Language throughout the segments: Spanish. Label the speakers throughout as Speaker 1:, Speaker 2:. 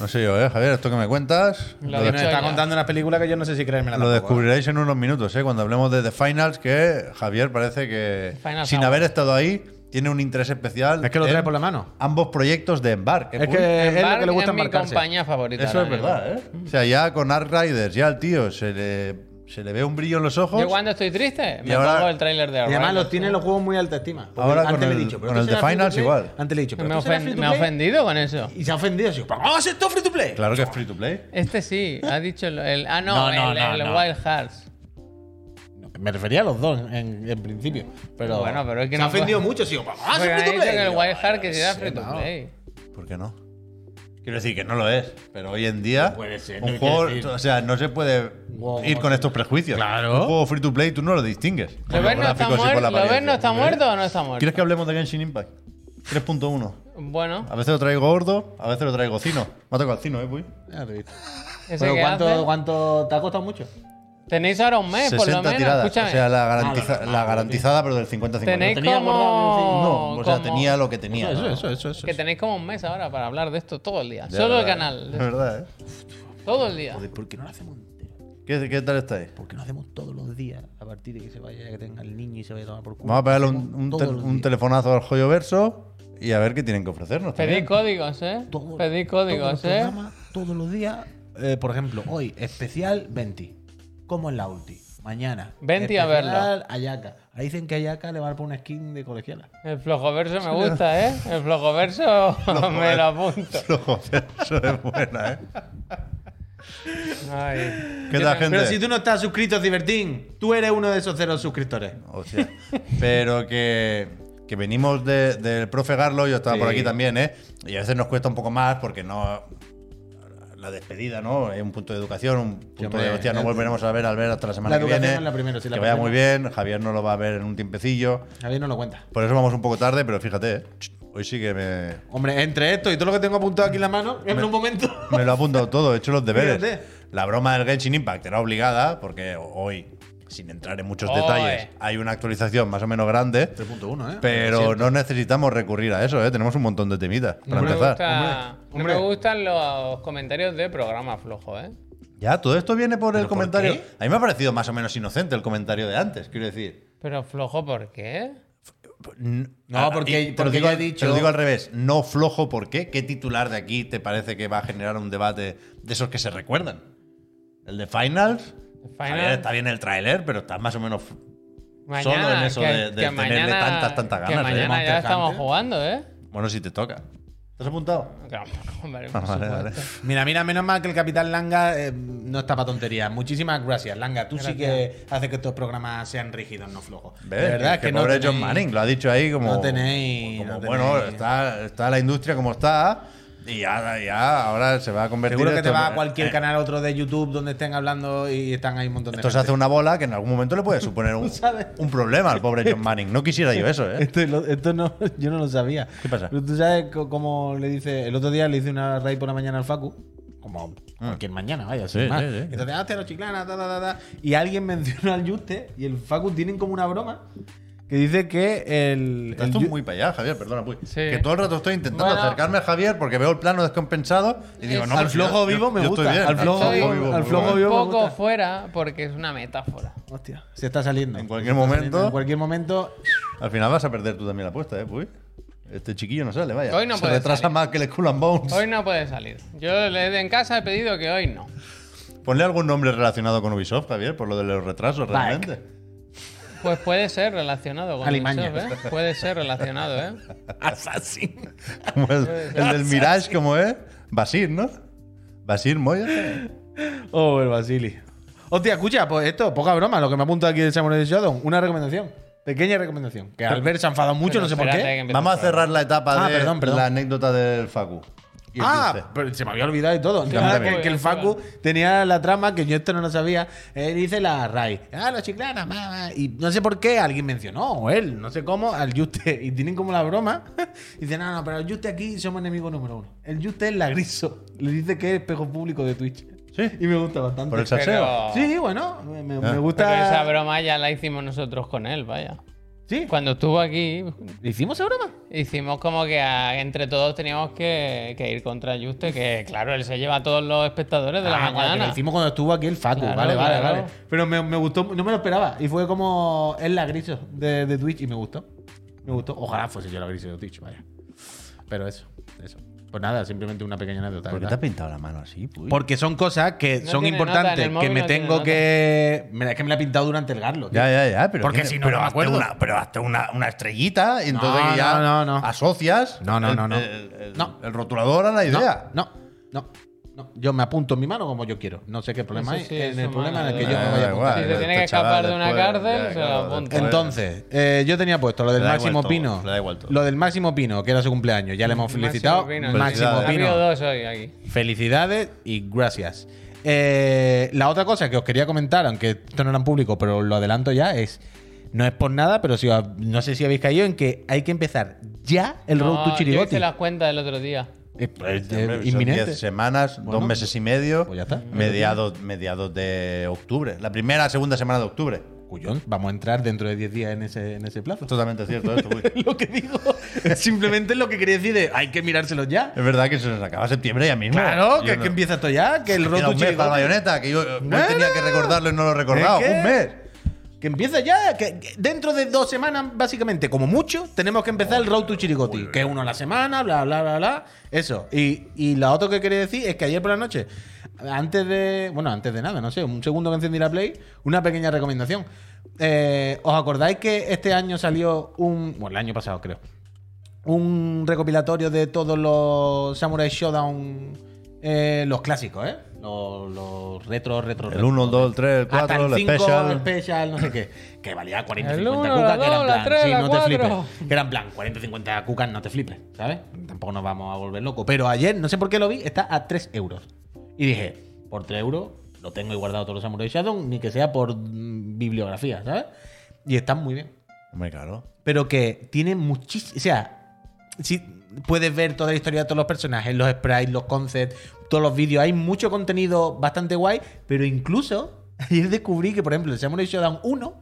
Speaker 1: No sé yo, ¿eh, Javier? Esto que me cuentas.
Speaker 2: La
Speaker 1: lo
Speaker 2: de
Speaker 1: descu-
Speaker 2: Noel.
Speaker 3: Nos está contando una película que yo no sé si creérmela
Speaker 1: Lo
Speaker 3: tampoco, ¿eh?
Speaker 1: descubriréis en unos minutos, ¿eh? cuando hablemos de The Finals, que Javier parece que,
Speaker 2: Final
Speaker 1: sin
Speaker 2: Hour.
Speaker 1: haber estado ahí, tiene un interés
Speaker 2: ¿eh?
Speaker 1: especial.
Speaker 3: Es que lo trae
Speaker 1: en
Speaker 3: por la mano.
Speaker 1: Ambos proyectos de Embark. ¿eh?
Speaker 3: Es que Eh, es lo que le gusta
Speaker 2: es mi
Speaker 3: embarcarse.
Speaker 2: compañía favorita.
Speaker 1: Eso es
Speaker 2: ahora mismo.
Speaker 1: verdad, ¿eh? O sea, ya con Ark Riders, ya al tío se le, se le ve un brillo en los ojos.
Speaker 2: Yo cuando estoy triste,
Speaker 1: Y
Speaker 2: me
Speaker 1: ahora-
Speaker 2: pongo el tráiler de
Speaker 3: Y además
Speaker 2: Arrival.
Speaker 3: los tiene los juegos muy alta estima. Porque
Speaker 1: Ahora
Speaker 3: antes
Speaker 1: con
Speaker 3: le he
Speaker 1: el-
Speaker 3: dicho, pero
Speaker 1: con
Speaker 3: tú
Speaker 1: el de
Speaker 3: serás free to
Speaker 1: Finals
Speaker 3: play.
Speaker 1: igual.
Speaker 3: Antes le he dicho, pero
Speaker 2: me,
Speaker 3: tú serás
Speaker 2: ofen-
Speaker 3: free to
Speaker 2: me ha
Speaker 3: play.
Speaker 2: ofendido con eso.
Speaker 3: Y se ha ofendido así. ¡Vamos a hacer todo free to play!
Speaker 1: Claro que es free to play.
Speaker 2: Este sí, ha dicho el. el- ah, no,
Speaker 3: No, no,
Speaker 2: el,
Speaker 3: no,
Speaker 2: el
Speaker 3: no.
Speaker 2: Wild Hearts.
Speaker 3: Me refería a los dos en, en principio. Pero
Speaker 2: Bueno, pero es que
Speaker 3: se
Speaker 2: no
Speaker 3: ha ofendido
Speaker 2: puede-
Speaker 3: mucho, sí. ¡Vamos
Speaker 1: Ah,
Speaker 3: a
Speaker 2: Porque
Speaker 3: hacer
Speaker 2: han
Speaker 3: free
Speaker 2: dicho
Speaker 3: to play!
Speaker 2: que el
Speaker 3: Yo,
Speaker 2: Wild Hearts que
Speaker 3: no
Speaker 2: sea
Speaker 3: sé,
Speaker 2: free to
Speaker 3: no.
Speaker 2: play.
Speaker 1: ¿Por qué no? Quiero decir que no lo es, pero hoy en día.
Speaker 3: No puede ser,
Speaker 1: Un
Speaker 3: no
Speaker 1: juego.
Speaker 3: quiero decir.
Speaker 1: O sea, no se puede
Speaker 3: Wow.
Speaker 1: ir con estos prejuicios.
Speaker 3: Claro.
Speaker 1: Un juego free to play, tú no lo distingues. Por
Speaker 2: ¿Lo
Speaker 1: los
Speaker 2: ven no está
Speaker 1: gráficos y por la
Speaker 2: muerto? ¿Lo ven no
Speaker 1: apariencia.
Speaker 2: está
Speaker 1: ¿Eh?
Speaker 2: muerto o no está muerto?
Speaker 1: ¿Quieres que hablemos de Genshin Impact? 3.1.
Speaker 2: Bueno,
Speaker 1: A veces lo traigo gordo, a veces lo traigo cino. Me ha tocado el cino, ¿eh, Puy?
Speaker 3: Ya te he visto.
Speaker 2: ese
Speaker 3: Pero
Speaker 2: que
Speaker 3: ¿cuánto,
Speaker 2: hace-
Speaker 3: ¿cuánto te ha costado mucho?
Speaker 2: Tenéis ahora un mes, por lo menos.
Speaker 1: tiradas.
Speaker 2: Escúchame.
Speaker 1: O sea, la, garantiza-
Speaker 3: Ah, no, no,
Speaker 1: la
Speaker 3: no,
Speaker 1: garantizada, pero del 50-50.
Speaker 2: tenéis
Speaker 3: tenía
Speaker 2: como.
Speaker 3: guardado,
Speaker 1: No, o sea,
Speaker 2: como-
Speaker 1: tenía lo que tenía.
Speaker 3: Eso,
Speaker 1: ¿no?
Speaker 3: eso, eso. eso.
Speaker 2: Que tenéis como un mes ahora para hablar de esto todo el día.
Speaker 1: De
Speaker 2: Solo el
Speaker 1: verdad, ¿eh? De
Speaker 2: canal.
Speaker 1: verdad, ¿eh?
Speaker 2: Todo el día.
Speaker 3: Joder, ¿por qué no lo hacemos entero?
Speaker 1: ¿Qué, qué tal estáis?
Speaker 3: ¿Por qué no hacemos todos los días a partir de que se vaya, que tenga el niño y se vaya a tomar por culo?
Speaker 1: Vamos a pegarle un,
Speaker 3: Hacemos
Speaker 1: un
Speaker 3: todos
Speaker 1: tel-
Speaker 3: los
Speaker 1: un
Speaker 3: días.
Speaker 1: telefonazo al joyo verso y a ver qué tienen que ofrecernos. también.
Speaker 2: Pedid códigos, ¿eh?
Speaker 3: Todo-
Speaker 2: Pedid
Speaker 3: todos
Speaker 2: códigos,
Speaker 3: los
Speaker 2: ¿eh?
Speaker 3: programas, todos los días. Eh, por ejemplo, hoy, especial 20. Como en la ulti. Mañana.
Speaker 2: 20 a
Speaker 3: especial Ayaka. Ahí dicen que Ayaka le va a dar por una skin de colegiala.
Speaker 2: El flojo verso me gusta, ¿eh? El flojo verso me lo apunto.
Speaker 1: Los joyo verso es buena, ¿eh?
Speaker 2: Ay.
Speaker 1: ¿Qué tal, gente?
Speaker 3: Pero si tú no estás suscrito, Divertín, tú eres uno de esos cero suscriptores.
Speaker 1: O sea, pero que, que venimos de- del profe Garlo, yo estaba por
Speaker 3: Sí.
Speaker 1: aquí también, ¿eh? Y a veces nos cuesta un poco más porque no. La despedida, ¿no? Es un punto de educación, un punto
Speaker 3: hombre,
Speaker 1: de hostia, no
Speaker 3: eh,
Speaker 1: volveremos a ver al ver hasta la semana
Speaker 3: la
Speaker 1: que
Speaker 3: educación
Speaker 1: viene.
Speaker 3: es la primero, sí, la
Speaker 1: que vaya muy
Speaker 3: primero.
Speaker 1: bien, Javier no lo va a ver en un tiempecillo.
Speaker 3: A ver, no lo cuenta.
Speaker 1: Por eso vamos un poco tarde, pero fíjate, ¿eh? hoy sí que me,
Speaker 3: Hombre, entre esto y todo lo que tengo apuntado aquí en la mano, en un momento.
Speaker 1: Me lo ha apuntado todo, he hecho los deberes.
Speaker 3: Fíjate.
Speaker 1: La broma del Genshin Impact era obligada porque hoy, sin entrar en muchos
Speaker 2: Oe.
Speaker 1: detalles, hay una actualización más o menos grande.
Speaker 3: 3.1, ¿eh?
Speaker 1: Pero no necesitamos recurrir a eso, ¿eh? Tenemos un montón de temitas para
Speaker 2: No me,
Speaker 1: empezar.
Speaker 2: gusta-
Speaker 3: Hombre,
Speaker 2: no
Speaker 3: hombre.
Speaker 2: me gustan los comentarios de programa flojo, ¿eh?
Speaker 1: Ya, todo esto viene por el
Speaker 3: ¿Pero por
Speaker 1: comentario.
Speaker 3: qué?
Speaker 1: a mí me ha parecido más o menos inocente el comentario de antes, quiero decir.
Speaker 2: Pero flojo, ¿por qué?
Speaker 1: N-
Speaker 3: No,
Speaker 1: ah,
Speaker 3: porque-
Speaker 1: y te, lo
Speaker 3: porque
Speaker 1: digo,
Speaker 3: yo he
Speaker 1: al- te
Speaker 3: dicho-
Speaker 1: lo digo al revés. No flojo, ¿por qué? ¿Qué titular de aquí te parece que va a generar un debate de esos que se recuerdan? ¿El de Finals?
Speaker 2: Final,
Speaker 1: Javier, está bien el tráiler, pero está más o menos
Speaker 2: mañana,
Speaker 1: solo en eso
Speaker 2: que-
Speaker 1: de- de
Speaker 2: que
Speaker 1: tenerle
Speaker 2: mañana-
Speaker 1: tantas, tantas
Speaker 2: Que
Speaker 1: ganas, ¿eh?
Speaker 2: mañana
Speaker 3: Monster
Speaker 2: ya estamos
Speaker 3: Hunter.
Speaker 2: jugando, ¿eh?
Speaker 1: Bueno, si te toca. ¿Te has apuntado?
Speaker 2: Claro, hombre, por
Speaker 1: Vale, vale.
Speaker 2: supuesto.
Speaker 3: Mira, mira, menos mal que el Capitán Langa eh, no está para tonterías. Muchísimas gracias, Langa. Tú sí que haces que estos programas sean rígidos, no flojos. De
Speaker 1: ¿Ves?
Speaker 3: verdad es que, no.
Speaker 1: pobre
Speaker 3: tenéis-
Speaker 1: John Manning lo ha dicho ahí como.
Speaker 3: No tenéis-
Speaker 1: como,
Speaker 3: no
Speaker 1: Bueno,
Speaker 3: tenéis.
Speaker 1: está, está la industria como está. Y ya, ya ahora se va a convertir
Speaker 3: Seguro que te
Speaker 1: esto-
Speaker 3: vas a cualquier
Speaker 1: eh,
Speaker 3: canal otro de YouTube donde estén hablando y están ahí un montón de
Speaker 1: Esto se hace
Speaker 3: gente.
Speaker 1: una bola que en algún momento le puede suponer un,
Speaker 3: sabes?
Speaker 1: un problema al pobre John Manning. No quisiera yo eso, ¿eh?
Speaker 3: Esto, lo- esto no, yo no lo sabía.
Speaker 1: ¿Qué pasa?
Speaker 3: Pero tú sabes co- cómo le dice. El otro día le hice una raid por la mañana al Facu. Como cualquier mañana, vaya, sin
Speaker 1: Mm. Sí,
Speaker 3: más.
Speaker 1: sí, sí.
Speaker 3: Entonces, hazte los chiclana, ta, ta, ta, ta. Y alguien menciona al Juste y el Facu tienen como una broma que dice que el. el
Speaker 1: Esto
Speaker 3: Yu-
Speaker 1: es muy para allá, Javier, perdona, Puy.
Speaker 2: Sí.
Speaker 1: Que todo el rato estoy intentando
Speaker 2: Bueno.
Speaker 1: acercarme a Javier porque veo el plano descompensado y digo,
Speaker 2: Es-
Speaker 1: no,
Speaker 3: al
Speaker 1: pues
Speaker 3: flojo
Speaker 1: yo-
Speaker 3: vivo
Speaker 1: yo-
Speaker 3: me
Speaker 1: yo
Speaker 3: gusta,
Speaker 1: estoy bien.
Speaker 3: al flojo-
Speaker 2: al
Speaker 1: muy
Speaker 3: flojo
Speaker 1: bueno.
Speaker 3: vivo.
Speaker 2: Un
Speaker 3: me
Speaker 2: poco
Speaker 3: gusta.
Speaker 2: fuera porque es una metáfora.
Speaker 3: Hostia, se está saliendo.
Speaker 1: En cualquier
Speaker 3: Se está
Speaker 1: momento.
Speaker 3: saliendo. En cualquier momento.
Speaker 1: Al final vas a perder tú también la apuesta, ¿eh, Puy? Este chiquillo no sale, vaya.
Speaker 2: Hoy no
Speaker 1: Se
Speaker 2: puede
Speaker 1: retrasa
Speaker 2: salir.
Speaker 1: más que el Skull and Bones.
Speaker 2: Hoy no puede salir. Yo le en casa he pedido que hoy no.
Speaker 1: Ponle algún nombre relacionado con Ubisoft, Javier, por lo de los retrasos,
Speaker 3: Back.
Speaker 1: realmente.
Speaker 2: Pues puede ser relacionado con
Speaker 3: Alimaña.
Speaker 2: Ubisoft, ¿eh? Puede ser relacionado, ¿eh?
Speaker 3: Assassin.
Speaker 1: Como el, el del Mirage, como es. Basir, ¿no? Basir Moya.
Speaker 3: Oh, el Basili. Hostia, escucha, pues esto, poca broma, lo que me apunta aquí de Samurai Shadow. Una recomendación. Pequeña recomendación. Que Albert se ha enfadado mucho,
Speaker 2: Pero
Speaker 3: no sé por
Speaker 2: espérate
Speaker 3: qué.
Speaker 2: que empiece
Speaker 1: Vamos a
Speaker 2: el
Speaker 1: cerrar la etapa
Speaker 3: Ah,
Speaker 1: de
Speaker 3: perdón, perdón.
Speaker 1: la anécdota del Facu. Y el dulce.
Speaker 3: Ah, pero se me había olvidado y todo.
Speaker 1: a mí
Speaker 3: Nada,
Speaker 1: también.
Speaker 3: que, que el Facu tenía la trama que yo esto no lo sabía. Él dice la RAI. Ah, los chiclanas, ma, ma. Y no sé por qué alguien mencionó, o él, no sé cómo, al Juste. Y tienen como la broma. Y dicen, no, no, pero el Juste aquí somos enemigos número uno. El Juste es la griso. Le dice que es espejo público de Twitch.
Speaker 1: Sí.
Speaker 3: Y me gusta bastante.
Speaker 1: Por el
Speaker 2: programa.
Speaker 1: salseo.
Speaker 2: Pero-
Speaker 3: Sí, bueno, me, me- me
Speaker 1: Ah.
Speaker 3: gusta.
Speaker 2: Pero esa broma ya la hicimos nosotros con él, vaya.
Speaker 3: Sí.
Speaker 2: Cuando estuvo aquí,
Speaker 3: ¿Hicimos esa broma?
Speaker 2: hicimos como que a- entre todos teníamos que, que ir contra Juste, que claro, él se lleva a todos los espectadores de la
Speaker 3: Ah, vale, que
Speaker 2: mañana.
Speaker 3: lo hicimos cuando estuvo aquí el Facu.
Speaker 2: Claro,
Speaker 3: vale, vale,
Speaker 2: claro.
Speaker 3: vale. Pero me, me gustó, no me lo esperaba. Y fue como el lagriso de, de Twitch y me gustó. Me gustó. Ojalá fuese yo el lagriso de Twitch, vaya. Pero eso, eso. Pues nada, simplemente una pequeña anécdota.
Speaker 1: ¿Por qué
Speaker 3: ¿verdad?
Speaker 1: te has pintado la mano así, Puy?
Speaker 3: Porque son cosas que
Speaker 2: No
Speaker 3: son
Speaker 2: tiene nota, en
Speaker 3: importantes,
Speaker 2: el
Speaker 3: que
Speaker 2: móvil
Speaker 3: me
Speaker 2: no tiene
Speaker 3: tengo
Speaker 2: nota.
Speaker 3: que. Mira, es que me la he pintado durante el Garlo. tío.
Speaker 1: Ya, ya, ya, pero.
Speaker 3: Porque
Speaker 1: tiene-
Speaker 3: si no,
Speaker 1: pero
Speaker 3: no me
Speaker 1: hazte
Speaker 3: acuerdo.
Speaker 1: Una, pero hazte una, una estrellita, y entonces
Speaker 3: No,
Speaker 1: ya
Speaker 3: no, no, no.
Speaker 1: asocias.
Speaker 3: No, no,
Speaker 1: el-
Speaker 3: no, no.
Speaker 1: El, el-
Speaker 3: No.
Speaker 1: el rotulador a la
Speaker 3: No,
Speaker 1: idea.
Speaker 3: No, no, no. Yo me apunto en mi mano como yo quiero. No sé qué problema
Speaker 2: Eso
Speaker 3: hay.
Speaker 2: sí,
Speaker 3: en el
Speaker 2: eso
Speaker 3: problema en
Speaker 2: mala,
Speaker 3: el que yo
Speaker 2: da
Speaker 3: me voy
Speaker 2: igual.
Speaker 3: a
Speaker 2: este
Speaker 3: apuntar.
Speaker 2: Si te tiene que escapar de una cárcel, se lo apunta.
Speaker 3: Entonces, eh, yo tenía puesto lo del
Speaker 1: Le da
Speaker 3: Máximo
Speaker 1: igual todo,
Speaker 3: Pino.
Speaker 1: le da igual todo.
Speaker 3: Lo del Máximo Pino, que era su cumpleaños. Ya le hemos felicitado.
Speaker 2: Pino.
Speaker 3: Máximo
Speaker 1: Felicidades.
Speaker 2: Ha habido
Speaker 3: Pino.
Speaker 2: dos hoy aquí.
Speaker 3: Felicidades y gracias. Eh, la otra cosa que os quería comentar, aunque esto no era en público, pero lo adelanto ya, es. No es por nada, pero si os- no sé si habéis caído en que hay que empezar ya el Road to
Speaker 2: No, yo
Speaker 3: Chirigoti.
Speaker 2: hice las cuentas el otro día.
Speaker 3: Eh, pues, eh,
Speaker 1: Este Hombre, son
Speaker 3: inminente.
Speaker 1: 10 semanas,
Speaker 3: Bueno,
Speaker 1: dos meses y medio.
Speaker 3: pues ya está.
Speaker 1: Mediados, mediados de octubre. La primera, segunda semana de octubre.
Speaker 3: Cuyón, vamos a entrar dentro de 10 días en ese, en ese plazo.
Speaker 1: Totalmente cierto esto, Puy.
Speaker 3: lo que digo. Simplemente lo que quería decir de hay que mirárselo ya.
Speaker 1: Es verdad que se nos acaba septiembre ya mismo.
Speaker 3: Claro,
Speaker 1: Yo
Speaker 3: que,
Speaker 1: no-
Speaker 3: que empieza esto ya, que el
Speaker 1: Queda
Speaker 3: roto
Speaker 1: un mes para la bayoneta, que yo eh,
Speaker 3: No,
Speaker 1: tenía
Speaker 3: no.
Speaker 1: que recordarlo y no lo recordaba.
Speaker 3: ¿Es que?
Speaker 1: Un mes.
Speaker 3: Que empieza ya, que, que dentro de dos semanas, básicamente, como mucho, tenemos que empezar el Road to Chirigoti, que es uno a la semana, bla, bla, bla, bla. Eso. Y, y lo otro que quería decir es que ayer por la noche, antes de. Bueno, antes de nada, no sé, un segundo que encendí la Play, una pequeña recomendación. Eh, ¿Os acordáis que este año salió un. Bueno, el año pasado, creo. un recopilatorio de todos los Samurai Showdown, eh, los clásicos, ¿eh? Los, los retro, retro,
Speaker 1: El
Speaker 3: retro.
Speaker 1: 1, el 2, el 3, el 4, el
Speaker 3: cinco,
Speaker 1: special.
Speaker 3: special, no sé qué. Que valía 40,
Speaker 2: El
Speaker 3: 50
Speaker 2: uno,
Speaker 3: cucas,
Speaker 2: la
Speaker 3: que eran
Speaker 2: dos, la
Speaker 3: plan,
Speaker 2: tres,
Speaker 3: sí,
Speaker 2: la
Speaker 3: no te
Speaker 2: cuatro.
Speaker 3: flipes. Que eran plan, 40, 50 cucas, no te flipes, ¿sabes? Tampoco nos vamos a volver locos. Pero ayer, no sé por qué lo vi, está a 3 euros. Y dije, por 3 euros lo tengo y guardado todos los Samurai Shadow, ni que sea por mm, bibliografía, ¿sabes? Y están muy bien
Speaker 1: Hombre, claro.
Speaker 3: pero que tiene muchísimo. O sea, si puedes ver toda la historia de todos los personajes, los sprites, los concepts, todos los vídeos. Hay mucho contenido bastante guay, pero incluso ayer descubrí que, por ejemplo, en Samurai Showdown 1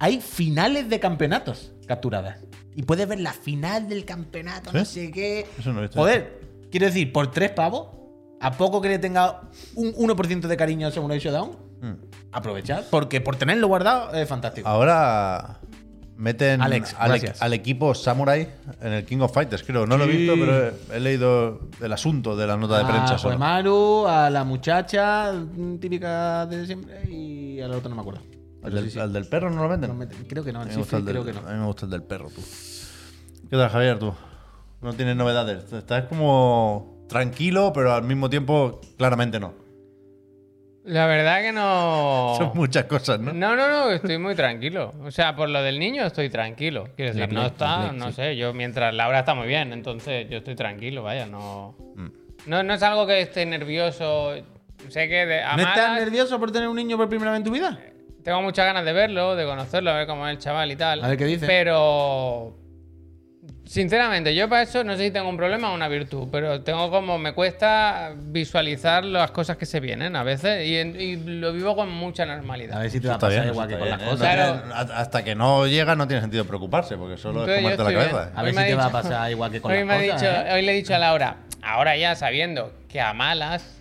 Speaker 3: hay finales de campeonatos capturadas. Y puedes ver la final del campeonato, no
Speaker 1: ¿Sí?
Speaker 3: sé qué.
Speaker 1: ¿Eh? Eso no lo he visto.
Speaker 3: Joder, quiero decir, por tres pavos, a poco que le tenga un 1% de cariño a Samurai Showdown,
Speaker 1: Mm. Ah,
Speaker 3: aprovechad, porque por tenerlo guardado es fantástico.
Speaker 1: Ahora meten
Speaker 3: Alex,
Speaker 1: al,
Speaker 3: gracias.
Speaker 1: al equipo Samurai en el King of Fighters, creo. No lo he
Speaker 3: Sí.
Speaker 1: visto, pero he, he leído el asunto de la nota de
Speaker 3: a
Speaker 1: prensa. solo.
Speaker 3: Ah, pues Maru, a la muchacha mm, típica de siempre y a la otra no me acuerdo.
Speaker 1: ¿Al,
Speaker 3: Pero
Speaker 1: del,
Speaker 3: sí, sí.
Speaker 1: al del perro no lo
Speaker 3: No
Speaker 1: venden?
Speaker 3: me- creo que no,
Speaker 1: A mí
Speaker 3: Ah, sí,
Speaker 1: me
Speaker 3: sí,
Speaker 1: gusta el del-
Speaker 3: creo que no.
Speaker 1: a mí me gusta el del perro, tú. ¿Qué tal, Javier, tú? No tienes novedades. Estás como tranquilo, pero al mismo tiempo claramente no.
Speaker 2: La verdad que no.
Speaker 3: Oh.
Speaker 1: Son muchas cosas, ¿no?
Speaker 2: No, no, no, estoy muy tranquilo. O sea, por lo del niño estoy tranquilo. Quiero
Speaker 3: La
Speaker 2: decir,
Speaker 3: Play,
Speaker 2: no
Speaker 3: la
Speaker 2: está,
Speaker 3: Play,
Speaker 2: no
Speaker 3: sí.
Speaker 2: sé, yo mientras Laura está muy bien, entonces yo estoy tranquilo, vaya, no. No, no es algo que esté nervioso. Sé que de, a
Speaker 3: ¿No estás
Speaker 2: malas
Speaker 3: nervioso por tener un niño por primera vez en tu vida?
Speaker 2: tengo muchas ganas de verlo, de conocerlo, a ver cómo es el chaval y tal.
Speaker 3: A ver qué dice.
Speaker 2: Pero. Sinceramente, yo para eso no sé si tengo un problema o una virtud, pero tengo como. Me cuesta visualizar las cosas que se vienen a veces y, en- y lo vivo con mucha normalidad.
Speaker 3: A ver si te va a
Speaker 1: Está
Speaker 3: pasar
Speaker 1: bien,
Speaker 3: igual que
Speaker 1: está
Speaker 3: con las
Speaker 1: bien,
Speaker 3: cosas.
Speaker 1: ¿eh?
Speaker 2: cosas.
Speaker 1: No tiene- a- hasta que no llega no tiene sentido preocuparse, porque solo
Speaker 2: Entonces,
Speaker 1: es
Speaker 2: yo
Speaker 1: comerte la
Speaker 2: estoy
Speaker 1: cabeza.
Speaker 2: bien. Ah,
Speaker 3: A ver
Speaker 2: Hoy me
Speaker 3: si
Speaker 2: ha
Speaker 3: te va a
Speaker 2: dicho-
Speaker 3: pasar igual que con
Speaker 2: hoy,
Speaker 3: las
Speaker 2: me ha
Speaker 3: cosas.
Speaker 2: dicho-
Speaker 3: ¿eh?
Speaker 2: hoy le he dicho a Laura, ahora ya sabiendo que a malas,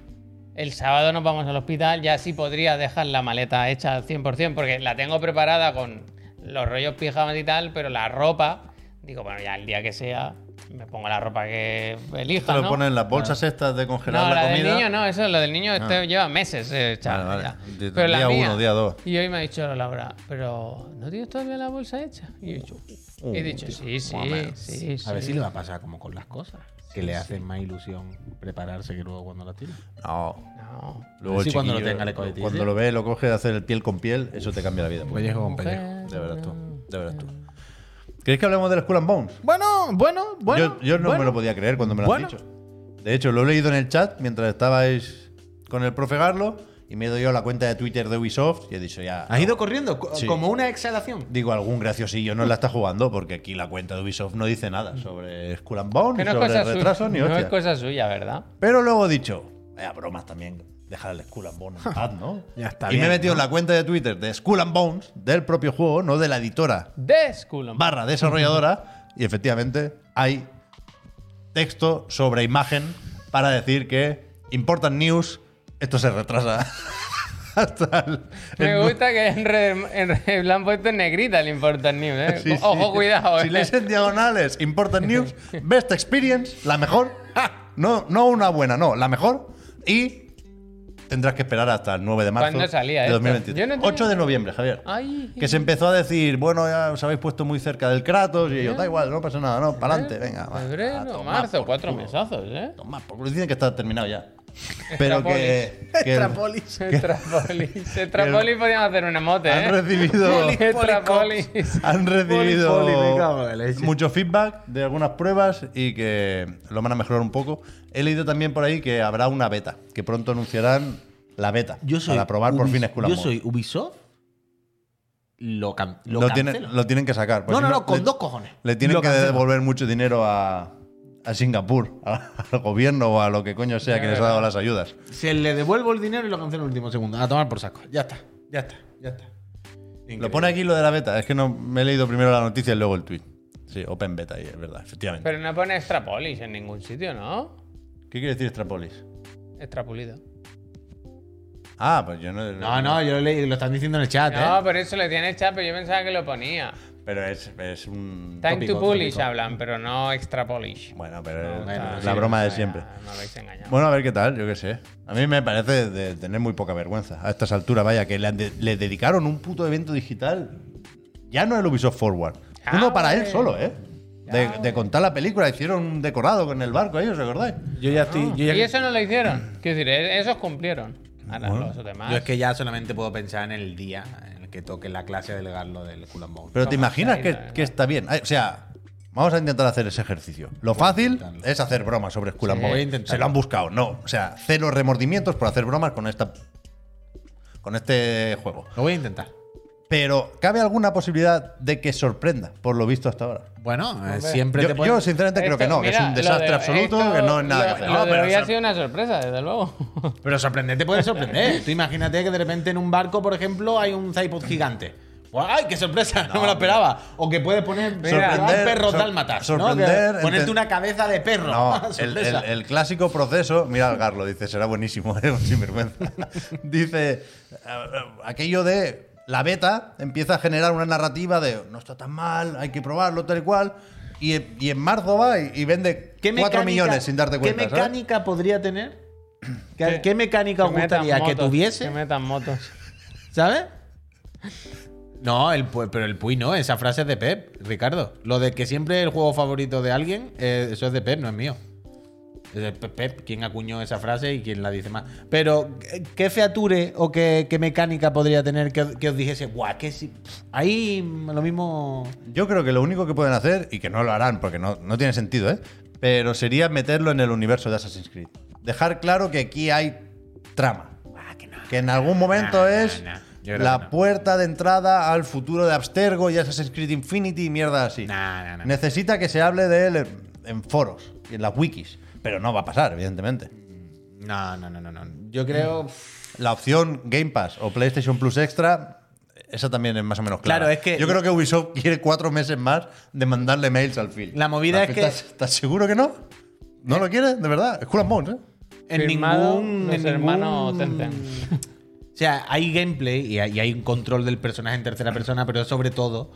Speaker 2: el sábado nos vamos al hospital, ya sí podría dejar la maleta hecha al 100%, porque la tengo preparada con los rollos pijamas y tal, pero la ropa, digo, bueno, ya el día que sea, me pongo la ropa que elija.
Speaker 1: Te lo
Speaker 2: ¿no?
Speaker 1: ponen en las bolsas estas de congelar
Speaker 2: No,
Speaker 1: la,
Speaker 2: la del
Speaker 1: comida. Ah.
Speaker 2: niño no, eso, lo del niño este lleva meses, eh, chaval,
Speaker 1: Vale, vale.
Speaker 2: ya.
Speaker 1: Di-
Speaker 2: Pero la
Speaker 1: día
Speaker 2: mía-
Speaker 1: uno, día dos.
Speaker 2: Y hoy me ha dicho Laura, pero ¿no tienes todavía la bolsa hecha? Y he dicho,
Speaker 1: Uh,
Speaker 2: he dicho sí, sí, sí, sí.
Speaker 3: A ver si le va a pasar como con las cosas. Que le hace más ilusión prepararse que luego cuando las tira.
Speaker 1: No.
Speaker 2: No.
Speaker 1: Luego
Speaker 3: Sí,
Speaker 1: el
Speaker 3: cuando lo
Speaker 1: chiquillo,
Speaker 3: tenga, le coge, tío.
Speaker 1: Cuando lo ve, lo coge de hacer el piel con piel, eso te cambia la vida. pues.
Speaker 3: Pellejo con pellejo.
Speaker 1: De veras tú, de veras tú. ¿Queréis que hablemos de la Skull and Bones?
Speaker 3: Bueno, bueno, bueno.
Speaker 1: yo, yo no
Speaker 3: bueno.
Speaker 1: me lo podía creer cuando me lo
Speaker 3: Bueno.
Speaker 1: han dicho. De hecho, lo he leído en el chat mientras estabais con el profe Garlo y me he ido yo a la cuenta de Twitter de Ubisoft y he dicho ya...
Speaker 3: Has ido corriendo, co-
Speaker 1: Sí.
Speaker 3: como una exhalación.
Speaker 1: Digo, algún graciosillo no la está jugando porque aquí la cuenta de Ubisoft no dice nada sobre Skull and Bones,
Speaker 2: Que
Speaker 1: ni
Speaker 2: no es
Speaker 1: sobre
Speaker 2: cosa
Speaker 1: retrasos,
Speaker 2: suya.
Speaker 1: ni
Speaker 2: no
Speaker 1: hostia.
Speaker 2: es cosa suya, ¿verdad?
Speaker 1: Pero luego he dicho, vaya bromas también dejar el Skull and Bones en paz, ¿no?
Speaker 3: Ya está
Speaker 1: Y
Speaker 3: bien,
Speaker 1: me he metido
Speaker 3: ¿no?
Speaker 1: en la cuenta de Twitter de Skull and Bones, del propio juego, no de la editora
Speaker 2: De Skull and Bones.
Speaker 1: barra desarrolladora, y efectivamente hay texto sobre imagen para decir que important news, esto se retrasa. Hasta el, el
Speaker 2: Me
Speaker 1: nue-
Speaker 2: gusta que en red, en red le han puesto en negrita el Important News. ¿eh?
Speaker 1: Sí, sí.
Speaker 2: Ojo, cuidado.
Speaker 1: Si
Speaker 2: ¿eh?
Speaker 1: lees en diagonales Important News, Best Experience, la mejor. No, no una buena, no, la mejor. Y tendrás que esperar hasta el 9 de marzo
Speaker 2: ¿Cuándo salía
Speaker 1: de
Speaker 2: esto?
Speaker 1: 2023.
Speaker 2: Yo no tenía-
Speaker 1: 8 de noviembre, Javier.
Speaker 2: Ay.
Speaker 1: Que se empezó a decir, bueno, ya os habéis puesto muy cerca del Kratos. Y yo, da igual, no pasa nada, no, para adelante, venga. va, Ah,
Speaker 2: Febrero,
Speaker 1: a tomar
Speaker 2: marzo,
Speaker 1: por
Speaker 2: cuatro
Speaker 1: culo.
Speaker 2: mesazos, ¿eh?
Speaker 1: Tomar por culo. Dicen que está terminado ya. Pero que. que-
Speaker 3: Extrapolis.
Speaker 2: Extrapolis. Extrapolis podían hacer una mote,
Speaker 1: Han
Speaker 2: ¿eh?
Speaker 1: recibido.
Speaker 2: Extrapolis.
Speaker 1: Han
Speaker 3: Poli, poli, me cago en la
Speaker 1: recibido
Speaker 3: leche.
Speaker 1: mucho feedback de algunas pruebas y que lo van a mejorar un poco. He leído también por ahí que habrá una beta, que pronto anunciarán la beta
Speaker 3: Yo soy
Speaker 1: para probar por
Speaker 3: Ubis-
Speaker 1: fin Skull and Bones.
Speaker 3: Yo soy Ubisoft. Lo, cam- lo,
Speaker 1: lo,
Speaker 3: cancelo.
Speaker 1: tienen, lo tienen que sacar. pues
Speaker 3: no,
Speaker 1: si
Speaker 3: no, no, con
Speaker 1: le,
Speaker 3: dos cojones.
Speaker 1: Le tienen
Speaker 3: Lo
Speaker 1: que
Speaker 3: cancelo.
Speaker 1: devolver mucho dinero a, a Singapur, a- al gobierno o a lo que coño sea que les ha dado las ayudas.
Speaker 3: Se le devuelvo el dinero y lo cancelo en el último segundo. A tomar por saco. Ya está, ya está, ya está.
Speaker 1: Lo pone aquí lo de la beta, es que no me he leído primero la noticia y luego el tweet. Sí, Open Beta, y es verdad, efectivamente.
Speaker 2: Pero no pone Extrapolis en ningún sitio, ¿no?
Speaker 1: ¿Qué quiere decir Extrapolis?
Speaker 2: Extrapulido.
Speaker 1: Ah, pues yo no.
Speaker 3: No, no, yo lo leí, lo están diciendo en el
Speaker 1: ¿Ah,
Speaker 3: chat,
Speaker 2: No,
Speaker 3: ¿eh?
Speaker 2: por eso le tiene chat, pero yo pensaba que lo ponía.
Speaker 1: Pero es, es un.
Speaker 2: Time
Speaker 3: Tópico,
Speaker 2: to Polish
Speaker 3: tópico.
Speaker 2: hablan, pero no Extrapolish.
Speaker 1: Bueno, pero
Speaker 2: No,
Speaker 1: es
Speaker 2: claro,
Speaker 1: la
Speaker 2: sí,
Speaker 1: broma
Speaker 2: no,
Speaker 1: de
Speaker 2: ya,
Speaker 1: siempre.
Speaker 2: Me habéis engañado.
Speaker 1: Bueno, a ver qué tal, yo qué sé. A mí me parece de tener muy poca vergüenza a estas alturas. Vaya, que le, han de- le dedicaron un puto evento digital. Ya no el Ubisoft Forward.
Speaker 2: Ya,
Speaker 1: Uno para él
Speaker 2: hombre.
Speaker 1: solo, ¿eh? De, de contar la película, hicieron un decorado con el barco ahí, ¿os acordáis? Ah.
Speaker 3: Yo ya estoy. Yo, ya,
Speaker 2: Y eso no lo hicieron. Quiero decir, e- esos cumplieron. Ahora
Speaker 1: Bueno.
Speaker 2: los demás.
Speaker 3: yo es que ya solamente puedo pensar en el día en el que toque la clase del garlo del Skull and Bones.
Speaker 1: Pero te
Speaker 2: Toma,
Speaker 1: imaginas
Speaker 2: ahí,
Speaker 1: que,
Speaker 2: ahí, ahí.
Speaker 1: que está bien. Ay, O sea, vamos a intentar hacer ese ejercicio. Lo fácil
Speaker 3: intentarlo.
Speaker 1: es hacer bromas sobre Skull and
Speaker 2: Sí,
Speaker 1: Bones.
Speaker 3: voy a intentarlo.
Speaker 1: Se lo han buscado, no. O sea, cero remordimientos por hacer bromas con esta. Con este juego.
Speaker 3: Lo voy a intentar.
Speaker 1: Pero ¿cabe alguna posibilidad de que sorprenda, por lo visto hasta ahora?
Speaker 3: Bueno, eh,
Speaker 2: Hombre.
Speaker 3: siempre
Speaker 1: Yo,
Speaker 3: te puedo.
Speaker 1: yo sinceramente creo que
Speaker 2: Esto,
Speaker 1: no, que es
Speaker 2: mira,
Speaker 1: un
Speaker 2: lo
Speaker 1: desastre
Speaker 2: de-
Speaker 1: absoluto,
Speaker 2: esto-
Speaker 1: que no hay nada
Speaker 2: lo-
Speaker 1: que hacer.
Speaker 2: Lo
Speaker 1: No,
Speaker 2: de
Speaker 1: pero
Speaker 2: hoy
Speaker 1: sor-
Speaker 2: ha sido una sorpresa, desde luego.
Speaker 3: Pero sorprendente puede sorprender. Tú imagínate que de repente en un barco, por ejemplo, hay un Zaipod gigante. Pues, ¡Ay, qué sorpresa! No, me lo esperaba. O que puede poner
Speaker 1: Sorprender,
Speaker 3: llevar perros
Speaker 1: sor-
Speaker 3: dálmatas. ¿no?
Speaker 1: sorprender,
Speaker 3: Que Ponerte
Speaker 1: enten-
Speaker 3: una cabeza de perro.
Speaker 1: No, el,
Speaker 3: Sorpresa.
Speaker 1: el- el clásico proceso, mira al Garlo, dice, será buenísimo, es un sinvergüenza. dice, "Ah, ah, aquello de la beta empieza a generar una narrativa de no está tan mal, hay que probarlo, tal y cual, y, en- y en marzo va y, y vende
Speaker 3: ¿Qué
Speaker 1: 4
Speaker 3: mecánica-
Speaker 1: millones sin darte cuenta.
Speaker 3: ¿Qué
Speaker 1: ¿sabes?
Speaker 3: mecánica podría tener? ¿Qué,
Speaker 2: Que-
Speaker 3: qué mecánica os
Speaker 2: metan
Speaker 3: gustaría que
Speaker 2: motos,
Speaker 3: tuviese?
Speaker 2: Que metan motos.
Speaker 3: ¿Sabes? No, el, pu- pero el Puy no, esa frase es de Pep, Ricardo. Lo de que siempre el juego favorito de alguien, eh, eso es de Pep, no es mío. Es de Pe- Pep quien acuñó esa frase y quien la dice más. Pero, ¿qué- ¿qué feature o qué, qué mecánica podría tener que, os- que os dijese, guau, que si. pf, Ahí mm, lo mismo.
Speaker 1: Yo creo que lo único que pueden hacer, y que no lo harán porque no, no tiene sentido, ¿eh? pero sería meterlo en el universo de Assassin's Creed. Dejar claro que aquí hay trama. Que en algún momento
Speaker 3: Nah,
Speaker 1: es
Speaker 3: nah, nah. Yo creo
Speaker 1: la
Speaker 3: que no.
Speaker 1: puerta de entrada al futuro de Abstergo y Assassin's Creed Infinity y mierda así.
Speaker 3: Nah, nah, nah.
Speaker 1: Necesita que se hable de él en- en foros y en las wikis. Pero no va a pasar, evidentemente.
Speaker 3: No, no, no, no. no. Yo creo.
Speaker 1: La opción Game Pass o PlayStation Plus Extra, esa también es más o menos clara.
Speaker 3: Claro, es que-
Speaker 1: Yo creo que Ubisoft quiere cuatro meses más de mandarle mails al Phil.
Speaker 3: La movida
Speaker 1: Al
Speaker 3: es
Speaker 1: Phil,
Speaker 3: que-
Speaker 1: ¿Estás, estás seguro que no? ¿No lo quieres? ¿De verdad? Es Cool and Bones, ¿eh?
Speaker 3: En
Speaker 2: Firmado
Speaker 3: ningún.
Speaker 2: los
Speaker 3: en
Speaker 2: hermanos
Speaker 3: ningún-
Speaker 2: Tencent.
Speaker 3: O sea, hay gameplay y hay, y hay un control del personaje en tercera persona, pero sobre todo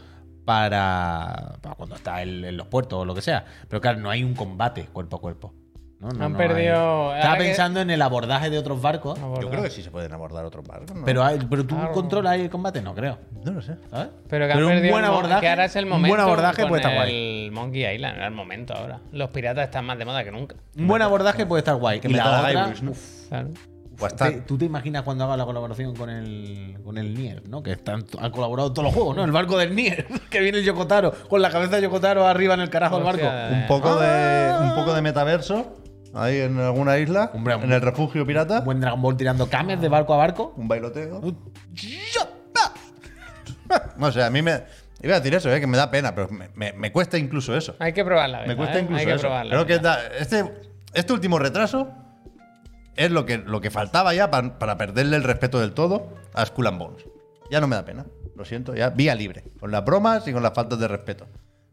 Speaker 3: para, para cuando está él en los puertos o lo que sea. Pero claro, no hay un combate cuerpo a cuerpo. No, no,
Speaker 2: Han
Speaker 3: no
Speaker 2: perdido-
Speaker 3: hay. Estaba
Speaker 2: ahora que- Ah,
Speaker 3: pensando en el abordaje de otros barcos,
Speaker 1: Yo creo que sí se pueden abordar otros barcos. ¿no?
Speaker 3: pero, hay- pero tú
Speaker 2: Claro.
Speaker 3: controlas ahí el combate, no creo.
Speaker 1: No lo sé.
Speaker 3: ¿sabes?
Speaker 2: Ah, Pero que han
Speaker 3: un
Speaker 2: perdido
Speaker 3: buen
Speaker 2: el mo-
Speaker 3: abordaje.
Speaker 2: que ahora es el
Speaker 3: un
Speaker 2: momento.
Speaker 3: buen abordaje
Speaker 2: con
Speaker 3: puede estar guay.
Speaker 2: El Monkey Island era el momento ahora. Los piratas están más de moda que nunca.
Speaker 3: Un buen abordaje puede estar guay.
Speaker 1: Que
Speaker 3: y
Speaker 1: metan
Speaker 3: la
Speaker 1: a
Speaker 3: otra,
Speaker 1: Guybrush, ¿no?
Speaker 3: uf,
Speaker 2: Claro.
Speaker 1: O hasta-
Speaker 3: te- tú te imaginas cuando haga la colaboración con el, con el Nier, ¿no? Que están, han colaborado todos los juegos, ¿no? El barco del Nier, que viene el Yokotaro, con la cabeza de Yokotaro arriba en el carajo del barco.
Speaker 2: Hostia,
Speaker 1: un, poco de, un poco de metaverso ahí en alguna isla,
Speaker 3: Ah. Hombre,
Speaker 1: en
Speaker 3: un-
Speaker 1: el refugio pirata.
Speaker 3: Un buen Dragon Ball tirando cames de barco a barco.
Speaker 1: Un bailoteo. No sé, a mí me. Iba a decir eso, ¿eh? que me da pena, pero me- me- me cuesta incluso eso.
Speaker 2: ¿eh? Hay que probarla.
Speaker 1: Me cuesta incluso
Speaker 2: Hay que
Speaker 1: eso.
Speaker 2: probarla.
Speaker 1: Creo que da- este, este último retraso es lo que, lo que faltaba ya pa- para perderle el respeto del todo a Skull and Bones. Ya no me da pena. Lo siento, ya vía libre. Con las bromas y con las faltas de respeto.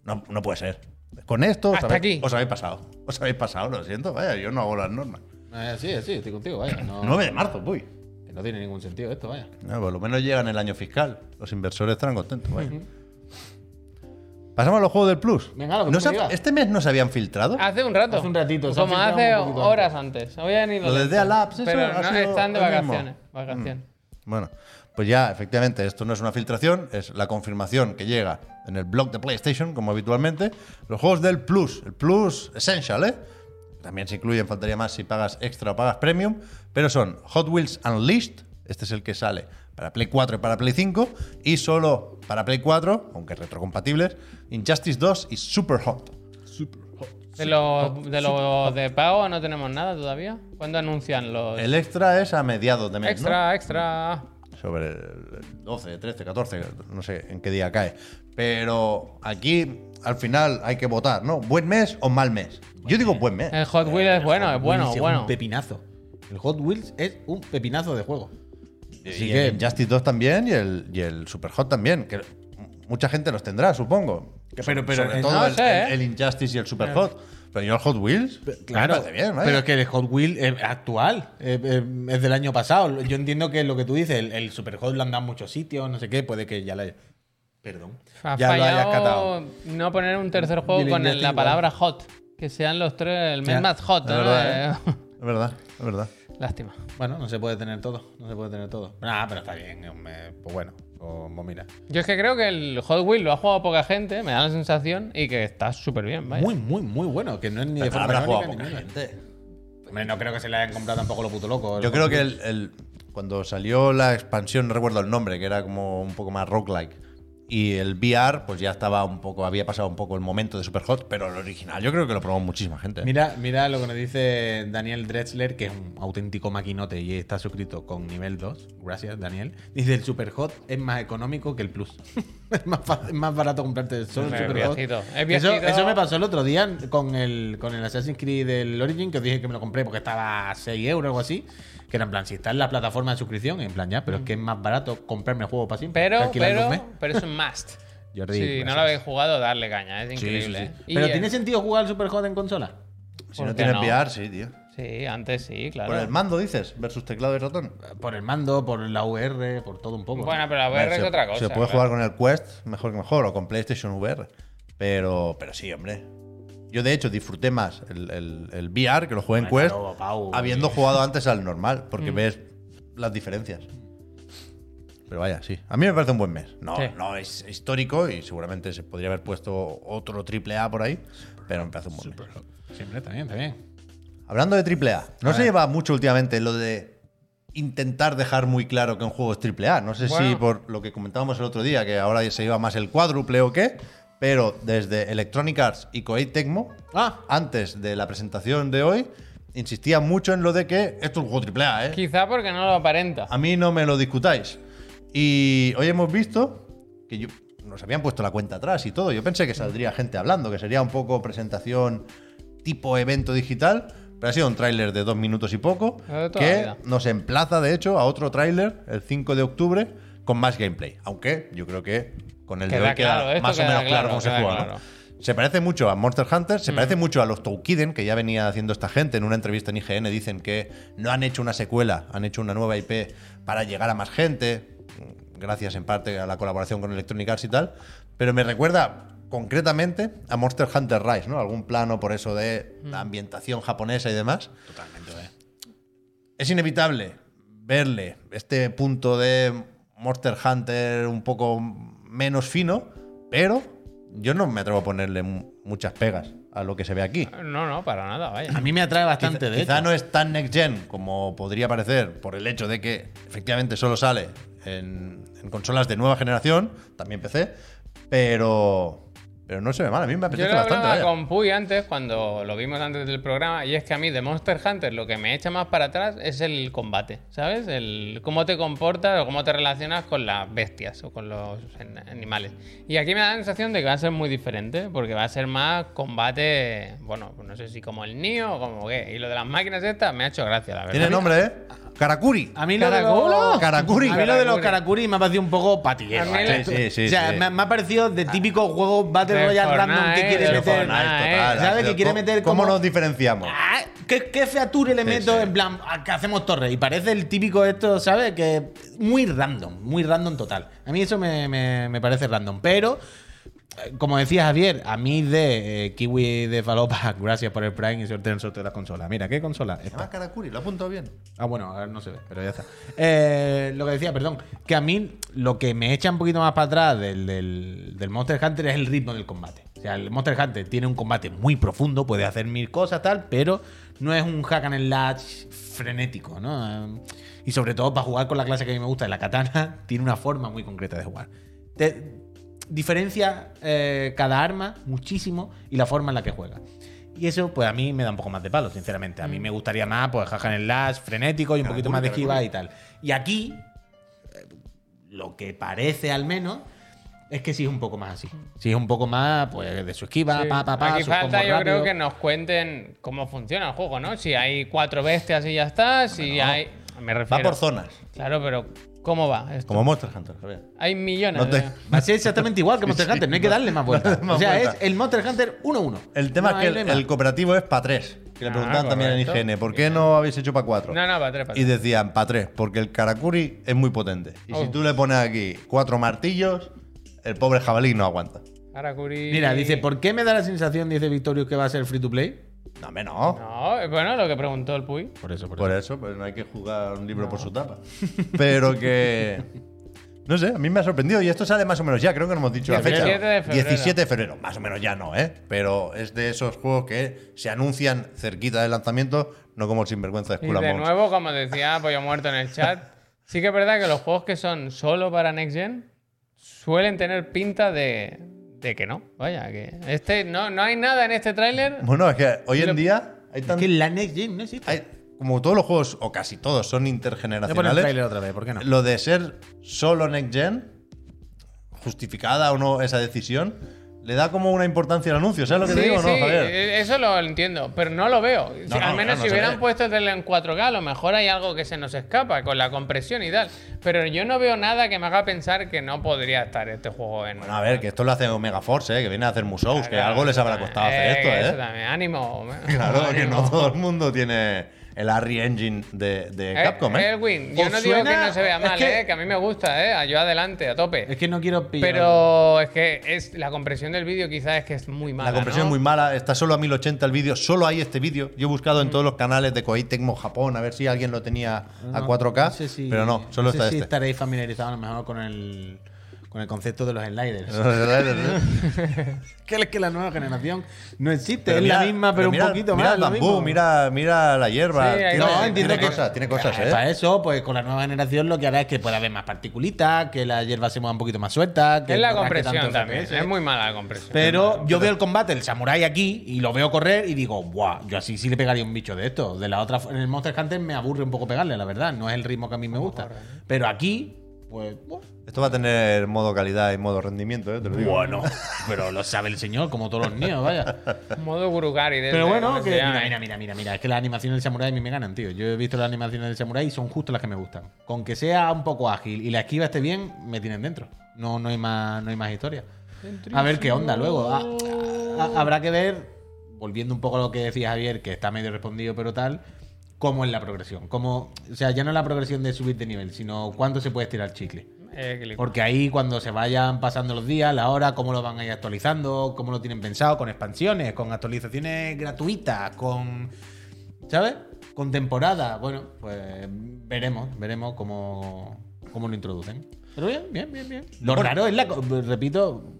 Speaker 1: No, no puede ser. Con esto os
Speaker 2: Hasta
Speaker 1: habéis,
Speaker 2: aquí.
Speaker 1: os habéis pasado. Os habéis pasado, lo siento. Vaya, yo no hago las normas.
Speaker 3: Eh, sí, sí, estoy contigo, vaya. No,
Speaker 1: 9 de marzo, uy.
Speaker 3: que no tiene ningún sentido esto, vaya.
Speaker 1: No, por lo menos llegan el año fiscal. Los inversores estarán contentos. vaya. Pasamos a los juegos del Plus.
Speaker 3: Venga, lo que
Speaker 1: ¿No
Speaker 3: tú
Speaker 1: se
Speaker 3: me
Speaker 1: ha-
Speaker 3: digas.
Speaker 1: ¿Este mes no se habían filtrado?
Speaker 2: Hace un rato.
Speaker 3: Hace un ratito, se ha
Speaker 2: Como
Speaker 3: filtrado
Speaker 2: hace
Speaker 3: un poquito
Speaker 2: horas antes. Hoy han ido
Speaker 1: Lo de
Speaker 2: lentos,
Speaker 1: Dea Labs, eso
Speaker 2: Pero
Speaker 1: ha
Speaker 2: no,
Speaker 1: sido
Speaker 2: están de
Speaker 1: hoy mismo. Mm.
Speaker 2: vacaciones. vacaciones.
Speaker 1: Bueno, pues ya, efectivamente, esto no es una filtración, es la confirmación que llega en el blog de PlayStation, como habitualmente. Los juegos del Plus, el Plus Essential, ¿eh? También se incluyen, faltaría más si pagas extra o pagas premium, pero son Hot Wheels Unleashed, este es el que sale para Play 4 y para Play 5, y solo para Play 4, aunque retrocompatibles, Injustice 2 y Super Hot.
Speaker 2: De los de, los de pago no tenemos nada todavía. ¿Cuándo anuncian los
Speaker 1: El extra es a mediados de mes, ¿no?
Speaker 2: Pues extra, extra?
Speaker 1: sobre el 12, 13, 14, no sé en qué día cae. Pero aquí al final hay que votar, ¿no? ¿Buen mes o mal mes? Yo digo buen mes.
Speaker 2: El
Speaker 3: Eh,
Speaker 2: Hot Wheels es bueno, es bueno,
Speaker 3: Wheels
Speaker 2: es
Speaker 3: es
Speaker 2: bueno.
Speaker 3: Un pepinazo. El Hot Wheels es un pepinazo de juego. Así
Speaker 1: y
Speaker 3: que-
Speaker 1: el Justice 2 también y el, y el Super Hot también, que mucha gente los tendrá, supongo.
Speaker 3: Pero- pero-
Speaker 1: sobre
Speaker 3: eh,
Speaker 1: todo
Speaker 2: no
Speaker 1: el,
Speaker 2: sé,
Speaker 1: el- el Injustice y el Super Hot. Pero yo el Hot Wheels, me parece bien, vaya.
Speaker 3: pero es que el Hot Wheels es actual, eh, eh, es del año pasado. Yo entiendo que lo que tú dices, el, el Super Hot lo han dado en muchos sitios, no sé qué, puede que ya la Perdón.
Speaker 2: Ha
Speaker 3: ya lo hayas
Speaker 2: fallado
Speaker 3: catado.
Speaker 2: no poner un tercer
Speaker 3: Y
Speaker 2: juego
Speaker 3: el
Speaker 2: con el-
Speaker 3: Injustice
Speaker 2: la
Speaker 3: igual.
Speaker 2: palabra hot. Que sean los tres el mes
Speaker 3: Ya,
Speaker 2: más hot.
Speaker 1: es
Speaker 2: ¿no?
Speaker 1: verdad, ¿eh? es verdad, es verdad.
Speaker 2: Lástima.
Speaker 3: Bueno, no se puede tener todo, no se puede tener todo. Ah, pero está bien, es un mes- pues bueno, pues pues mira.
Speaker 2: Yo es que creo que el Hot Wheels lo ha jugado poca gente, me da la sensación, y que está súper bien, vaya.
Speaker 3: Muy, muy, muy bueno, que no es ni de
Speaker 1: Pero
Speaker 3: forma
Speaker 1: habrá
Speaker 3: irónica ¿eh?
Speaker 1: jugado
Speaker 3: ni
Speaker 1: poca
Speaker 3: nada.
Speaker 1: gente.
Speaker 3: Hombre, no creo que se le hayan comprado tampoco lo puto loco.
Speaker 1: Yo creo que el- el- cuando salió la expansión, no recuerdo el nombre, que era como un poco más roguelike, y el VR, pues ya estaba un poco, había pasado un poco el momento de Superhot, pero el original yo creo que lo probó muchísima gente.
Speaker 3: Mira, mira lo que nos dice Daniel Drexler, que es un auténtico maquinote y está suscrito con nivel 2. Gracias, Daniel. Dice, el Superhot es más económico que el Plus. es, más fa- es más barato comprarte solo el
Speaker 2: Hombre,
Speaker 3: Superhot.
Speaker 2: viejito, es
Speaker 3: Eso,
Speaker 2: viejito.
Speaker 3: eso me pasó el otro día con el, con el Assassin's Creed del Origin, que os dije que me lo compré porque estaba a 6 euros o algo así. Que era en plan, si está en la plataforma de suscripción, en plan ya, pero es que es más barato comprarme el juego para siempre. que
Speaker 2: Pero,
Speaker 3: alquilarlo un mes.
Speaker 2: pero, pero es un must.
Speaker 3: Jordi,
Speaker 2: si no
Speaker 3: gracias.
Speaker 2: lo habéis jugado, darle caña, es
Speaker 3: Sí, sí, sí.
Speaker 2: increíble. ¿eh? Y
Speaker 3: Pero
Speaker 2: el-
Speaker 3: ¿tiene sentido jugar al Superhot en consola?
Speaker 1: si
Speaker 2: ¿por
Speaker 1: no
Speaker 2: qué
Speaker 1: tienes
Speaker 2: no?
Speaker 1: VR, sí, tío.
Speaker 2: Sí, antes sí, claro.
Speaker 1: Por el mando, dices, versus teclado y ratón.
Speaker 3: Por el mando, por la VR, por todo un poco.
Speaker 2: Bueno, pero la
Speaker 1: Vale,
Speaker 2: VR es
Speaker 1: se-
Speaker 2: otra cosa.
Speaker 1: Se puede jugar
Speaker 2: claro.
Speaker 1: con el Quest, mejor que mejor, o con PlayStation VR. Pero, pero sí, hombre. Yo, de hecho, disfruté más el, el- el VR que lo jugué en
Speaker 3: Hombre,
Speaker 1: Quest,
Speaker 3: claro, Pau.
Speaker 1: habiendo jugado antes al normal, porque
Speaker 2: Mm.
Speaker 1: ves las diferencias. Pero vaya, sí. A mí me parece un buen mes. No,
Speaker 2: Sí.
Speaker 1: no es histórico y seguramente se podría haber puesto otro triple A por ahí, pero me parece un buen mes.
Speaker 3: Siempre está bien, está bien.
Speaker 1: Hablando de triple A, no
Speaker 3: A
Speaker 1: se
Speaker 3: ver.
Speaker 1: lleva mucho últimamente lo de intentar dejar muy claro que un juego es triple A. No sé si
Speaker 2: Bueno.
Speaker 1: por lo que comentábamos el otro día, que ahora se iba más el cuádruple o qué, pero desde Electronic Arts y Koei Tecmo,
Speaker 3: Ah.
Speaker 1: antes de la presentación de hoy, insistía mucho en lo de que esto es un juego triple A, ¿eh?
Speaker 2: Quizá porque no lo aparenta.
Speaker 1: A mí no me lo discutáis. Y hoy hemos visto que yo- nos habían puesto la cuenta atrás y todo. Yo pensé que saldría gente hablando, que sería un poco presentación tipo evento digital. Pero ha sido un tráiler de dos minutos y poco
Speaker 2: Lo de toda la
Speaker 1: que
Speaker 2: vida.
Speaker 1: nos emplaza, de hecho, a otro tráiler el 5 de octubre con más gameplay. Aunque yo creo que con el de
Speaker 2: Queda
Speaker 1: hoy queda
Speaker 2: claro, esto
Speaker 1: más o
Speaker 2: queda
Speaker 1: menos
Speaker 2: claro,
Speaker 1: claro cómo se
Speaker 2: queda
Speaker 1: juega. ¿no?
Speaker 2: claro. Mm.
Speaker 1: Se parece mucho a Monster Hunter, se parece mucho a los Toukiden, que ya venía haciendo esta gente. En una entrevista en IGN dicen que no han hecho una secuela, han hecho una nueva IP para llegar a más gente, gracias en parte a la colaboración con Electronic Arts y tal. Pero me recuerda concretamente a Monster Hunter Rise, ¿no? Algún plano por eso de
Speaker 2: Mm.
Speaker 1: la ambientación japonesa y demás
Speaker 3: Totalmente, eh.
Speaker 1: es inevitable verle este punto de Monster Hunter un poco menos fino, pero yo no me atrevo a ponerle mu- muchas pegas a lo que se ve aquí.
Speaker 2: No, no, para nada, vaya.
Speaker 3: A mí me atrae Ah, bastante, de
Speaker 1: Quizá
Speaker 3: hecho.
Speaker 1: no es tan next gen como podría parecer por el hecho de que efectivamente solo sale en, en consolas de nueva generación, también PC, pero Pero no se ve mal, a mí me
Speaker 2: Yo
Speaker 1: apetece
Speaker 2: lo
Speaker 1: bastante.
Speaker 2: hablaba
Speaker 1: vaya.
Speaker 2: con Puy antes, cuando lo vimos antes del programa, y es que a mí de Monster Hunter lo que me echa más para atrás es el combate, ¿sabes? El cómo te comportas o cómo te relacionas con las bestias o con los en- animales. Y aquí me da la sensación de que va a ser muy diferente, porque va a ser más combate, bueno, no sé si como el Nio o como qué. Y lo de las máquinas estas me ha hecho gracia, la verdad.
Speaker 1: Tiene nombre, ¿eh? Karakuri.
Speaker 3: A mí lo de
Speaker 1: ¿Caraculo?
Speaker 3: los
Speaker 1: Karakuri.
Speaker 3: A mí lo de los
Speaker 2: Karakuri.
Speaker 3: Karakuri me ha parecido un poco patillero.
Speaker 2: A mí
Speaker 3: ¿eh?
Speaker 1: Sí, sí, sí,
Speaker 3: o sea,
Speaker 1: sí. Ah.
Speaker 3: me, me ha parecido de típico juego Battle
Speaker 2: Del
Speaker 3: Royale
Speaker 2: Fortnite, eh.
Speaker 3: random que quiere
Speaker 2: del
Speaker 3: meter.
Speaker 2: Fortnite.
Speaker 3: ¿eh? ¿Sabe que quiere
Speaker 1: ah, ¿Cómo-
Speaker 3: meter
Speaker 1: ¿Cómo
Speaker 3: como-
Speaker 1: nos diferenciamos?
Speaker 3: Ah, ¿Qué, qué feature le
Speaker 1: Sí,
Speaker 3: meto
Speaker 1: sí.
Speaker 3: en plan a que hacemos torres? Y parece el típico esto, ¿sabes? Que muy random, muy random total. A mí eso me, me- me parece random. Pero, eh, como decía Javier, a mí de eh, Kiwi de Falopa, gracias por el Prime y suerte en el sorteo de la consola. Mira, ¿qué consola?
Speaker 1: Se
Speaker 3: Esta.
Speaker 1: llama Karakuri, lo ha apuntado bien.
Speaker 3: Ah, bueno, ahora no se ve, pero ya está. Eh, lo que decía, perdón, que a mí lo que me echa un poquito más para atrás del, del- del Monster Hunter es el ritmo del combate. O sea, el Monster Hunter tiene un combate muy profundo, puede hacer mil cosas, tal, pero no es un hack and slash frenético, ¿no? Eh, Y sobre todo para jugar con la clase que a mí me gusta, la katana, tiene una forma muy concreta de jugar. Te- diferencia eh, cada arma muchísimo y la forma en la que juega. Y eso, pues a mí me da un poco más de palo, sinceramente. A mí me gustaría más, pues, jaja en el lash, frenético y un poquito más de esquiva y tal. Y aquí, eh, lo que parece al menos, es que sí es un poco más así. Sí es un poco más, pues, de su esquiva,
Speaker 2: Sí.
Speaker 3: pa, pa, pa,
Speaker 2: Aquí
Speaker 3: sus combos
Speaker 2: falta, yo creo
Speaker 3: rápidos.
Speaker 2: que nos cuenten cómo funciona el juego, ¿no? Si hay cuatro bestias y ya está, si hay. Me
Speaker 1: Va
Speaker 2: refiero.
Speaker 1: por zonas.
Speaker 2: Claro, pero ¿cómo va? esto?
Speaker 1: Como Monster Hunter, Javier.
Speaker 2: Hay millones
Speaker 1: No te-
Speaker 2: de.
Speaker 3: Va a ser exactamente igual que Monster Hunter, no hay que darle más vueltas.
Speaker 1: más
Speaker 3: o sea,
Speaker 1: vueltas.
Speaker 3: es el Monster Hunter 1-1.
Speaker 1: El tema
Speaker 3: No
Speaker 1: es que
Speaker 3: hay-
Speaker 1: el,
Speaker 3: no hay
Speaker 1: el
Speaker 3: más.
Speaker 1: cooperativo es para tres. Que le
Speaker 2: Ah,
Speaker 1: preguntaban también en
Speaker 2: correcto.
Speaker 1: IGN, ¿por qué no habéis hecho para cuatro?
Speaker 2: No, no, para tres, para
Speaker 1: Y
Speaker 2: tres.
Speaker 1: decían, para tres, porque el Karakuri es muy potente. Y si
Speaker 2: Oh.
Speaker 1: tú le pones aquí cuatro martillos, el pobre jabalí no aguanta.
Speaker 2: Karakuri-
Speaker 3: Mira, dice, ¿por qué me da la sensación, dice Victorious, que va a ser free to play?
Speaker 1: No, hombre, no.
Speaker 2: No, eh, bueno, lo que preguntó el Puy.
Speaker 3: Por eso, por eso.
Speaker 1: Por eso, pues no hay que jugar un libro por su tapa. Pero que. No sé, a mí me ha sorprendido. Y esto sale más o menos ya, creo que no hemos dicho la fecha.
Speaker 2: 17 de febrero.
Speaker 1: 17 de febrero, más o menos ya no, ¿eh? Pero es de esos juegos que se anuncian cerquita del lanzamiento, no como el sinvergüenza de
Speaker 2: Y
Speaker 1: Skull and
Speaker 2: de
Speaker 1: Bones.
Speaker 2: nuevo, como decía Pollo Muerto en el chat, sí que es verdad que los juegos que son solo para Next Gen suelen tener pinta de, de que no. Vaya, que. Este, no, no hay nada en este tráiler.
Speaker 1: Bueno, es que hoy
Speaker 2: Pero-
Speaker 1: en día hay
Speaker 3: Es que
Speaker 1: tan,
Speaker 3: la next gen no existe.
Speaker 1: hay- como todos los juegos, o casi todos, son
Speaker 3: Voy a poner el tráiler
Speaker 1: intergeneracionales.
Speaker 3: otra vez, ¿por qué no?
Speaker 1: Lo de ser solo next gen, justificada o no esa decisión, le da como una importancia al anuncio. ¿Sabes lo que
Speaker 2: Sí,
Speaker 1: te digo? o
Speaker 2: sí,
Speaker 1: no, Javier?
Speaker 2: eh, eso lo entiendo, pero no lo veo. Si-
Speaker 1: no,
Speaker 2: al
Speaker 1: claro,
Speaker 2: menos
Speaker 1: no
Speaker 2: si
Speaker 1: se
Speaker 2: hubieran
Speaker 1: ve.
Speaker 2: puesto el tele en 4K, a lo mejor hay algo que se nos escapa con la compresión y tal. Pero yo no veo nada que me haga pensar que no podría estar este juego en.
Speaker 1: Bueno, a ver, que esto lo hace Omega Force, ¿eh? que viene a hacer Musou, que algo les habrá costado
Speaker 2: Eh,
Speaker 1: hacer
Speaker 2: que Eso
Speaker 1: esto, ¿eh?
Speaker 2: también, ánimo.
Speaker 1: Claro, que no
Speaker 2: ánimo.
Speaker 1: todo el mundo tiene el Arri Engine de, de
Speaker 2: Eh,
Speaker 1: Capcom, ¿eh?
Speaker 2: Erwin, yo
Speaker 3: ¿Os
Speaker 2: no digo que
Speaker 3: suena?
Speaker 2: no se vea
Speaker 3: Es
Speaker 2: mal,
Speaker 3: que-
Speaker 2: eh, que a mí me gusta, eh, yo adelante, a tope.
Speaker 3: Es que no quiero pillar.
Speaker 2: pero es que es la compresión del vídeo quizás es que es muy mala.
Speaker 1: La compresión
Speaker 2: ¿no?
Speaker 1: es muy mala, está solo a 1080 el vídeo, solo hay este vídeo. Yo he buscado
Speaker 3: Mm.
Speaker 1: en todos los canales de Koei Tecmo Japón a ver si alguien lo tenía a 4K,
Speaker 3: no sé si-
Speaker 1: pero no, solo
Speaker 3: no sé
Speaker 1: está
Speaker 3: si
Speaker 1: este.
Speaker 3: estaréis familiarizados a lo mejor con el, con el concepto de los sliders. que es que la nueva generación no existe, es
Speaker 1: mira-
Speaker 3: la misma, pero,
Speaker 1: mira-
Speaker 3: un poquito
Speaker 1: mira
Speaker 3: más.
Speaker 1: el
Speaker 3: lo
Speaker 1: bambú,
Speaker 3: mismo.
Speaker 1: mira, mira la hierba.
Speaker 2: Sí, ahí
Speaker 1: tiene,
Speaker 2: va.
Speaker 1: tiene
Speaker 2: No, entiendo que-
Speaker 1: cosas, tiene cosas,
Speaker 3: Claro,
Speaker 1: ¿eh?
Speaker 3: Para eso, pues con la nueva generación lo que hará es que pueda haber más partículitas, que la hierba se mueva un poquito más suelta. Que
Speaker 2: Es la
Speaker 3: no rasque
Speaker 2: compresión
Speaker 3: tanto
Speaker 2: también,
Speaker 1: ¿eh?
Speaker 3: FPS.
Speaker 2: es muy mala la compresión.
Speaker 3: Pero yo veo el combate del samurái aquí y lo veo correr y digo, guau, yo así sí le pegaría un bicho de esto. De la otra, en el Monster Hunter me aburre un poco pegarle, la verdad. No es el ritmo que a mí me gusta. Pero aquí, pues, buah,
Speaker 1: Esto va a tener modo calidad y modo rendimiento, ¿eh? Te lo digo.
Speaker 3: bueno, pero lo sabe el señor, como todos los niños, vaya.
Speaker 2: Modo Gurugari. desde-
Speaker 3: Pero bueno, que,
Speaker 2: desde ya,
Speaker 3: mira,
Speaker 2: eh.
Speaker 3: mira, mira, mira, mira, es que las animaciones del samurái a mí me ganan, tío. Yo he visto las animaciones del samurái y son justo las que me gustan. Con que sea un poco ágil y la esquiva esté bien, me tienen dentro. No, no hay más, no hay más historia. A ver qué onda luego. Ah, ah, habrá que ver, volviendo un poco a lo que decía Javier, que está medio respondido, pero tal, cómo es la progresión. Cómo, o sea, ya no la progresión de subir de nivel, sino cuánto se puede estirar el chicle.
Speaker 2: Eh, clic.
Speaker 3: Porque ahí cuando se vayan pasando los días, la hora, cómo lo van a ir actualizando, cómo lo tienen pensado, con expansiones, con actualizaciones gratuitas, con... ¿Sabes? Con temporada. Bueno, pues veremos, veremos cómo, cómo lo introducen. Pero bien, bien, bien, bien. Lo raro es la... co- Repito,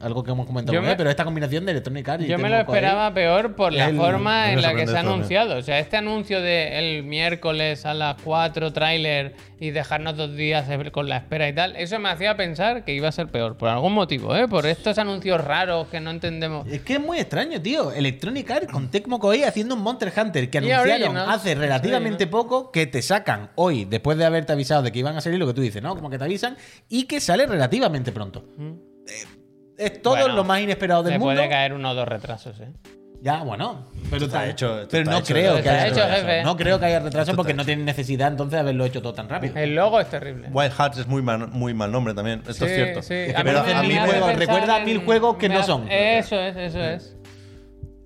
Speaker 3: algo que hemos comentado,
Speaker 2: Yo
Speaker 3: alguna
Speaker 2: me-
Speaker 3: vez, pero esta combinación de Electronic Arts y
Speaker 2: Yo me
Speaker 3: Tecmo
Speaker 2: lo
Speaker 3: Koei-
Speaker 2: esperaba peor por la
Speaker 3: Él-
Speaker 2: forma
Speaker 3: él
Speaker 2: en
Speaker 3: me
Speaker 2: la que se ha
Speaker 3: sorprende todo,
Speaker 2: anunciado. O sea, este anuncio de el miércoles a las 4 tráiler y dejarnos dos días de- con la espera y tal, eso me hacía pensar que iba a ser peor, por algún motivo, ¿eh? Por estos anuncios raros que no entendemos.
Speaker 3: Es que es muy extraño, tío. Electronic Arts con Tecmo Koei haciendo un Monster Hunter que
Speaker 2: Y
Speaker 3: anunciaron
Speaker 2: Originals.
Speaker 3: hace relativamente poco que te sacan hoy, después de haberte avisado de que iban a salir lo que tú dices, ¿no? Como que te avisan y que sale relativamente pronto. Eh, Es todo
Speaker 2: Mm. Bueno,
Speaker 3: lo más inesperado del
Speaker 2: Se
Speaker 3: mundo.
Speaker 2: puede caer uno o dos retrasos, ¿eh?
Speaker 3: Ya, bueno. Pero,
Speaker 1: está
Speaker 3: ta-
Speaker 1: hecho, esto
Speaker 3: pero
Speaker 1: está
Speaker 3: no
Speaker 1: hecho,
Speaker 3: creo
Speaker 1: esto
Speaker 3: que
Speaker 2: está
Speaker 3: haya
Speaker 2: hecho,
Speaker 3: retraso.
Speaker 2: jefe.
Speaker 3: No creo que haya retraso
Speaker 1: está
Speaker 3: porque no
Speaker 1: hecho.
Speaker 3: tienen necesidad entonces de haberlo hecho todo tan rápido.
Speaker 2: El logo es terrible.
Speaker 1: White Hats es muy mal, muy mal nombre también. Esto
Speaker 2: Sí,
Speaker 1: es cierto.
Speaker 2: sí.
Speaker 1: Es que
Speaker 3: A mí
Speaker 1: pero
Speaker 3: me-
Speaker 1: a mí
Speaker 3: me
Speaker 1: me-
Speaker 2: hace
Speaker 3: juego-
Speaker 2: pensar
Speaker 3: recuerda
Speaker 2: en-
Speaker 3: mil juegos que
Speaker 2: me
Speaker 3: no
Speaker 2: hace-
Speaker 3: son.
Speaker 2: Eso es, eso es.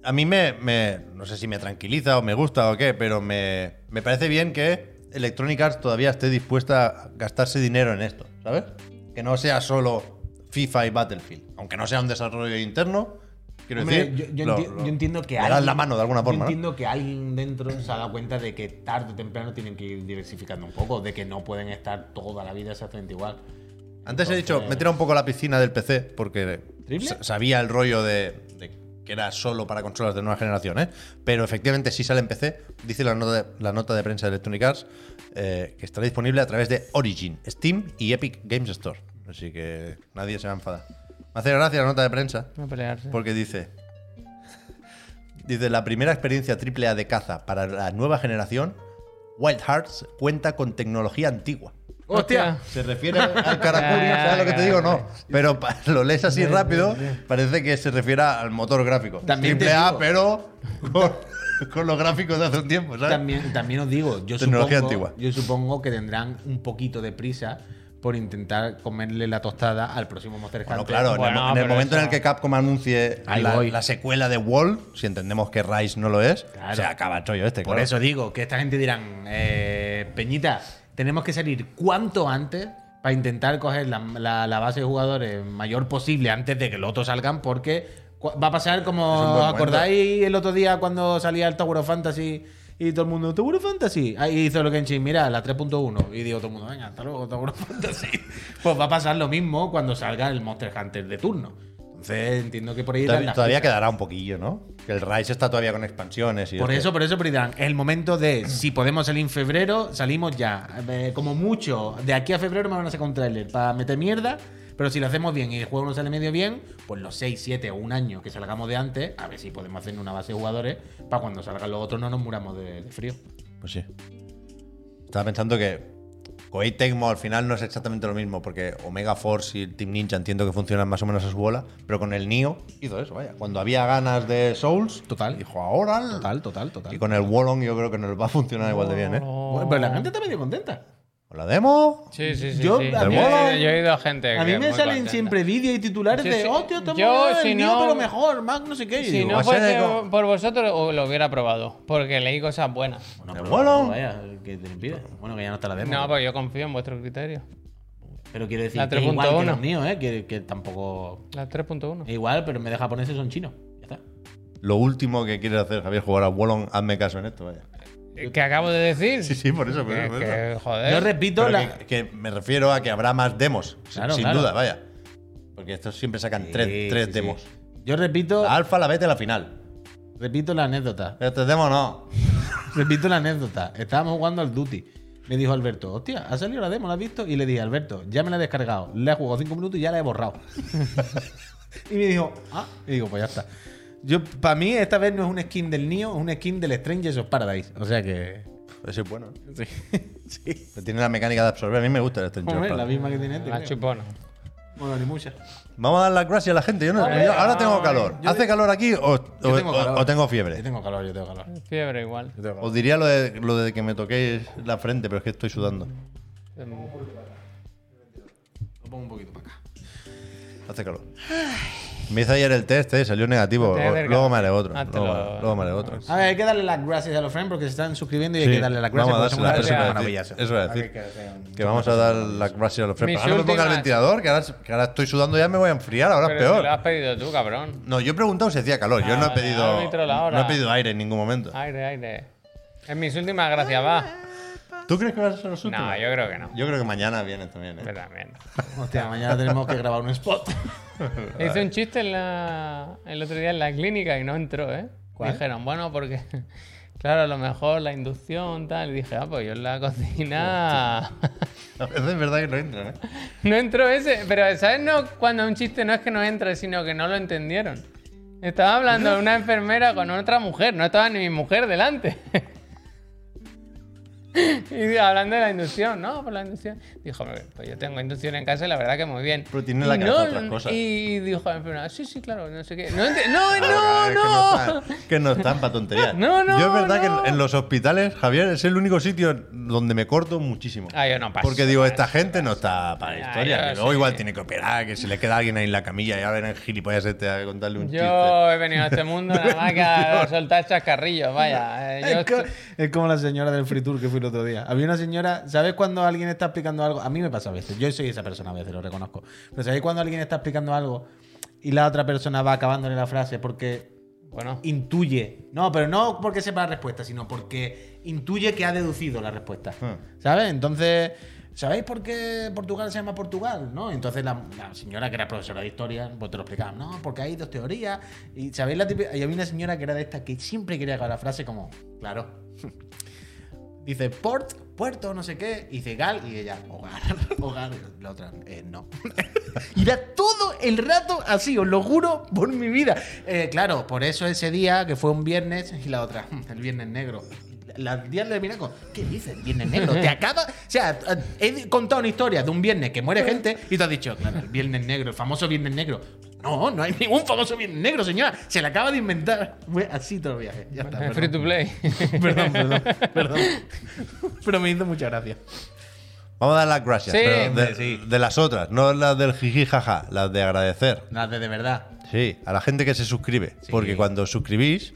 Speaker 1: a mí me, me- no sé si me tranquiliza o me gusta o qué, pero me, me parece bien que Electronic Arts todavía esté dispuesta a gastarse dinero en esto, ¿sabes? Que no sea solo FIFA y Battlefield, aunque no sea un desarrollo interno. Quiero
Speaker 3: Hombre,
Speaker 1: decir,
Speaker 3: yo, yo
Speaker 1: lo-
Speaker 3: enti-
Speaker 1: lo-
Speaker 3: yo entiendo que
Speaker 1: le dan la mano de alguna
Speaker 3: yo
Speaker 1: forma. ¿no?
Speaker 3: entiendo que alguien dentro se ha dado cuenta de que tarde o temprano tienen que ir diversificando un poco, de que no pueden estar toda la vida exactamente igual.
Speaker 1: Antes he dicho, me he tirado un poco a la piscina del PC porque
Speaker 3: ¿Triple?
Speaker 1: sa- sabía el rollo de, de que era solo para consolas de nueva generación, ¿eh? pero efectivamente sí sale en PC, dice la nota de, la nota de prensa de Electronic Arts, eh, que estará disponible a través de Origin, Steam y Epic Games Store. Así que nadie se va a enfadar. Me hace gracia la nota de prensa
Speaker 2: No pelearse.
Speaker 1: porque dice... Dice, la primera experiencia AAA de caza para la nueva generación, Wild Hearts cuenta con tecnología antigua.
Speaker 2: Hostia.
Speaker 1: Se refiere al
Speaker 2: Ya,
Speaker 1: Karakuri,
Speaker 2: ya,
Speaker 1: ¿sabes lo que te digo? No.
Speaker 2: ya.
Speaker 1: Pero pa- lo lees así rápido, parece que se refiere al motor gráfico.
Speaker 3: También te
Speaker 1: Triple A,
Speaker 3: digo.
Speaker 1: pero con, con los gráficos de hace un tiempo, ¿sabes?
Speaker 3: También, también os digo, yo
Speaker 1: Tecnología
Speaker 3: supongo,
Speaker 1: antigua.
Speaker 3: yo supongo que tendrán un poquito de prisa por intentar comerle la tostada al próximo Monster Hunter.
Speaker 1: Bueno, claro, en el
Speaker 2: Bueno,
Speaker 1: mo- en el,
Speaker 2: pero
Speaker 1: momento en
Speaker 2: eso-
Speaker 1: el que Capcom anuncie
Speaker 3: Ahí
Speaker 1: la,
Speaker 3: voy.
Speaker 1: la secuela de Wall, si entendemos que Rise no lo es,
Speaker 3: Claro.
Speaker 1: se acaba el chollo este.
Speaker 3: Por
Speaker 1: claro.
Speaker 3: eso digo que esta gente dirán, eh, Peñita, tenemos que salir cuanto antes para intentar coger la, la- la base de jugadores mayor posible antes de que los otros salgan, porque cu- va a pasar
Speaker 1: Es un
Speaker 3: como,
Speaker 1: buen momento.
Speaker 3: ¿acordáis el otro día cuando salía el Tower of Fantasy? Y todo el mundo, Tower of Fantasy. Ahí hizo lo que Kenshin, mira, la 3.1. Y digo todo el mundo, venga, hasta luego, Tower of Fantasy. Pues va a pasar lo mismo cuando salga el Monster Hunter de turno. Entonces entiendo que por ahí irán
Speaker 1: Todavía,
Speaker 3: las
Speaker 1: todavía
Speaker 3: prisas.
Speaker 1: quedará un poquillo, ¿no? Que el Rise está todavía con expansiones y
Speaker 3: Por
Speaker 1: este-
Speaker 3: eso, por eso, pero dirán, el momento de si podemos salir en febrero, salimos ya. Eh, como mucho, de aquí a febrero me van a sacar un tráiler para meter mierda. Pero si lo hacemos bien y el juego no sale medio bien, pues los 6, 7 o un año que salgamos de antes, a ver si podemos hacer una base de jugadores para cuando salgan los otros no nos muramos de, de frío.
Speaker 1: Pues sí. Estaba pensando que Koei Tecmo al final no es exactamente lo mismo, porque Omega Force y el Team Ninja entiendo que funcionan más o menos a su bola, pero con el Nio hizo eso, vaya. Cuando había ganas de Souls,
Speaker 3: Total.
Speaker 1: dijo ahora. el-".
Speaker 3: Total, total, total.
Speaker 1: Y con el Wolong yo creo que nos va a funcionar igual de bien, ¿eh?
Speaker 3: Bueno, pero la gente está medio contenta.
Speaker 1: ¿Con la demo?
Speaker 2: Sí, sí, sí.
Speaker 3: Yo-
Speaker 2: sí.
Speaker 3: a
Speaker 2: Yo,
Speaker 1: mí-
Speaker 2: he ido- yo he ido a gente. que
Speaker 3: A mí me
Speaker 2: Eh, muy
Speaker 3: salen
Speaker 2: contenta.
Speaker 3: siempre vídeos y titulares
Speaker 2: Sí,
Speaker 3: de,
Speaker 2: sí.
Speaker 3: hostia, estamos
Speaker 2: Yo,
Speaker 3: yo,
Speaker 2: si
Speaker 3: el
Speaker 2: no-
Speaker 3: mío, pero mejor, Mac, no sé qué. Y
Speaker 2: Si
Speaker 3: digo,
Speaker 1: va
Speaker 2: no
Speaker 1: a ser
Speaker 2: fuese
Speaker 1: algo-
Speaker 2: por vosotros, o- lo hubiera probado. Porque leí cosas buenas.
Speaker 3: bueno,
Speaker 1: ¿El
Speaker 3: pero
Speaker 1: Wolong?
Speaker 3: vaya, ¿qué te impide? Bueno, que ya no está la demo.
Speaker 2: No, porque yo confío en vuestro criterio.
Speaker 3: Pero quiero decir,
Speaker 2: La
Speaker 3: que es igual que
Speaker 2: 3.1.
Speaker 3: los míos, ¿eh? Que, que tampoco.
Speaker 2: La 3.1.
Speaker 3: Es igual, pero me de japoneses son chinos. Ya está.
Speaker 1: Lo último que quieres hacer, Javier, jugar a Wolong, hazme caso en esto, vaya.
Speaker 2: ¿Qué acabo de decir?
Speaker 1: Sí, sí, por eso, por
Speaker 2: Que,
Speaker 1: eso, por eso.
Speaker 2: que,
Speaker 3: Yo
Speaker 2: joder.
Speaker 3: repito
Speaker 1: Pero
Speaker 3: la.
Speaker 1: que, que me refiero a que habrá más demos, sin-
Speaker 3: Claro,
Speaker 1: sin
Speaker 3: claro.
Speaker 1: duda, vaya. Porque estos siempre sacan
Speaker 3: Sí,
Speaker 1: tres,
Speaker 3: sí,
Speaker 1: tres
Speaker 3: sí.
Speaker 1: demos.
Speaker 3: Yo repito,
Speaker 1: La alfa, la beta y la final.
Speaker 3: repito la anécdota.
Speaker 1: Pero tres demos no.
Speaker 3: repito la anécdota. Estábamos jugando al Duty. Me dijo Alberto, hostia, ha salido la demo, la has visto. Y le dije, Alberto, ya me la he descargado. La he jugado cinco minutos y ya la he borrado. y me dijo, ah, y digo, pues ya está. Yo, para mí, esta vez no es un skin del Nio, es un skin del Strangers of Paradise. O sea que.
Speaker 1: Ese es bueno. ¿eh?
Speaker 3: sí.
Speaker 1: Pero Tiene la mecánica de absorber. A mí me gusta el Stranger
Speaker 3: Hombre,
Speaker 1: Things.
Speaker 3: la misma que tiene este.
Speaker 2: La
Speaker 3: creo.
Speaker 2: chupona.
Speaker 3: Bueno, ni muchas.
Speaker 1: Vamos a dar las gracias a la gente. Yo no-
Speaker 2: Hombre,
Speaker 1: yo ahora tengo
Speaker 2: ay,
Speaker 1: calor.
Speaker 3: yo-
Speaker 1: ¿Hace calor aquí o, o-
Speaker 3: tengo
Speaker 1: o-
Speaker 3: calor.
Speaker 1: o tengo
Speaker 3: Yo
Speaker 1: fiebre?
Speaker 3: tengo calor, yo tengo calor.
Speaker 2: Fiebre igual.
Speaker 3: Yo tengo calor.
Speaker 1: Os diría lo de, lo de que me toquéis la frente, pero es que estoy sudando.
Speaker 3: Lo pongo un poquito para acá.
Speaker 1: Hace calor. Me hice ayer el test, eh, salió negativo.
Speaker 2: No te hagas
Speaker 1: Luego me
Speaker 2: caso.
Speaker 1: haré otro.
Speaker 2: Hazte
Speaker 1: Luego,
Speaker 2: lo-
Speaker 1: luego me haré otro.
Speaker 3: A ver, hay que darle las gracias a los friends porque se están suscribiendo y
Speaker 1: Sí,
Speaker 3: hay que darle las gracias
Speaker 1: vamos a
Speaker 3: porque son
Speaker 1: dárselas,
Speaker 3: unas
Speaker 1: eso iba
Speaker 3: personas
Speaker 1: a decir,
Speaker 3: maravillosas.
Speaker 1: eso iba a decir. Que vamos a dar las gracias a los
Speaker 2: Mis
Speaker 1: frescos. Ahora no me ponga el
Speaker 2: últimas-
Speaker 1: ventilador, que ahora, que ahora estoy sudando ya me voy a enfriar, ahora
Speaker 2: Pero
Speaker 1: es
Speaker 2: si
Speaker 1: peor.
Speaker 2: lo has pedido tú, cabrón.
Speaker 1: No, yo he preguntado si hacía calor. yo
Speaker 2: Ah,
Speaker 1: no he
Speaker 2: vale,
Speaker 1: pedido.
Speaker 2: árbitro, la hora. Ah.
Speaker 1: No he pedido aire en ningún momento.
Speaker 2: Aire, aire. En mis últimas gracias, va.
Speaker 1: ¿Tú crees que va a ser los últimos?
Speaker 2: No, yo creo que no.
Speaker 1: Yo creo que mañana viene también. ¿eh?
Speaker 2: Yo también.
Speaker 3: Hostia, mañana tenemos que grabar un spot.
Speaker 2: Hice un chiste en la, el otro día en la clínica y no entró, ¿eh?
Speaker 3: ¿Cuál?
Speaker 2: Dijeron, bueno, porque, claro, a lo mejor la inducción, tal. Y dije, ah, pues yo en la cocina.
Speaker 1: A veces es verdad que no entran, ¿eh?
Speaker 2: no entró ese. Pero, ¿sabes? No, cuando un chiste no es que no entre, sino que no lo entendieron. Estaba hablando de una enfermera con otra mujer, no estaba ni mi mujer delante. Y hablando de la inducción, ¿no? Por la inducción. Dijo, pues yo tengo inducción en casa y la verdad que muy bien.
Speaker 1: Pero tiene en la
Speaker 2: Y
Speaker 1: cabeza otras cosas.
Speaker 2: Y dijo la enfermera, sí, sí, claro, no sé qué. No, ent- no,
Speaker 1: Ahora,
Speaker 2: no,
Speaker 1: Ah, es Que no, están, que
Speaker 2: no.
Speaker 1: no están para tonterías.
Speaker 2: No, no,
Speaker 1: Yo es verdad
Speaker 2: no.
Speaker 1: que en- en los hospitales, Javier, es el único sitio donde me corto muchísimo.
Speaker 2: Ah, yo no paso.
Speaker 1: Porque digo, esta gente no está para historia.
Speaker 2: yo
Speaker 1: que luego
Speaker 2: sí.
Speaker 1: igual tiene que operar, que se le queda alguien ahí en la camilla y ahora viene el gilipollas este a contarle un chiste.
Speaker 2: Yo he venido a este mundo nada más que a soltar chascarrillos, vaya. Eh, yo
Speaker 3: Es, co-
Speaker 2: estoy-
Speaker 3: es como la señora del free tour que fui el otro día. Había una señora, ¿sabes cuando alguien está explicando algo? A mí me pasa a veces, yo soy esa persona a veces, lo reconozco. Pero ¿sabéis cuando alguien está explicando algo y la otra persona va acabándole la frase porque
Speaker 2: Bueno,
Speaker 3: intuye? No, pero no porque sepa la respuesta, sino porque intuye que ha deducido la respuesta.
Speaker 1: Hmm.
Speaker 3: ¿Sabes? Entonces, ¿sabéis por qué Portugal se llama Portugal? ¿No? Entonces la, la señora que era profesora de historia, pues te lo explicaba, no, porque hay dos teorías. Y sabéis la típica- y había una señora que era de esta que siempre quería acabar la frase como, claro. Dice port, puerto, no sé qué. Y dice gal, y ella, hogar, hogar. La otra, eh, no. y era todo el rato así, os lo juro por mi vida. Eh, claro, por eso ese día, que fue un viernes, y la otra, el viernes negro. Las días le miran con, ¿qué dices? Viernes negro. Te acaba. O sea, he contado una historia de un viernes que muere gente y te has dicho, claro, el viernes negro, el famoso viernes negro. No, no hay ningún famoso viernes negro, señora. Se la acaba de inventar. Fue así todo el viaje. Ya está,
Speaker 2: free
Speaker 3: perdón.
Speaker 2: to play.
Speaker 3: Perdón, perdón, perdón. Pero me hizo mucha gracia.
Speaker 1: Vamos a dar las gracias.
Speaker 2: Sí,
Speaker 1: pero
Speaker 3: hombre,
Speaker 1: de,
Speaker 3: sí.
Speaker 1: de las otras, no las del jiji jaja, las de agradecer.
Speaker 3: Las de de verdad.
Speaker 1: Sí, a la gente que se suscribe.
Speaker 3: Sí.
Speaker 1: Porque cuando os suscribís,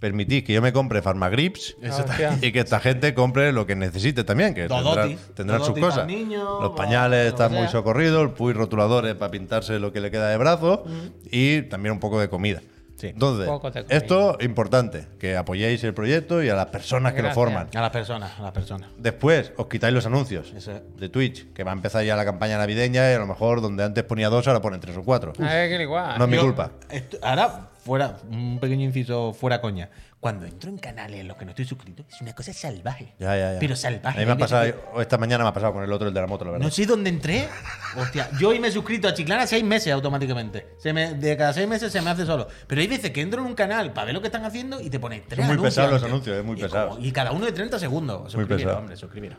Speaker 1: permitís que yo me compre Farmagrips
Speaker 2: Hostia.
Speaker 1: y que esta gente compre lo que necesite también, que
Speaker 3: Dodoti.
Speaker 1: tendrán, tendrán sus
Speaker 3: Dodoti pa'l
Speaker 1: cosas.
Speaker 3: niño,
Speaker 1: Los
Speaker 3: pa-
Speaker 1: pañales
Speaker 3: lo que
Speaker 1: están muy
Speaker 3: sea.
Speaker 1: socorridos, el puy rotuladores para pintarse lo que le queda de brazo y también un poco de comida.
Speaker 3: Sí.
Speaker 1: Entonces,
Speaker 2: Poco de comida.
Speaker 1: esto es importante, que apoyéis el proyecto y a las personas que lo
Speaker 2: Gracias.
Speaker 1: forman.
Speaker 3: A las personas, a las personas.
Speaker 1: Después os quitáis los anuncios
Speaker 3: Eso es.
Speaker 1: de Twitch, que va a empezar ya la campaña navideña y a lo mejor donde antes ponía dos, ahora ponen tres o cuatro.
Speaker 2: A ver, que igual.
Speaker 1: No es mi
Speaker 3: Yo-
Speaker 1: culpa.
Speaker 3: esto- ahora, fuera, un pequeño inciso fuera coña. Cuando entro en canales en los que no estoy suscrito, es una cosa salvaje.
Speaker 1: Ya, ya, ya.
Speaker 3: Pero salvaje.
Speaker 1: A mí me ha
Speaker 3: Hay veces
Speaker 1: pasado,
Speaker 3: que-
Speaker 1: esta mañana me ha pasado con el otro, el de la moto, la verdad.
Speaker 3: No sé dónde entré. Hostia, yo hoy me he suscrito a Chiclana seis meses automáticamente. Se me, de cada seis meses se me hace solo. Pero hay veces que entro en un canal para ver lo que están haciendo y te pones tres
Speaker 1: Son muy
Speaker 3: anuncios
Speaker 1: pesados los
Speaker 3: antes.
Speaker 1: anuncios, es muy
Speaker 3: Y
Speaker 1: pesado.
Speaker 3: como- Y cada uno de 30 segundos. Suscribiros,
Speaker 1: pesado.
Speaker 3: hombre, suscribiros.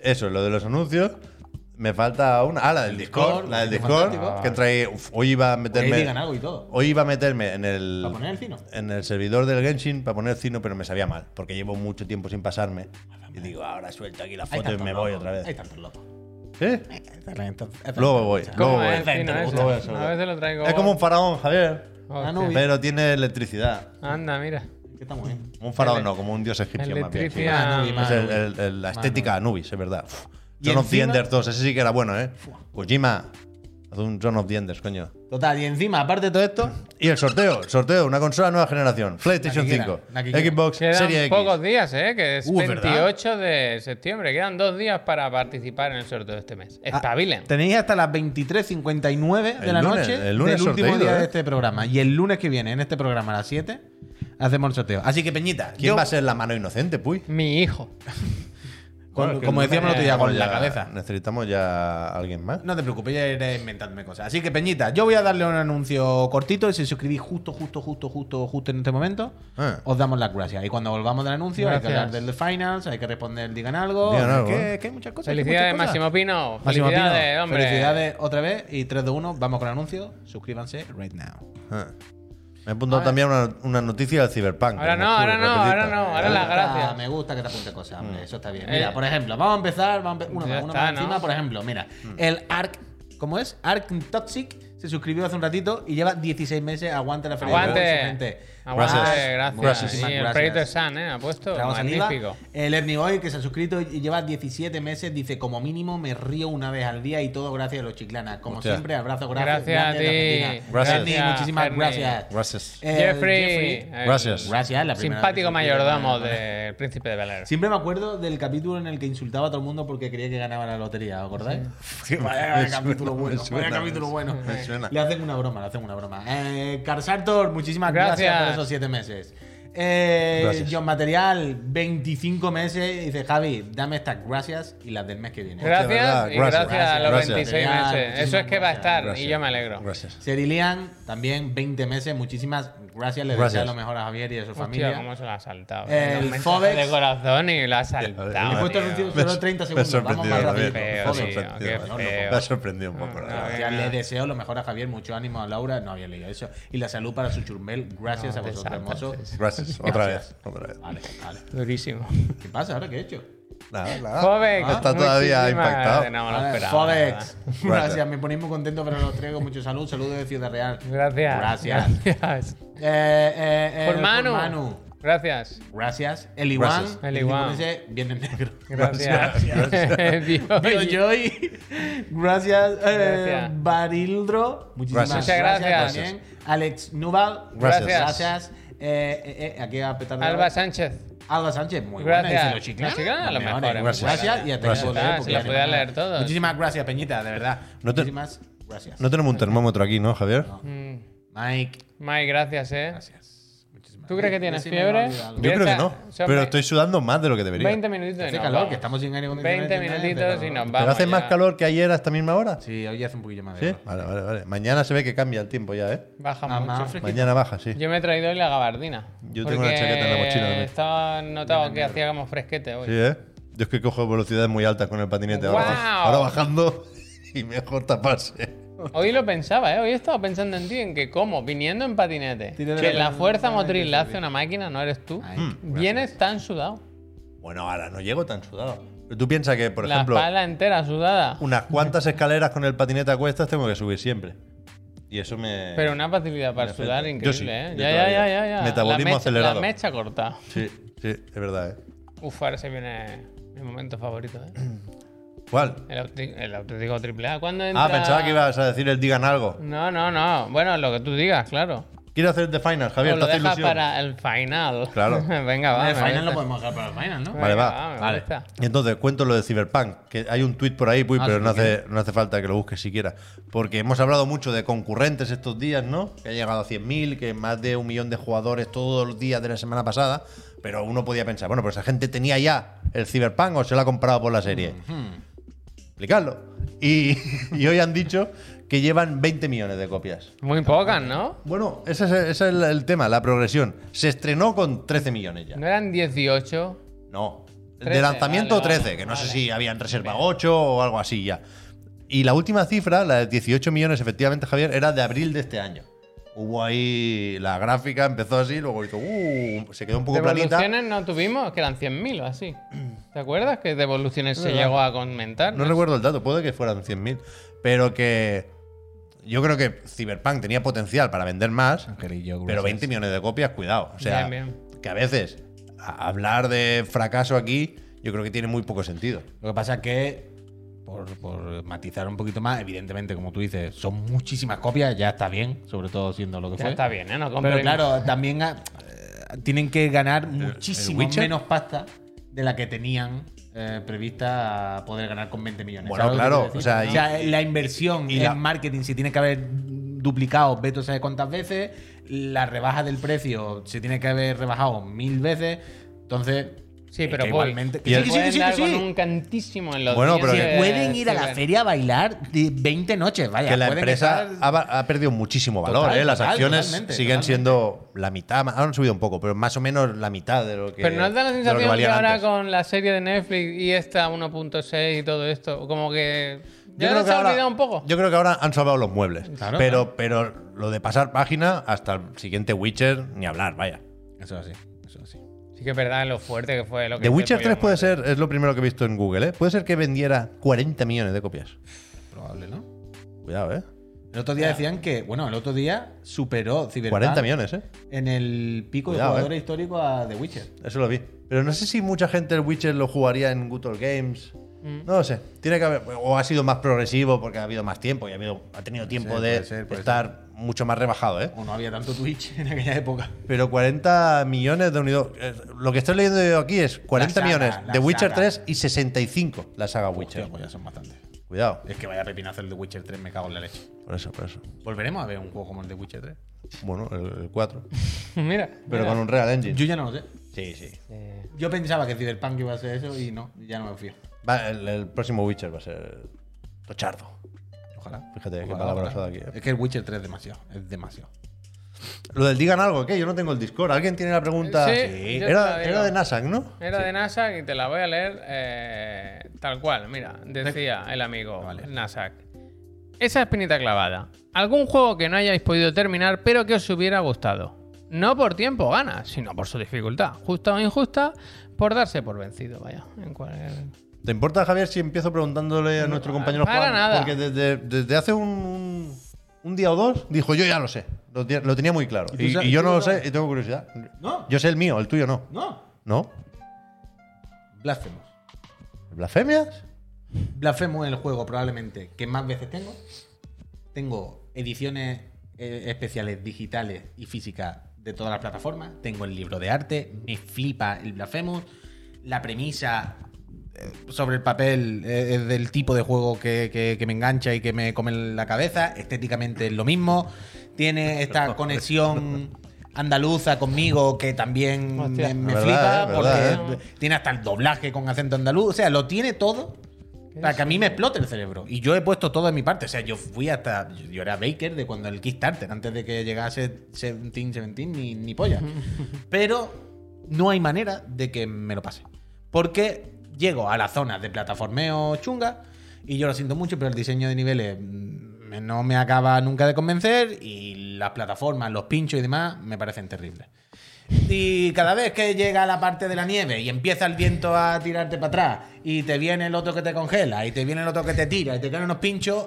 Speaker 1: Eso, lo de los anuncios. Me falta una. Ah, la del Discord.
Speaker 3: Discord,
Speaker 1: la del Discord.
Speaker 3: fantástico.
Speaker 1: Que entra ahí. Uf, hoy iba a
Speaker 3: Que digan
Speaker 1: meterme.
Speaker 3: algo y todo.
Speaker 1: Hoy iba a meterme en el.
Speaker 3: ¿Para poner el Cino?
Speaker 1: En el servidor del Genshin para poner Cino, pero me sabía mal. Porque llevo mucho tiempo sin pasarme. Y digo, ahora suelto aquí la
Speaker 3: Hay
Speaker 1: foto y
Speaker 3: tantos
Speaker 1: me voy
Speaker 3: locos,
Speaker 1: otra
Speaker 3: Hay
Speaker 1: vez.
Speaker 3: tantos locos.
Speaker 1: ¿Sí?
Speaker 3: Hay tantos locos.
Speaker 1: Luego voy.
Speaker 2: ¿Cómo
Speaker 1: Luego voy. ¿eh?
Speaker 2: es, Tino,
Speaker 3: Luego
Speaker 2: ese?
Speaker 1: voy a saludar.
Speaker 2: A veces lo traigo.
Speaker 1: Es como un faraón, Javier.
Speaker 2: Hostia.
Speaker 3: no,
Speaker 1: Pero tiene electricidad.
Speaker 2: Anda, mira.
Speaker 3: Que está muy bien.
Speaker 1: Como Un faraón no, como un dios egipcio más bien. sí.
Speaker 2: Electricidad.
Speaker 3: Anubis,
Speaker 1: Es
Speaker 3: más
Speaker 1: el-
Speaker 3: Anubis.
Speaker 1: el- el- la estética Anubis, es verdad. Uf,
Speaker 3: Y
Speaker 1: John of the
Speaker 3: encima-
Speaker 1: Enders 2, ese sí que era bueno, ¿eh? Kojima, haz un John of the Enders, coño.
Speaker 3: Total, y encima, aparte de todo esto,
Speaker 1: Y el sorteo, el sorteo, una consola nueva generación, PlayStation
Speaker 3: La que
Speaker 1: 5,
Speaker 3: quiera, la que quiera.
Speaker 1: Xbox
Speaker 2: Quedan
Speaker 1: Series X.
Speaker 2: pocos días, ¿eh? Que es
Speaker 1: Uh, ¿verdad?
Speaker 2: 28 de septiembre. Quedan dos días para participar en el sorteo de este mes.
Speaker 3: Ah,
Speaker 2: Estabilen.
Speaker 3: tenéis hasta las 23.59 de
Speaker 1: El
Speaker 3: la
Speaker 1: lunes,
Speaker 3: noche
Speaker 1: el lunes
Speaker 3: del último
Speaker 1: sorteo,
Speaker 3: día
Speaker 1: ¿eh?
Speaker 3: de este programa. Y el lunes que viene, en este programa a las 7, hacemos el sorteo. Así que, Peñita,
Speaker 1: ¿Quién
Speaker 3: yo-
Speaker 1: va a ser la mano inocente, puy?
Speaker 2: Mi hijo.
Speaker 3: con-
Speaker 1: Claro, que
Speaker 3: como
Speaker 1: no
Speaker 3: decíamos el otro día,
Speaker 1: necesitamos
Speaker 3: con la
Speaker 1: ya-
Speaker 3: cabeza.
Speaker 1: Necesitamos ya a alguien más.
Speaker 3: No te preocupes, ya iré inventándome cosas. Así que, Peñita, yo voy a darle un anuncio cortito. Y si suscribís justo, justo, justo, justo, justo en este momento,
Speaker 1: Ah.
Speaker 3: os damos las gracias. Y cuando volvamos del anuncio, hay que
Speaker 2: Gracias.
Speaker 3: hablar del de finals, hay que responder, digan algo.
Speaker 1: Digan
Speaker 3: hay
Speaker 1: algo,
Speaker 3: que,
Speaker 1: ¿eh?
Speaker 3: que hay muchas cosas. hay que
Speaker 2: Felicidades,
Speaker 3: muchas cosas.
Speaker 2: Máximo Pino.
Speaker 3: Máximo Pino,
Speaker 2: Felicidades, hombre.
Speaker 3: Felicidades otra vez. Y 3 de 1, vamos con el anuncio. Suscríbanse right now.
Speaker 1: Ah. Me he apuntado también una, una noticia del Cyberpunk.
Speaker 2: Ahora
Speaker 1: que me
Speaker 2: no,
Speaker 1: estuve
Speaker 2: ahora no,
Speaker 1: perdidita.
Speaker 2: ahora no, ahora
Speaker 3: Me
Speaker 2: las
Speaker 3: gusta-
Speaker 2: gracias.
Speaker 3: Me gusta que te apunte cosas, hombre. Eso está bien.
Speaker 2: Eh.
Speaker 3: Mira, por ejemplo, vamos a empezar. Vamos a empe- una
Speaker 2: Ya
Speaker 3: más, una
Speaker 2: está,
Speaker 3: más
Speaker 2: ¿no?
Speaker 3: encima, por ejemplo. Mira, el Ark. ¿Cómo es? Ark Toxic se suscribió hace un ratito y lleva 16 meses. Aguante la felicidad.
Speaker 2: Aguante.
Speaker 3: de su gente.
Speaker 2: Aguante,
Speaker 1: Gracias.
Speaker 2: gracias.
Speaker 1: Muchísimas
Speaker 2: Y el
Speaker 3: gracias.
Speaker 2: proyecto San, ¿eh? Ha puesto
Speaker 3: Trago saliva.
Speaker 2: magnífico.
Speaker 3: El Erniboy, que se ha suscrito y lleva 17 meses, dice: Como mínimo me río una vez al día y todo gracias a los chiclanas. Como
Speaker 1: Hostia.
Speaker 3: siempre, abrazo, gracias.
Speaker 2: Gracias a ti.
Speaker 1: Gracias.
Speaker 3: Ernie, muchísimas
Speaker 2: Ernie.
Speaker 3: gracias.
Speaker 1: Gracias.
Speaker 3: Eh,
Speaker 2: Jeffrey.
Speaker 3: Jeffrey.
Speaker 2: eh,
Speaker 1: Gracias.
Speaker 3: Gracias, la primera
Speaker 2: Simpático
Speaker 3: vez que escuché la-
Speaker 2: mayordomo del príncipe de Bel Air.
Speaker 3: Siempre me acuerdo del capítulo en el que insultaba a todo el mundo porque creía que ganaba la lotería, ¿os acordáis? Vaya
Speaker 1: Me suena,
Speaker 3: capítulo
Speaker 1: me
Speaker 3: bueno,
Speaker 1: suena,
Speaker 3: vaya capítulo
Speaker 1: me
Speaker 3: bueno.
Speaker 1: suena, me suena.
Speaker 3: Le hacen una broma, le hacen una broma. Eh, Carl Sartor, muchísimas gracias,
Speaker 2: Gracias.
Speaker 3: por esos siete meses. Eh,
Speaker 1: Gracias.
Speaker 3: John Material, 25 meses. Dice Javi, dame estas gracias y las del mes que viene.
Speaker 2: Gracias
Speaker 1: verdad,
Speaker 2: y
Speaker 1: gracias.
Speaker 2: gracias, a los
Speaker 1: Gracias.
Speaker 2: 26
Speaker 3: Genial,
Speaker 2: meses. Eso es que va a estar
Speaker 1: Gracias.
Speaker 2: y yo me alegro.
Speaker 1: Gracias.
Speaker 3: Cerilian, también 20 meses. Muchísimas gracias. Le
Speaker 1: Gracias.
Speaker 3: deseo lo mejor a Javier y a su
Speaker 2: Hostia,
Speaker 3: familia.
Speaker 2: cómo se lo ha saltado.
Speaker 3: El
Speaker 2: Un mensaje
Speaker 3: Fobex.
Speaker 2: de corazón y lo ha
Speaker 1: Le
Speaker 2: saltado.
Speaker 3: He puesto
Speaker 2: tío.
Speaker 3: anuncio
Speaker 1: eh, Me-
Speaker 3: solo 30
Speaker 1: Me ha
Speaker 3: segundos. Vamos
Speaker 1: sorprendido,
Speaker 3: más rápido.
Speaker 1: Javier.
Speaker 2: Qué
Speaker 1: Me
Speaker 2: feo,
Speaker 1: ha
Speaker 2: tío,
Speaker 1: sorprendido.
Speaker 2: qué
Speaker 1: Me
Speaker 2: feo.
Speaker 1: ha sorprendido un poco, la
Speaker 2: No,
Speaker 1: verdad.
Speaker 3: Ya le deseo lo mejor a Javier, mucho ánimo a Laura, no había leído eso. Y la salud para su churmel, gracias
Speaker 2: No,
Speaker 3: a
Speaker 2: te
Speaker 3: vosotros,
Speaker 2: saltas
Speaker 3: hermoso.
Speaker 2: eso.
Speaker 1: Gracias, otra vez. Otra vez.
Speaker 3: Vale, vale.
Speaker 2: Durísimo.
Speaker 3: ¿Qué pasa ahora? ¿Qué he hecho?
Speaker 1: Nada, nada.
Speaker 2: Fobex.
Speaker 1: Está todavía
Speaker 2: muchísimas-
Speaker 1: impactado.
Speaker 2: No, me lo
Speaker 3: Vale,
Speaker 2: esperaba, la
Speaker 3: Fodex,
Speaker 2: verdad.
Speaker 3: gracias, me ponéis muy contento, pero los traigo mucho salud. Saludos de Ciudad Real.
Speaker 2: Gracias.
Speaker 3: Gracias.
Speaker 2: Gracias.
Speaker 3: Eh, eh, eh,
Speaker 2: Por Manu.
Speaker 3: por Manu.
Speaker 2: Gracias.
Speaker 3: Gracias. El Iván.
Speaker 1: Gracias.
Speaker 2: El Iván.
Speaker 3: dice, Viernes negro.
Speaker 2: Gracias. Eh, Dios.
Speaker 3: Digo, Joy. Gracias. eh,
Speaker 2: Gracias.
Speaker 3: Barildro. Muchísimas
Speaker 1: Gracias.
Speaker 3: gracias.
Speaker 2: Muchas gracias.
Speaker 3: también. Alex Nubal.
Speaker 1: Gracias.
Speaker 3: Gracias. Eh, eh, eh, aquí a petar
Speaker 2: Alba Sánchez.
Speaker 3: Alba Sánchez, muy
Speaker 2: Gracias.
Speaker 3: buena. Dice, los chicles.
Speaker 2: Los chicles, a lo mejor, ¿eh?
Speaker 3: Gracias.
Speaker 2: muchas
Speaker 3: Gracias. Y hasta
Speaker 1: gracias.
Speaker 3: luego,
Speaker 2: Ah,
Speaker 3: porque
Speaker 2: se los
Speaker 3: ya
Speaker 2: podía
Speaker 3: no-
Speaker 2: leer todos.
Speaker 3: Muchísimas gracias, Peñita, de verdad.
Speaker 1: No te-
Speaker 3: Muchísimas gracias.
Speaker 1: No tenemos un termómetro aquí, ¿no, Javier?
Speaker 2: Mm.
Speaker 3: Mike,
Speaker 2: Mike, gracias, eh.
Speaker 3: gracias. Muchísimas
Speaker 2: ¿Tú crees que tienes
Speaker 3: gracias. Sí, me
Speaker 2: fiebre?
Speaker 3: he olvidado.
Speaker 1: Yo creo que
Speaker 2: Piensa,
Speaker 1: no.
Speaker 2: son
Speaker 1: Pero
Speaker 2: ve-
Speaker 1: estoy sudando más de lo que debería.
Speaker 2: 20 minutitos y
Speaker 3: Hace
Speaker 2: nos
Speaker 3: calor,
Speaker 2: vamos.
Speaker 3: que estamos sin aire acondicionado.
Speaker 2: 20
Speaker 3: hace
Speaker 2: minutitos y
Speaker 3: calor.
Speaker 2: nos vamos.
Speaker 1: ¿Pero hace más
Speaker 2: ya.
Speaker 1: calor que ayer a esta misma hora?
Speaker 3: Sí, hoy hace un poquillo más de
Speaker 1: ¿Sí?
Speaker 3: calor.
Speaker 1: Vale, vale, vale. Mañana se ve que cambia el tiempo ya, ¿eh?
Speaker 2: Baja
Speaker 3: Ah, más
Speaker 2: mucho.
Speaker 3: fresquito.
Speaker 1: Mañana baja, sí.
Speaker 2: Yo me he traído hoy la gabardina.
Speaker 1: Yo tengo una
Speaker 2: porque
Speaker 1: chaqueta en la mochila también.
Speaker 2: Estaba notado que hacíamos fresquete hoy.
Speaker 1: Sí, ¿eh? Yo es que cojo velocidades muy altas con el patinete. Ahora,
Speaker 2: ¡Guau!
Speaker 1: ahora bajando y mejor taparse.
Speaker 2: Hoy lo pensaba, ¿eh? Hoy he estado pensando en ti, en que cómo, viniendo en patinete,
Speaker 3: Tírale
Speaker 2: que
Speaker 3: la-
Speaker 2: la fuerza
Speaker 3: la-
Speaker 2: motriz
Speaker 3: la-
Speaker 2: la hace una máquina, no eres tú.
Speaker 3: Ay,
Speaker 2: Vienes tan sudado.
Speaker 1: Bueno, ahora no llego tan sudado. Pero tú piensas que, por
Speaker 2: la
Speaker 1: ejemplo,
Speaker 2: espalda entera sudada.
Speaker 1: unas cuantas escaleras con el patinete a cuestas tengo que subir siempre. Y eso me.
Speaker 2: Pero una facilidad para
Speaker 1: Perfecto.
Speaker 2: sudar
Speaker 1: Yo
Speaker 2: increíble,
Speaker 1: sí,
Speaker 2: ¿eh?
Speaker 1: yo
Speaker 2: Ya, ya, ya,
Speaker 1: todavía.
Speaker 2: ya, ya.
Speaker 1: Metabolismo
Speaker 2: la mecha,
Speaker 1: acelerado.
Speaker 2: La mecha corta.
Speaker 1: Sí, sí, es verdad, ¿eh?
Speaker 2: Uf, ahora se viene mi momento favorito, ¿eh?
Speaker 1: ¿Cuál?
Speaker 2: El, auti- el auténtico triple A. ¿Cuándo entra?
Speaker 1: Ah, pensaba que ibas a decir el digan algo.
Speaker 2: No, no, no. Bueno, lo que tú digas, claro.
Speaker 1: Quiero hacer el The Final,
Speaker 2: Pero
Speaker 1: Javier, te
Speaker 2: lo
Speaker 1: hace
Speaker 2: dejas
Speaker 1: ilusión.
Speaker 2: para el final.
Speaker 1: Claro.
Speaker 2: Venga, va.
Speaker 3: El
Speaker 2: Ah, me
Speaker 3: final lo
Speaker 2: gusta.
Speaker 3: podemos dejar para el final, ¿no?
Speaker 1: Vale,
Speaker 2: Venga,
Speaker 1: va.
Speaker 2: me
Speaker 3: Vale.
Speaker 2: gusta.
Speaker 1: Entonces, cuento lo de Cyberpunk, que hay un tuit por ahí, Puy,
Speaker 3: Ah,
Speaker 1: pero
Speaker 3: sí,
Speaker 1: no,
Speaker 3: sí.
Speaker 1: hace, no hace falta que lo busques siquiera. Porque hemos hablado mucho de concurrentes estos días, ¿no? Que ha llegado a 100.000, que más de un millón de jugadores todos los días de la semana pasada. Pero uno podía pensar, bueno, pero esa gente tenía ya el Cyberpunk o se lo ha comprado por la serie. Explicarlo. Y, y hoy han dicho que llevan 20 millones de copias.
Speaker 2: Muy pocas, ¿no?
Speaker 1: Bueno, ese es, ese es el, el tema, la progresión. Se estrenó con 13 millones ya.
Speaker 2: ¿No eran 18?
Speaker 1: No.
Speaker 2: 13,
Speaker 1: de lanzamiento
Speaker 2: vale, vale,
Speaker 1: 13, que no sé
Speaker 2: vale.
Speaker 1: si habían reservado 8 o algo así ya. Y la última cifra, la de 18 millones, efectivamente, Javier, era de abril de este año. Hubo ahí la gráfica, empezó así, luego hizo, uh, se quedó un poco planita.
Speaker 2: Devoluciones no tuvimos, que eran 100.000 o así. ¿Te acuerdas que devoluciones se llegó a comentar?
Speaker 1: No recuerdo el dato, puede que fueran 100.000. Pero que yo creo que Cyberpunk tenía potencial para vender más,
Speaker 3: Angelillo,
Speaker 1: pero 20 millones de copias, cuidado. O sea,
Speaker 2: Bien,
Speaker 1: que a veces a- hablar de fracaso aquí, yo creo que tiene muy poco sentido.
Speaker 3: Lo que pasa es que, por, por matizar un poquito más, evidentemente, como tú dices, son muchísimas copias, ya está bien, sobre todo siendo lo que
Speaker 2: Ya
Speaker 3: fue.
Speaker 2: está bien, ¿eh? No
Speaker 3: Pero
Speaker 2: compremos.
Speaker 3: claro, también ah, eh, tienen que ganar muchísimo
Speaker 1: el Witcher?
Speaker 3: menos pasta de la que tenían eh, prevista a poder ganar con 20 millones.
Speaker 1: Bueno,
Speaker 3: ¿Sabes lo que
Speaker 1: claro,
Speaker 3: quiero
Speaker 1: o sea, y-
Speaker 3: eh, la inversión
Speaker 1: y
Speaker 3: en
Speaker 1: la-
Speaker 3: marketing se tiene que haber duplicado, veto sabe cuántas veces, la rebaja del precio se tiene que haber rebajado mil veces, entonces...
Speaker 2: Sí,
Speaker 3: es
Speaker 2: pero
Speaker 3: que
Speaker 2: voy.
Speaker 3: igualmente...
Speaker 1: Y
Speaker 3: Que sí,
Speaker 1: el-
Speaker 3: que sí, que
Speaker 2: Pueden
Speaker 3: sí, que
Speaker 2: dar con
Speaker 3: sí.
Speaker 2: un cantísimo en los
Speaker 1: Bueno,
Speaker 2: días
Speaker 1: pero que-
Speaker 2: de-
Speaker 3: Pueden ir a la
Speaker 2: Steven.
Speaker 3: feria a bailar de 20 noches, vaya.
Speaker 1: eh, que la
Speaker 3: pueden
Speaker 1: empresa
Speaker 3: estar-
Speaker 1: ha, va- ha perdido muchísimo valor.
Speaker 3: Total,
Speaker 1: ¿eh? Las
Speaker 3: total,
Speaker 1: acciones
Speaker 3: totalmente,
Speaker 1: siguen
Speaker 3: totalmente.
Speaker 1: siendo la mitad, ma- han subido un poco, pero más o menos la mitad de lo que.
Speaker 2: Pero nos
Speaker 1: de lo
Speaker 2: da la
Speaker 1: que
Speaker 2: sensación que
Speaker 1: valían
Speaker 2: ahora
Speaker 1: antes.
Speaker 2: con la serie de Netflix y esta 1.6 y todo esto, como que.
Speaker 1: Yo
Speaker 2: Ya
Speaker 1: creo
Speaker 2: nos
Speaker 1: que
Speaker 2: ha
Speaker 1: ahora-
Speaker 2: olvidado un poco.
Speaker 1: Yo creo que ahora han salvado los muebles.
Speaker 3: Claro,
Speaker 1: pero, pero lo de pasar página hasta el siguiente Witcher, ni hablar, vaya.
Speaker 3: Eso así, eso así.
Speaker 2: Sí que es verdad lo fuerte que fue lo que.
Speaker 1: The
Speaker 2: fue
Speaker 1: Witcher 3
Speaker 2: Pollo
Speaker 1: puede ser, es lo primero que he visto en Google, ¿eh? Puede ser que vendiera 40 millones de copias.
Speaker 3: Probable, ¿no?
Speaker 1: Cuidado, ¿eh?
Speaker 3: El otro día decían que, bueno, el otro día superó Cyberpunk
Speaker 1: 40 millones, ¿eh?
Speaker 3: en el pico
Speaker 1: Cuidado,
Speaker 3: de jugadores
Speaker 1: eh.
Speaker 3: históricos a The Witcher.
Speaker 1: Eso lo vi. Pero no sé si mucha gente el Witcher lo jugaría en Good Old Games.
Speaker 3: Mm.
Speaker 1: No lo sé. Tiene que haber. O ha sido más progresivo porque ha habido más tiempo y ha, habido, ha tenido tiempo
Speaker 3: ser,
Speaker 1: de
Speaker 3: puede ser, puede
Speaker 1: estar mucho más rebajado, ¿eh?
Speaker 3: O no había tanto Twitch en aquella época.
Speaker 1: Pero 40 millones de unidades. eh, Lo que estoy leyendo yo aquí es 40
Speaker 3: saga,
Speaker 1: millones
Speaker 3: la
Speaker 1: de Witcher
Speaker 3: saga.
Speaker 1: 3 y 65 la saga Witcher.
Speaker 3: Hostia, pues ya son bastantes.
Speaker 1: Cuidado.
Speaker 3: Es que vaya repinazo el The Witcher 3, me cago en la leche.
Speaker 1: Por eso, por eso.
Speaker 3: Volveremos a ver un juego como el The Witcher 3.
Speaker 1: Bueno, el, el 4.
Speaker 2: Mira.
Speaker 1: Pero
Speaker 2: mira.
Speaker 1: con un Real Engine.
Speaker 3: Yo ya no lo sé.
Speaker 1: Sí, sí.
Speaker 2: Eh,
Speaker 3: Yo pensaba que Cyberpunk iba a ser eso y no, ya no me fío.
Speaker 1: Va, el, el próximo Witcher va a ser. Tochardo.
Speaker 3: Ojalá.
Speaker 1: Fíjate qué
Speaker 3: Ojalá,
Speaker 1: palabras
Speaker 3: ojalá.
Speaker 1: ha dado aquí. eh.
Speaker 3: Es que el Witcher 3 es demasiado, es demasiado.
Speaker 1: Lo del digan algo, ¿qué? Yo no tengo el Discord. ¿Alguien tiene la pregunta?
Speaker 2: Sí, yo te la
Speaker 1: Era,
Speaker 2: digo.
Speaker 1: era de Nasak, ¿no?
Speaker 2: Era de NASA y te la voy a leer eh, tal cual. Mira, decía el amigo
Speaker 3: Vale.
Speaker 2: Nasak. Esa espinita clavada. ¿Algún juego que no hayáis podido terminar pero que os hubiera gustado? No por tiempo gana, sino por su dificultad. Justa o injusta, por darse por vencido, vaya. En cualquier-
Speaker 1: ¿Te importa, Javier, si empiezo preguntándole a nuestro compañero
Speaker 2: Ah, para
Speaker 1: Juan?
Speaker 2: nada.
Speaker 1: Porque desde, desde hace un, un- un día o dos dijo, yo ya lo sé. Lo, tie- lo tenía muy claro.
Speaker 3: ¿Y tú
Speaker 1: Y,
Speaker 3: sabes-
Speaker 1: y yo
Speaker 3: tú
Speaker 1: no lo
Speaker 3: lo sabes?
Speaker 1: sé y tengo curiosidad.
Speaker 3: ¿No?
Speaker 1: Yo sé el mío, el tuyo no.
Speaker 3: No.
Speaker 1: ¿No?
Speaker 3: Blasphemous.
Speaker 1: ¿Blasfemias?
Speaker 3: Blasphemous es el juego probablemente que más veces tengo. Tengo ediciones eh, especiales digitales y físicas de todas las plataformas. Tengo el libro de arte. Me flipa el Blasphemous. La premisa eh, sobre el papel eh, es del tipo de juego que, que- que me engancha y que me come la cabeza. Estéticamente es lo mismo. Tiene esta conexión andaluza conmigo que también
Speaker 2: Hostia.
Speaker 3: me, me
Speaker 1: Verdad,
Speaker 3: flipa
Speaker 1: eh,
Speaker 3: porque
Speaker 1: verdad,
Speaker 2: eh.
Speaker 3: tiene hasta el doblaje con acento andaluz. O sea, lo tiene todo para que a mí me explote el cerebro. Y yo he puesto todo en mi parte. O sea, yo fui hasta. Yo, yo era Baker de cuando el Kickstarter, antes de que llegase 17, 17, ni, ni polla. Pero no hay manera de que me lo pase. Porque llego a la zona de plataformeo chunga y yo lo siento mucho, pero el diseño de niveles mm, me- no me acaba nunca de convencer y las plataformas, los pinchos y demás me parecen terribles. Y cada vez que llega la parte de la nieve y empieza el viento a tirarte para atrás y te viene el otro que te congela y te viene el otro que te tira y te caen unos pinchos,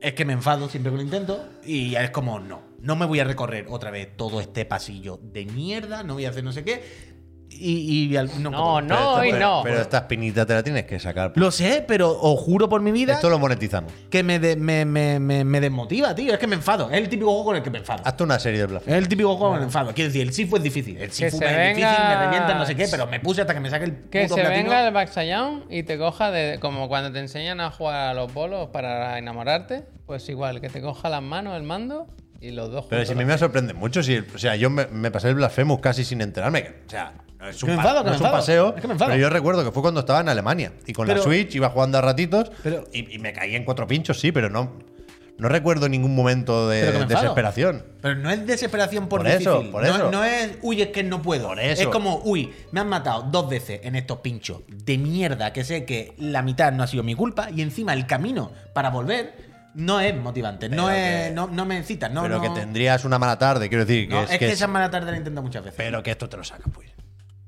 Speaker 3: es que me enfado siempre que lo intento y ya es como, no, no me voy a recorrer otra vez todo este pasillo de mierda, no voy a hacer no sé qué. Y, y al-
Speaker 2: No,
Speaker 3: como-
Speaker 2: no y
Speaker 1: pero,
Speaker 2: no.
Speaker 1: Pero esta espinita te la tienes que sacar.
Speaker 3: Lo sé, pero os juro por mi vida
Speaker 1: Esto lo monetizamos.
Speaker 3: que me, de- me, me- me- me desmotiva, tío. Es que me enfado. Es el típico juego con el que me enfado.
Speaker 1: Hazte una serie de Blasfemias.
Speaker 3: Es el típico juego con el enfado. Quiero decir, el Sifu es difícil. El Sifu
Speaker 2: se
Speaker 3: es difícil,
Speaker 2: venga-
Speaker 3: me revienta, no sé qué, pero me puse hasta que me saque el puto
Speaker 2: Que se
Speaker 3: platino.
Speaker 2: venga el Baxayón y te coja de, como cuando te enseñan a jugar a los bolos para enamorarte, pues igual, que te coja las manos, el mando y los dos
Speaker 1: Pero si a mí me sorprende mucho, si, o sea, yo me, me pasé el Blasphemous casi sin enterarme. que, O sea, no es un,
Speaker 3: Que me
Speaker 1: pa-
Speaker 3: enfado, que
Speaker 1: no
Speaker 3: me
Speaker 1: es un
Speaker 3: enfado.
Speaker 1: paseo.
Speaker 3: Es que me enfado.
Speaker 1: Pero yo recuerdo que fue cuando estaba en Alemania y con la
Speaker 3: Pero-
Speaker 1: Switch iba jugando a ratitos
Speaker 3: pero-
Speaker 1: y, y me caí en cuatro pinchos, sí, pero no, no recuerdo ningún momento de
Speaker 3: Pero que me enfado.
Speaker 1: desesperación.
Speaker 3: Pero no es desesperación por,
Speaker 1: Por eso,
Speaker 3: difícil.
Speaker 1: por
Speaker 3: No-
Speaker 1: eso.
Speaker 3: No, es, uy, es que no puedo.
Speaker 1: Por eso.
Speaker 3: Es como, uy, me han matado dos veces en estos pinchos de mierda que sé que la mitad no ha sido mi culpa y encima el camino para volver no es motivante. No,
Speaker 1: Pero
Speaker 3: es,
Speaker 1: que-
Speaker 3: no, no me incita. No,
Speaker 1: pero
Speaker 3: no-
Speaker 1: que tendrías una mala tarde, quiero decir. Que
Speaker 3: no,
Speaker 1: es,
Speaker 3: es, que,
Speaker 1: que es-
Speaker 3: esa mala tarde la intento muchas veces.
Speaker 1: pero que esto te lo sacas, pues.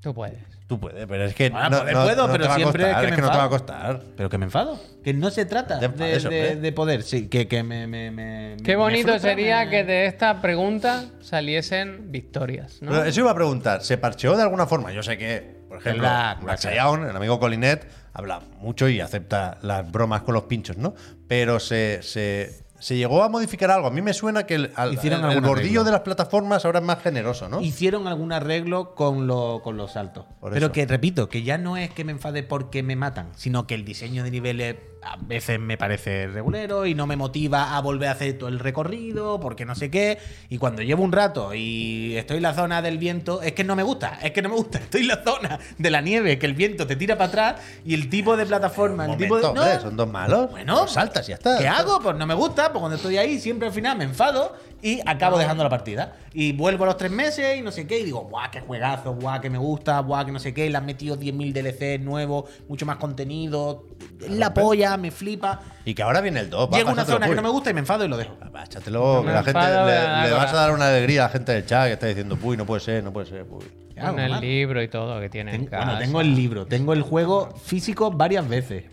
Speaker 2: Tú puedes.
Speaker 1: Tú puedes, pero es que
Speaker 3: Ah,
Speaker 1: no,
Speaker 3: poder
Speaker 1: no-
Speaker 3: puedo,
Speaker 1: no te
Speaker 3: pero
Speaker 1: va a costar,
Speaker 3: siempre es que
Speaker 1: es
Speaker 3: me
Speaker 1: que no te va a
Speaker 3: enfado.
Speaker 1: costar.
Speaker 3: Pero que me enfado. Que no se
Speaker 1: Te
Speaker 3: trata de,
Speaker 1: enfades,
Speaker 3: de-
Speaker 1: hombre.
Speaker 3: de poder. Sí, que, que me, me- me-
Speaker 2: Qué
Speaker 3: me
Speaker 2: bonito
Speaker 3: frustra,
Speaker 2: sería
Speaker 3: me-
Speaker 2: que de esta pregunta saliesen victorias, ¿no?
Speaker 1: Pero eh, eso iba a preguntar, ¿se parcheó de alguna forma? Yo sé que, por ejemplo,
Speaker 3: Black,
Speaker 1: Black
Speaker 3: Black
Speaker 1: Sayoun, el amigo Colinet, habla mucho y acepta las bromas con los pinchos, ¿no? Pero se, se, se llegó a modificar algo. A mí me suena que el, al-
Speaker 3: Hicieron
Speaker 1: el- el
Speaker 3: algún
Speaker 1: bordillo
Speaker 3: arreglo.
Speaker 1: de las plataformas ahora es más generoso, ¿no?
Speaker 3: Hicieron algún arreglo con, lo- con los saltos.
Speaker 1: Por
Speaker 3: Pero
Speaker 1: eso.
Speaker 3: que repito, que ya no es que me enfade porque me matan, sino que el diseño de niveles a veces me parece regulero y no me motiva a volver a hacer todo el recorrido porque no sé qué. Y cuando llevo un rato y estoy en la zona del viento, es que no me gusta, es que no me gusta. Estoy en la zona de la nieve, que el viento te tira para atrás y el tipo de plataforma,
Speaker 1: Un
Speaker 3: el tipo de.
Speaker 1: momento, hombre,
Speaker 3: No,
Speaker 1: son dos malos.
Speaker 3: Bueno,
Speaker 1: Los saltas y ya está.
Speaker 3: ¿Qué hago? Pues no me gusta, pues cuando estoy ahí siempre al final me enfado y acabo dejando la partida. Y vuelvo a los tres meses y no sé qué, y digo, guau, qué juegazo, guau, que me gusta, guau, que no sé qué, le han metido 10.000 DLC nuevos, mucho más contenido, la polla, me flipa.
Speaker 1: Y que ahora viene el 2.
Speaker 3: Llego a una zona que no me gusta y me enfado y lo dejo.
Speaker 1: Va, échatelo, que
Speaker 2: Me
Speaker 1: la gente
Speaker 2: enfado de
Speaker 1: le,
Speaker 2: la
Speaker 1: le vas
Speaker 2: Débora.
Speaker 1: a dar una alegría a la gente del chat que está diciendo, uy, no puede ser, no puede ser, uy.
Speaker 3: ¿Qué hago,
Speaker 2: Con el
Speaker 3: hermano?
Speaker 2: libro y todo que tiene en
Speaker 3: Tengo-
Speaker 2: casa.
Speaker 3: bueno, tengo el libro, tengo el juego físico varias veces.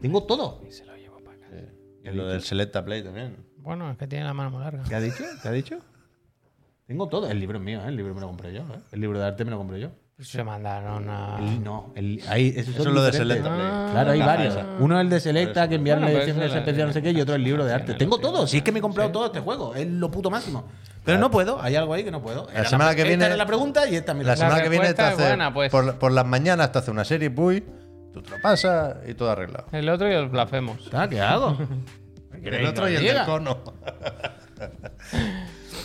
Speaker 3: Tengo todo.
Speaker 1: Y lo del Selecta Play también.
Speaker 2: Bueno, es que tiene la mano muy larga.
Speaker 3: ¿Qué ha dicho? ¿Qué ha dicho? Tengo todo. El libro es mío, ¿eh? El libro me lo compré yo, ¿eh? El libro de arte me lo compré yo.
Speaker 2: Se mandaron a.
Speaker 3: El- no, el, hay, esos
Speaker 1: Eso
Speaker 3: son
Speaker 1: es lo de
Speaker 3: diferentes.
Speaker 1: Selecta Play.
Speaker 3: Claro, hay
Speaker 1: Ah,
Speaker 3: varios.
Speaker 1: esa.
Speaker 3: Uno es el de Selecta, que enviarle
Speaker 2: Bueno, pero
Speaker 3: siempre
Speaker 2: eso
Speaker 3: esa
Speaker 2: la-
Speaker 3: especial, no sé qué, y otro el libro de arte.
Speaker 2: tiene,
Speaker 3: Tengo
Speaker 2: sí,
Speaker 3: todo, si es que me he comprado
Speaker 2: sí.
Speaker 3: todo este juego, es lo puto máximo. Pero no puedo, hay algo ahí que no puedo. Era
Speaker 1: semana que
Speaker 3: esta
Speaker 1: viene-
Speaker 3: era la pregunta y esta es mi
Speaker 1: La
Speaker 3: respuesta.
Speaker 1: semana que viene te
Speaker 2: respuesta es
Speaker 1: hace.
Speaker 2: buena, pues.
Speaker 1: por, por las mañanas te hace una serie, puy, tú te lo pasas y todo arreglado.
Speaker 2: El otro y el blasfemos.
Speaker 3: Ah, ¿Qué hago?
Speaker 1: El otro y el del
Speaker 3: llega.
Speaker 1: cono.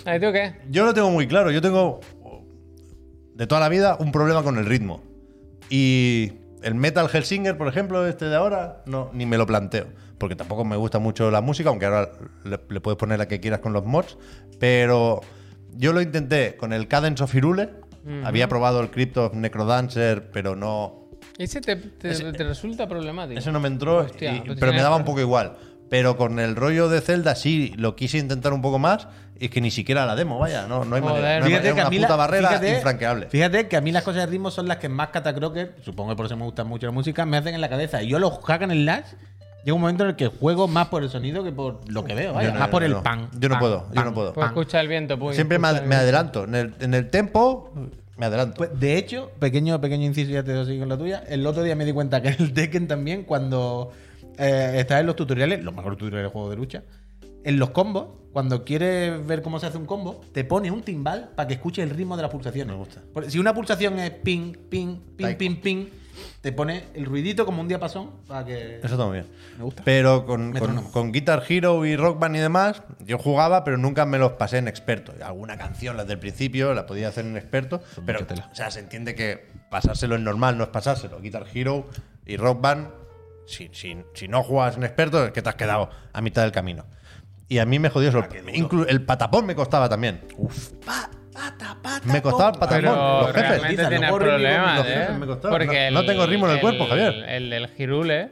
Speaker 2: ¿Y tú qué?
Speaker 1: Yo lo tengo muy claro. Yo tengo de toda la vida un problema con el ritmo. Y el Metal Hellsinger, por ejemplo, este de ahora, no, ni me lo planteo. Porque tampoco me gusta mucho la música, aunque ahora le, le puedes poner la que quieras con los mods. Pero yo lo intenté con el Cadence of Hirule. Había probado el Crypt of Necrodancer, pero no.
Speaker 2: Ese te, te- te resulta problemático.
Speaker 1: Ese no me entró,
Speaker 2: Hostia,
Speaker 1: y-
Speaker 2: pues
Speaker 1: pero me
Speaker 2: tienes-
Speaker 1: daba un poco igual. Pero con el rollo de Zelda sí lo quise intentar un poco más. Y es que ni siquiera la demo, vaya, no, no hay
Speaker 2: Joder.
Speaker 1: manera. no hay manera,
Speaker 2: Fíjate
Speaker 3: Fíjate que a
Speaker 1: una
Speaker 3: mí
Speaker 1: puta
Speaker 3: la-
Speaker 1: barrera
Speaker 3: fíjate-
Speaker 1: infranqueable.
Speaker 3: Fíjate que a mí las cosas de ritmo son las que más catacroker, supongo que por eso me gusta mucho la música, me hacen en la cabeza. Y yo los hack and slash, llega un momento en el que juego más por el sonido que por lo que veo, vaya,
Speaker 1: Yo no,
Speaker 3: más
Speaker 1: yo
Speaker 3: por
Speaker 1: no,
Speaker 3: el
Speaker 1: no.
Speaker 3: pan.
Speaker 1: Yo no
Speaker 3: pan,
Speaker 1: puedo, yo
Speaker 3: pan,
Speaker 1: no puedo.
Speaker 2: Pues
Speaker 3: pan.
Speaker 2: escucha el viento, pues.
Speaker 1: Siempre me,
Speaker 2: escucha
Speaker 1: ad-
Speaker 2: el
Speaker 1: me
Speaker 2: viento.
Speaker 1: adelanto. En el, en el tempo me adelanto.
Speaker 3: Pues, de hecho, pequeño, pequeño inciso, ya te doy así con la tuya. El otro día me di cuenta que en el Tekken también, cuando eh, estás en los tutoriales, los mejores tutoriales de juego de lucha, en los combos, cuando quieres ver cómo se hace un combo, te pone un timbal para que escuches el ritmo de las pulsaciones.
Speaker 1: Me gusta.
Speaker 3: Por- si una pulsación es ping, ping, ping,
Speaker 1: Taiko.
Speaker 3: ping, ping, te pone el ruidito como un diapasón para que.
Speaker 1: Eso está muy bien.
Speaker 3: Eh, Me gusta.
Speaker 1: Pero con, con,
Speaker 3: Metrónomo.
Speaker 1: con Guitar Hero y Rock Band y demás, yo jugaba, pero nunca me los pasé en experto. Alguna canción, las del principio, la podía hacer en experto. Pero,
Speaker 3: mucha tela.
Speaker 1: o sea, se entiende que pasárselo es normal, no es pasárselo. Guitar Hero y Rock Band, si, si- si no juegas en experto, es que te has quedado a mitad del camino. Y a mí me jodió eso.
Speaker 3: Ah,
Speaker 1: Inclu- el patapón me costaba también.
Speaker 3: Pa- pata, pata,
Speaker 1: Me costaba el
Speaker 3: pum.
Speaker 1: patapón.
Speaker 2: Pero
Speaker 1: los jefes.
Speaker 2: realmente
Speaker 3: Dicen,
Speaker 2: tienes
Speaker 3: no corro ni
Speaker 2: problemas,
Speaker 1: con los jefes,
Speaker 2: ¿eh?
Speaker 1: me costó.
Speaker 2: Porque
Speaker 1: No- no
Speaker 2: el-
Speaker 1: tengo ritmo en el cuerpo, Javier.
Speaker 2: El del Girule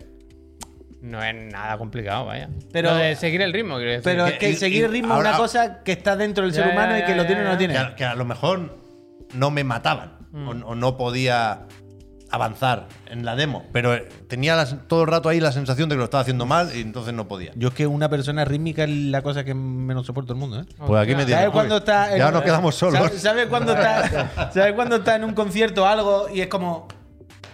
Speaker 2: no es nada complicado, vaya. Pero
Speaker 3: Pero-
Speaker 2: de seguir el ritmo, quiero decir.
Speaker 3: Pero es
Speaker 1: Y-
Speaker 3: que
Speaker 1: y-
Speaker 3: seguir el ritmo
Speaker 1: ahora-
Speaker 3: es una cosa que está dentro del
Speaker 2: Ya,
Speaker 3: ser
Speaker 2: ya,
Speaker 3: humano y
Speaker 2: ya,
Speaker 3: que lo
Speaker 2: ya,
Speaker 3: tiene o no
Speaker 2: ya.
Speaker 3: lo tiene.
Speaker 1: que a, que a lo mejor no me mataban o, o no podía avanzar en la demo, pero eh, tenía las- todo el rato ahí la sensación de que lo estaba haciendo mal y entonces no podía.
Speaker 3: Yo es que una persona rítmica es la cosa que menos soporto el mundo, ¿eh?
Speaker 1: Pues aquí me
Speaker 2: Hostia.
Speaker 1: tiene.
Speaker 3: ¿Sabes
Speaker 1: Uy,
Speaker 3: cuando está en-
Speaker 1: Ya nos quedamos solos.
Speaker 3: ¿Sabes sabes cuando está, ¿sabes cuando está en un concierto o algo y es como.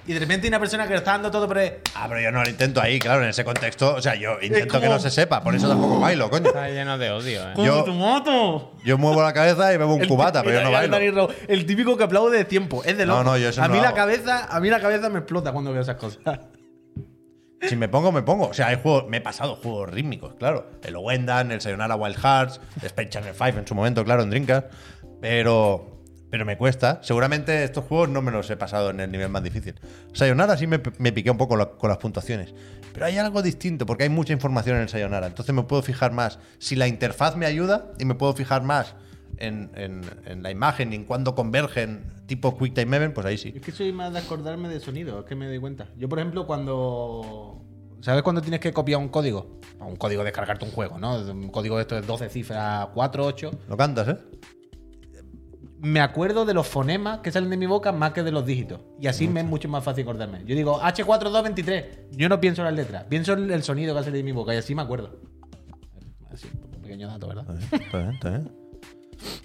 Speaker 3: Y de repente hay una persona que lo está dando todo, pero es.
Speaker 1: Ah, pero yo no lo intento ahí, claro, en ese contexto. O sea, yo intento que
Speaker 3: como-
Speaker 1: no se sepa, por eso tampoco bailo, coño.
Speaker 2: Está lleno de odio, ¿eh?
Speaker 1: Yo-
Speaker 3: "Con tu moto!
Speaker 1: Yo muevo la cabeza y bebo un
Speaker 3: El
Speaker 1: cubata,
Speaker 3: tí-
Speaker 1: pero yo
Speaker 3: mira,
Speaker 1: no
Speaker 3: mira, Dani
Speaker 1: bailo.
Speaker 3: Raúl, El típico que aplaude de tiempo, es de
Speaker 1: No,
Speaker 3: loco.
Speaker 1: no, yo eso
Speaker 3: a
Speaker 1: no
Speaker 3: mí
Speaker 1: lo
Speaker 3: la
Speaker 1: hago.
Speaker 3: cabeza, a mí la cabeza me explota cuando veo esas cosas.
Speaker 1: Si me pongo, me pongo. O sea, hay juegos, me he pasado juegos rítmicos, claro. El Wendan, el Sayonara Wild Hearts, Space Channel 5 en su momento, claro, en Dreamcast. Pero, pero me cuesta. Seguramente estos juegos no me los he pasado en el nivel más difícil. Sayonara sí me, me piqué un poco la- con las puntuaciones. Pero hay algo distinto, porque hay mucha información en el Sayonara. Entonces me puedo fijar más. Si la interfaz me ayuda y me puedo fijar más en, en- en la imagen y en cuándo convergen, tipo Quick Time Event, pues ahí sí.
Speaker 3: Es que soy más de acordarme de sonido, es que me doy cuenta. Yo, por ejemplo, cuando. ¿Sabes cuando tienes que copiar un código? Un código de descargarte un juego, ¿no? Un código de estos de 12 cifras, 4, 8.
Speaker 1: Lo cantas, ¿eh?
Speaker 3: me acuerdo de los fonemas que salen de mi boca más que de los dígitos. Y así me es mucho más fácil acordarme. Yo digo H4223. Yo no pienso en las letras, pienso en el sonido que va a salir de mi boca y así me acuerdo. Así, un pequeño dato, ¿verdad?
Speaker 1: Está bien, está bien.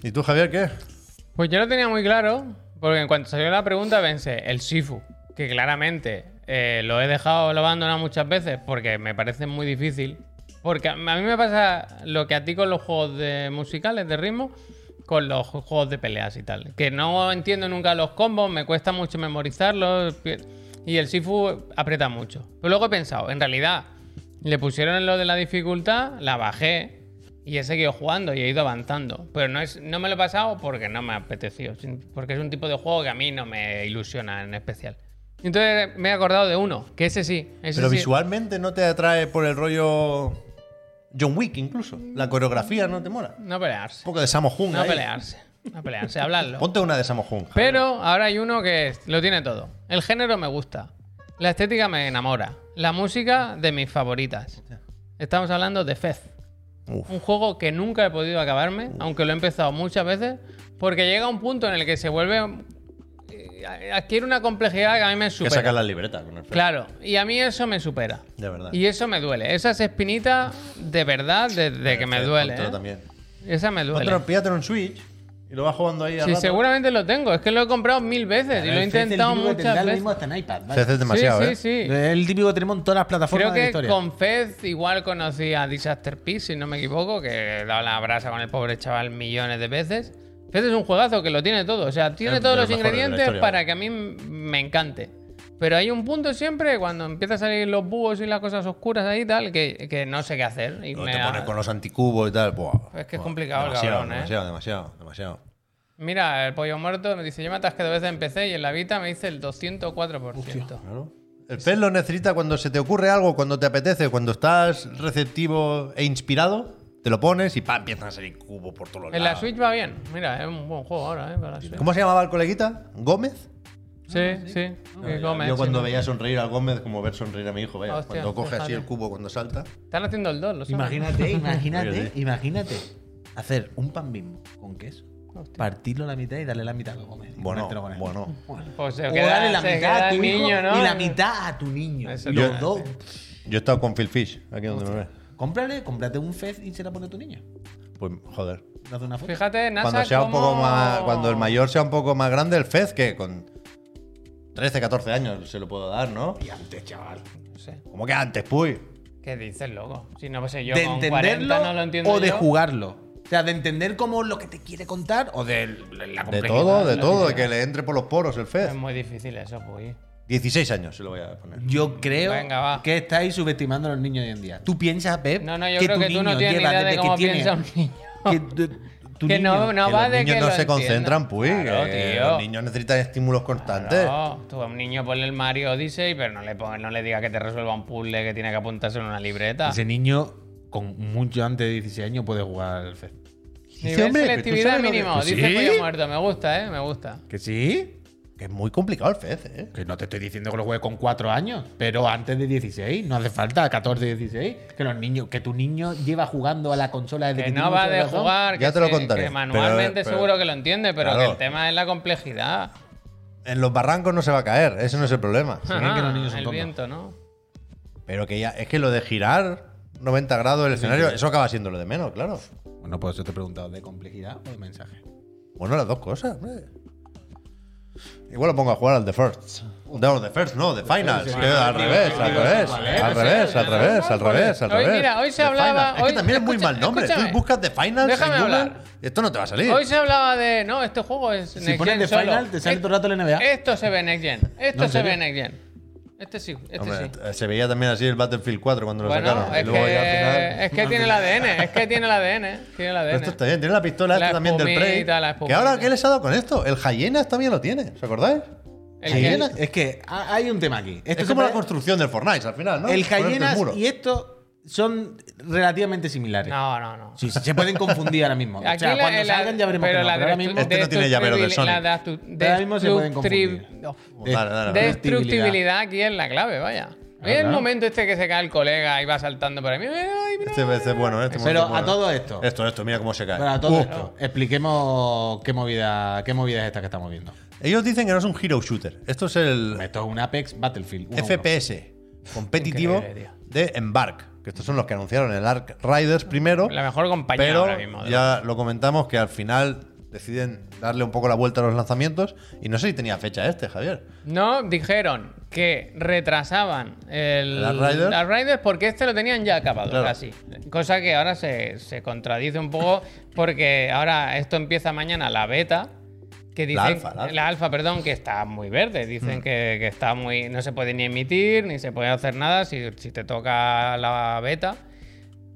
Speaker 1: ¿Y tú, Javier, qué?
Speaker 2: Pues yo lo tenía muy claro, porque en cuanto salió la pregunta pensé, el Sifu, que claramente eh, lo he dejado, lo he abandonado muchas veces porque me parece muy difícil. Porque a a mí me pasa lo que a ti con los juegos de musicales, de ritmo, con los ju- juegos de peleas y tal. Que no entiendo nunca los combos, me cuesta mucho memorizarlos pi- y el Sifu aprieta mucho. Pero luego he pensado, en realidad, le pusieron lo de la dificultad, la bajé, y he seguido jugando y he ido avanzando. Pero no, es, no me lo he pasado porque no me ha apetecido. sin- Porque es un tipo de juego que a mí no me ilusiona en especial. Entonces me he acordado de uno, que ese sí. Ese
Speaker 1: Pero
Speaker 2: sí.
Speaker 1: visualmente no te atrae por el rollo John Wick incluso. La coreografía no te mola. Un
Speaker 2: No pelearse.
Speaker 1: poco de Samo Hung
Speaker 2: No
Speaker 1: ahí.
Speaker 2: pelearse. No pelearse, hablarlo.
Speaker 1: Ponte una de Samo Hung. Javier.
Speaker 2: Pero ahora hay uno que es- lo tiene todo. El género me gusta. La estética me enamora. La música de mis favoritas. Estamos hablando de Fez.
Speaker 1: Uf.
Speaker 2: Un juego que nunca he podido acabarme, aunque lo he empezado muchas veces, porque llega un punto en el que se vuelve eh, adquiere una complejidad que a mí me
Speaker 1: Que
Speaker 2: supera.
Speaker 1: sacar las libretas con el Fer.
Speaker 2: Claro, y a mí eso me supera.
Speaker 1: De verdad.
Speaker 2: Y eso me duele. Esas espinitas, de verdad, desde que me
Speaker 1: Fer,
Speaker 2: duele.
Speaker 1: otro
Speaker 2: ¿eh?
Speaker 1: también.
Speaker 2: Esa me duele.
Speaker 1: Otro, pídate un Switch y lo vas jugando ahí al
Speaker 2: Sí,
Speaker 1: rato.
Speaker 2: seguramente lo tengo. Es que lo he comprado mil veces y lo he intentado muchas veces.
Speaker 3: mismo hasta en iPad.
Speaker 1: Se
Speaker 3: ¿vale?
Speaker 1: hace demasiado,
Speaker 2: sí,
Speaker 1: ¿eh?
Speaker 2: sí, sí.
Speaker 3: Es el típico que tenemos en todas las plataformas
Speaker 2: Creo
Speaker 3: de la
Speaker 2: que
Speaker 3: historia.
Speaker 2: con Fez igual conocí a Disaster Peace, si no me equivoco, que daba la brasa con el pobre chaval millones de veces. Fez es un juegazo que lo tiene todo. O sea, tiene
Speaker 1: Es
Speaker 2: todos
Speaker 1: de
Speaker 2: los
Speaker 1: los mejores de la
Speaker 2: ingredientes
Speaker 1: historia,
Speaker 2: para
Speaker 1: vamos.
Speaker 2: que a mí m- me encante. Pero hay un punto siempre cuando empiezan a salir los búhos y las cosas oscuras ahí y tal, que, que no sé qué hacer. Y
Speaker 1: Luego
Speaker 2: me
Speaker 1: te
Speaker 2: da-
Speaker 1: pones con los anticubos y tal. Buah,
Speaker 2: Es que es
Speaker 1: buah,
Speaker 2: complicado el
Speaker 1: demasiado,
Speaker 2: cabrón, ¿eh?
Speaker 1: Demasiado, demasiado, demasiado.
Speaker 2: Mira, el pollo muerto me dice, yo me atasqué dos veces en PC y en la Vita me dice el 204%.
Speaker 1: Claro. El pez lo necesita cuando se te ocurre algo, cuando te apetece, cuando estás receptivo e inspirado, te lo pones y pa, empiezan a salir cubos por todos los
Speaker 2: En la
Speaker 1: lados.
Speaker 2: Switch va bien. Mira, es un buen juego ahora, ¿eh? Para la Switch.
Speaker 1: ¿Cómo se llamaba el coleguita? ¿Gómez?
Speaker 2: Sí, sí. Que come,
Speaker 1: Yo
Speaker 2: sí,
Speaker 1: cuando
Speaker 2: come.
Speaker 1: veía sonreír al Gómez, como ver sonreír a mi hijo, vaya,
Speaker 2: Hostia, pues
Speaker 1: cuando coge así
Speaker 2: fíjate.
Speaker 1: el cubo cuando salta.
Speaker 2: Están haciendo el 2, lo sabes.
Speaker 3: Imagínate,
Speaker 1: Oye,
Speaker 3: imagínate,
Speaker 1: sí.
Speaker 3: imagínate. Hacer un pan bimbo con queso, partirlo a la mitad y darle la mitad a lo comer.
Speaker 1: Bueno, bueno.
Speaker 2: Pues se
Speaker 3: O
Speaker 2: queda-
Speaker 3: darle la
Speaker 2: se
Speaker 3: mitad
Speaker 2: queda
Speaker 3: a
Speaker 2: el
Speaker 3: tu hijo
Speaker 2: niño, ¿no?
Speaker 3: y la mitad a tu niño.
Speaker 2: Eso
Speaker 3: Y
Speaker 2: no
Speaker 3: los
Speaker 2: hace.
Speaker 3: dos.
Speaker 1: Yo he estado con Phil Fish, aquí donde me ve.
Speaker 3: Cómprale, cómprate un Fez y se la pone a tu niño.
Speaker 1: Pues joder.
Speaker 3: Le hace una foto.
Speaker 2: Fíjate, NASA
Speaker 1: Cuando sea un poco
Speaker 2: cómo-
Speaker 1: más. Cuando el mayor sea un poco más grande, el Fez, que con 13, 14 años se lo puedo dar, ¿no?
Speaker 3: Y antes, chaval.
Speaker 2: No sé.
Speaker 1: Como que antes, puy.
Speaker 2: ¿Qué dices, loco? Si no sé yo,
Speaker 3: de
Speaker 2: con
Speaker 3: entenderlo
Speaker 2: 40 no lo entiendo
Speaker 3: o de
Speaker 2: yo.
Speaker 3: jugarlo. O sea, de entender cómo lo que te quiere contar o de la
Speaker 1: De
Speaker 3: complejidad.
Speaker 1: todo, de
Speaker 2: la
Speaker 1: todo, de
Speaker 2: vida.
Speaker 1: que le entre por los poros el Fez.
Speaker 2: Es muy difícil eso, pues.
Speaker 1: 16 años se lo voy a poner.
Speaker 3: Yo creo
Speaker 2: Venga, va.
Speaker 3: que estáis subestimando a los niños de hoy en día. Tú piensas, Pep,
Speaker 2: No, no, yo
Speaker 3: que
Speaker 2: creo
Speaker 3: tu
Speaker 2: que tú
Speaker 3: niño
Speaker 2: no tienes ni
Speaker 3: lleva
Speaker 2: idea de
Speaker 3: desde
Speaker 2: cómo
Speaker 3: que tiene-
Speaker 2: piensa un niño.
Speaker 3: que tu- tu
Speaker 2: Que no,
Speaker 3: niño-
Speaker 2: no
Speaker 1: Que
Speaker 2: va
Speaker 1: los
Speaker 2: de
Speaker 1: niños
Speaker 2: que
Speaker 1: no
Speaker 2: lo
Speaker 1: se
Speaker 2: entienda.
Speaker 1: concentran, puy.
Speaker 2: Claro,
Speaker 1: que
Speaker 2: tío.
Speaker 1: Los niños necesitan estímulos constantes.
Speaker 2: No, tú a un niño ponle el Mario Odyssey, pero no le, pongas- no le digas que te resuelva un puzzle que tiene que apuntarse en una libreta.
Speaker 3: Ese niño con mucho antes de 16 años puede jugar al FED.
Speaker 2: Nivel
Speaker 1: Sí, hombre, que tú
Speaker 2: selectividad
Speaker 1: sabes lo que-
Speaker 2: mínimo,
Speaker 1: Pues
Speaker 2: dice
Speaker 3: sí.
Speaker 2: Pollo Muerto. Me gusta, eh, me gusta.
Speaker 3: ¿Que sí?
Speaker 1: Que es muy complicado el Fez, ¿eh?
Speaker 3: Que no te estoy diciendo que lo juegue con 4 años, pero antes de 16, no hace falta 14, 16. Que los niños, que tu niño lleva jugando a la consola desde
Speaker 2: Que
Speaker 3: que,
Speaker 2: no va de jugar.
Speaker 1: Ya
Speaker 2: que
Speaker 1: te lo
Speaker 2: sí,
Speaker 1: contaré,
Speaker 2: que
Speaker 1: pero-
Speaker 2: manualmente
Speaker 1: pero-
Speaker 2: seguro que lo entiende, pero que
Speaker 1: Claro.
Speaker 2: el tema es la complejidad.
Speaker 1: En los barrancos no se va a caer, ese no es el problema.
Speaker 3: bien
Speaker 2: Ajá,
Speaker 3: que los niños son
Speaker 2: el
Speaker 3: tontos.
Speaker 2: viento, ¿no?
Speaker 1: Pero que ya, es que lo de girar 90 grados el escenario, eso acaba siendo lo de menos, claro.
Speaker 3: Bueno, por eso te he preguntado de complejidad o de mensaje.
Speaker 1: Bueno, las dos cosas, hombre. Igual lo pongo a jugar al The First. No, The First, no, The Final. Es que al revés, al revés, al revés, al revés, al revés, al
Speaker 2: Hoy,
Speaker 1: revés.
Speaker 2: mira, hoy se
Speaker 1: The
Speaker 2: hablaba-
Speaker 1: Final. Es
Speaker 2: hoy-
Speaker 1: que también es muy
Speaker 2: escucha-
Speaker 1: mal nombre. Tú
Speaker 2: escúchame.
Speaker 1: buscas The Final,
Speaker 2: Déjame
Speaker 1: en Google,
Speaker 2: hablar.
Speaker 1: esto no te va a salir.
Speaker 2: Hoy se hablaba de. No, este juego es.
Speaker 3: Si pones de final, te
Speaker 2: Eh,
Speaker 3: sale todo el rato el NBA.
Speaker 2: E- Esto se ve Next Gen. Esto
Speaker 3: No, ¿en
Speaker 2: se ve
Speaker 3: serio?
Speaker 2: Next Gen. Este sí, este
Speaker 1: Hombre,
Speaker 2: sí.
Speaker 1: eh, se veía también así el Battlefield 4 cuando lo
Speaker 2: Bueno,
Speaker 1: sacaron. Y
Speaker 2: es
Speaker 1: luego ya al final-
Speaker 2: que, es que tiene el ADN, es que tiene el ADN, tiene el
Speaker 1: Pero
Speaker 2: ADN.
Speaker 1: esto está bien, tiene la pistola
Speaker 2: La
Speaker 1: esta también del
Speaker 2: espumita,
Speaker 1: Prey.
Speaker 2: la
Speaker 1: que
Speaker 2: espumita.
Speaker 1: ahora, ¿qué les ha dado con esto? El Hyenas también lo tiene, ¿os acordáis?
Speaker 2: El
Speaker 1: Sí,
Speaker 2: Hyenas.
Speaker 1: es-
Speaker 3: Es que ha- hay un tema aquí. Esto
Speaker 1: es
Speaker 3: se
Speaker 1: como la
Speaker 3: pare-
Speaker 1: construcción del Fortnite al final, ¿no?
Speaker 3: El
Speaker 1: Ponerte
Speaker 3: Hyenas
Speaker 1: muro.
Speaker 3: y esto son relativamente similares.
Speaker 2: No, no, no.
Speaker 3: Sí, sí, se pueden confundir ahora mismo. o
Speaker 2: Aquí
Speaker 3: sea,
Speaker 2: la-
Speaker 3: cuando
Speaker 2: la-
Speaker 3: salgan ya veremos.
Speaker 2: pero
Speaker 3: que no,
Speaker 2: la
Speaker 3: pero ahora
Speaker 2: destru-
Speaker 3: mismo
Speaker 1: Este no tiene
Speaker 2: destructibil-
Speaker 1: llavero de Sonic.
Speaker 2: La destru-
Speaker 3: Ahora mismo se pueden
Speaker 2: destructri-
Speaker 1: Dale, dale, dale.
Speaker 2: Destructibilidad aquí es la clave, vaya. Mira el
Speaker 3: claro.
Speaker 2: momento este que se cae el colega y va saltando por ahí. Mira, ay, mira.
Speaker 1: Este este es bueno, este momento
Speaker 3: Pero
Speaker 1: es
Speaker 3: a
Speaker 1: bueno.
Speaker 3: todo esto.
Speaker 1: Esto, esto, mira cómo se cae.
Speaker 3: Bueno, a todo
Speaker 1: Uh,
Speaker 3: esto, expliquemos qué movida, qué movida es esta que estamos viendo.
Speaker 1: Ellos dicen que no es un hero shooter. Esto es el
Speaker 3: Esto es un Apex Battlefield. uno a uno.
Speaker 1: FPS competitivo
Speaker 2: Increíble,
Speaker 1: de Embark. Que estos son los que anunciaron el Ark Riders primero.
Speaker 2: La mejor compañía
Speaker 1: Pero
Speaker 2: ahora mismo. de
Speaker 1: ya lo comentamos que al final deciden darle un poco la vuelta a los lanzamientos. Y no sé si tenía fecha este, Javier.
Speaker 2: No, dijeron que retrasaban el
Speaker 1: ¿Las Riders?
Speaker 2: las Riders porque este lo tenían ya acabado
Speaker 1: Claro.
Speaker 2: casi. Cosa que ahora se, se contradice un poco porque ahora esto empieza mañana la beta. Que dicen,
Speaker 1: alfa, la alfa. Mm.
Speaker 2: alfa, perdón, que está muy verde. Dicen que, que está muy. No se puede ni emitir, ni se puede hacer nada si, si te toca la beta.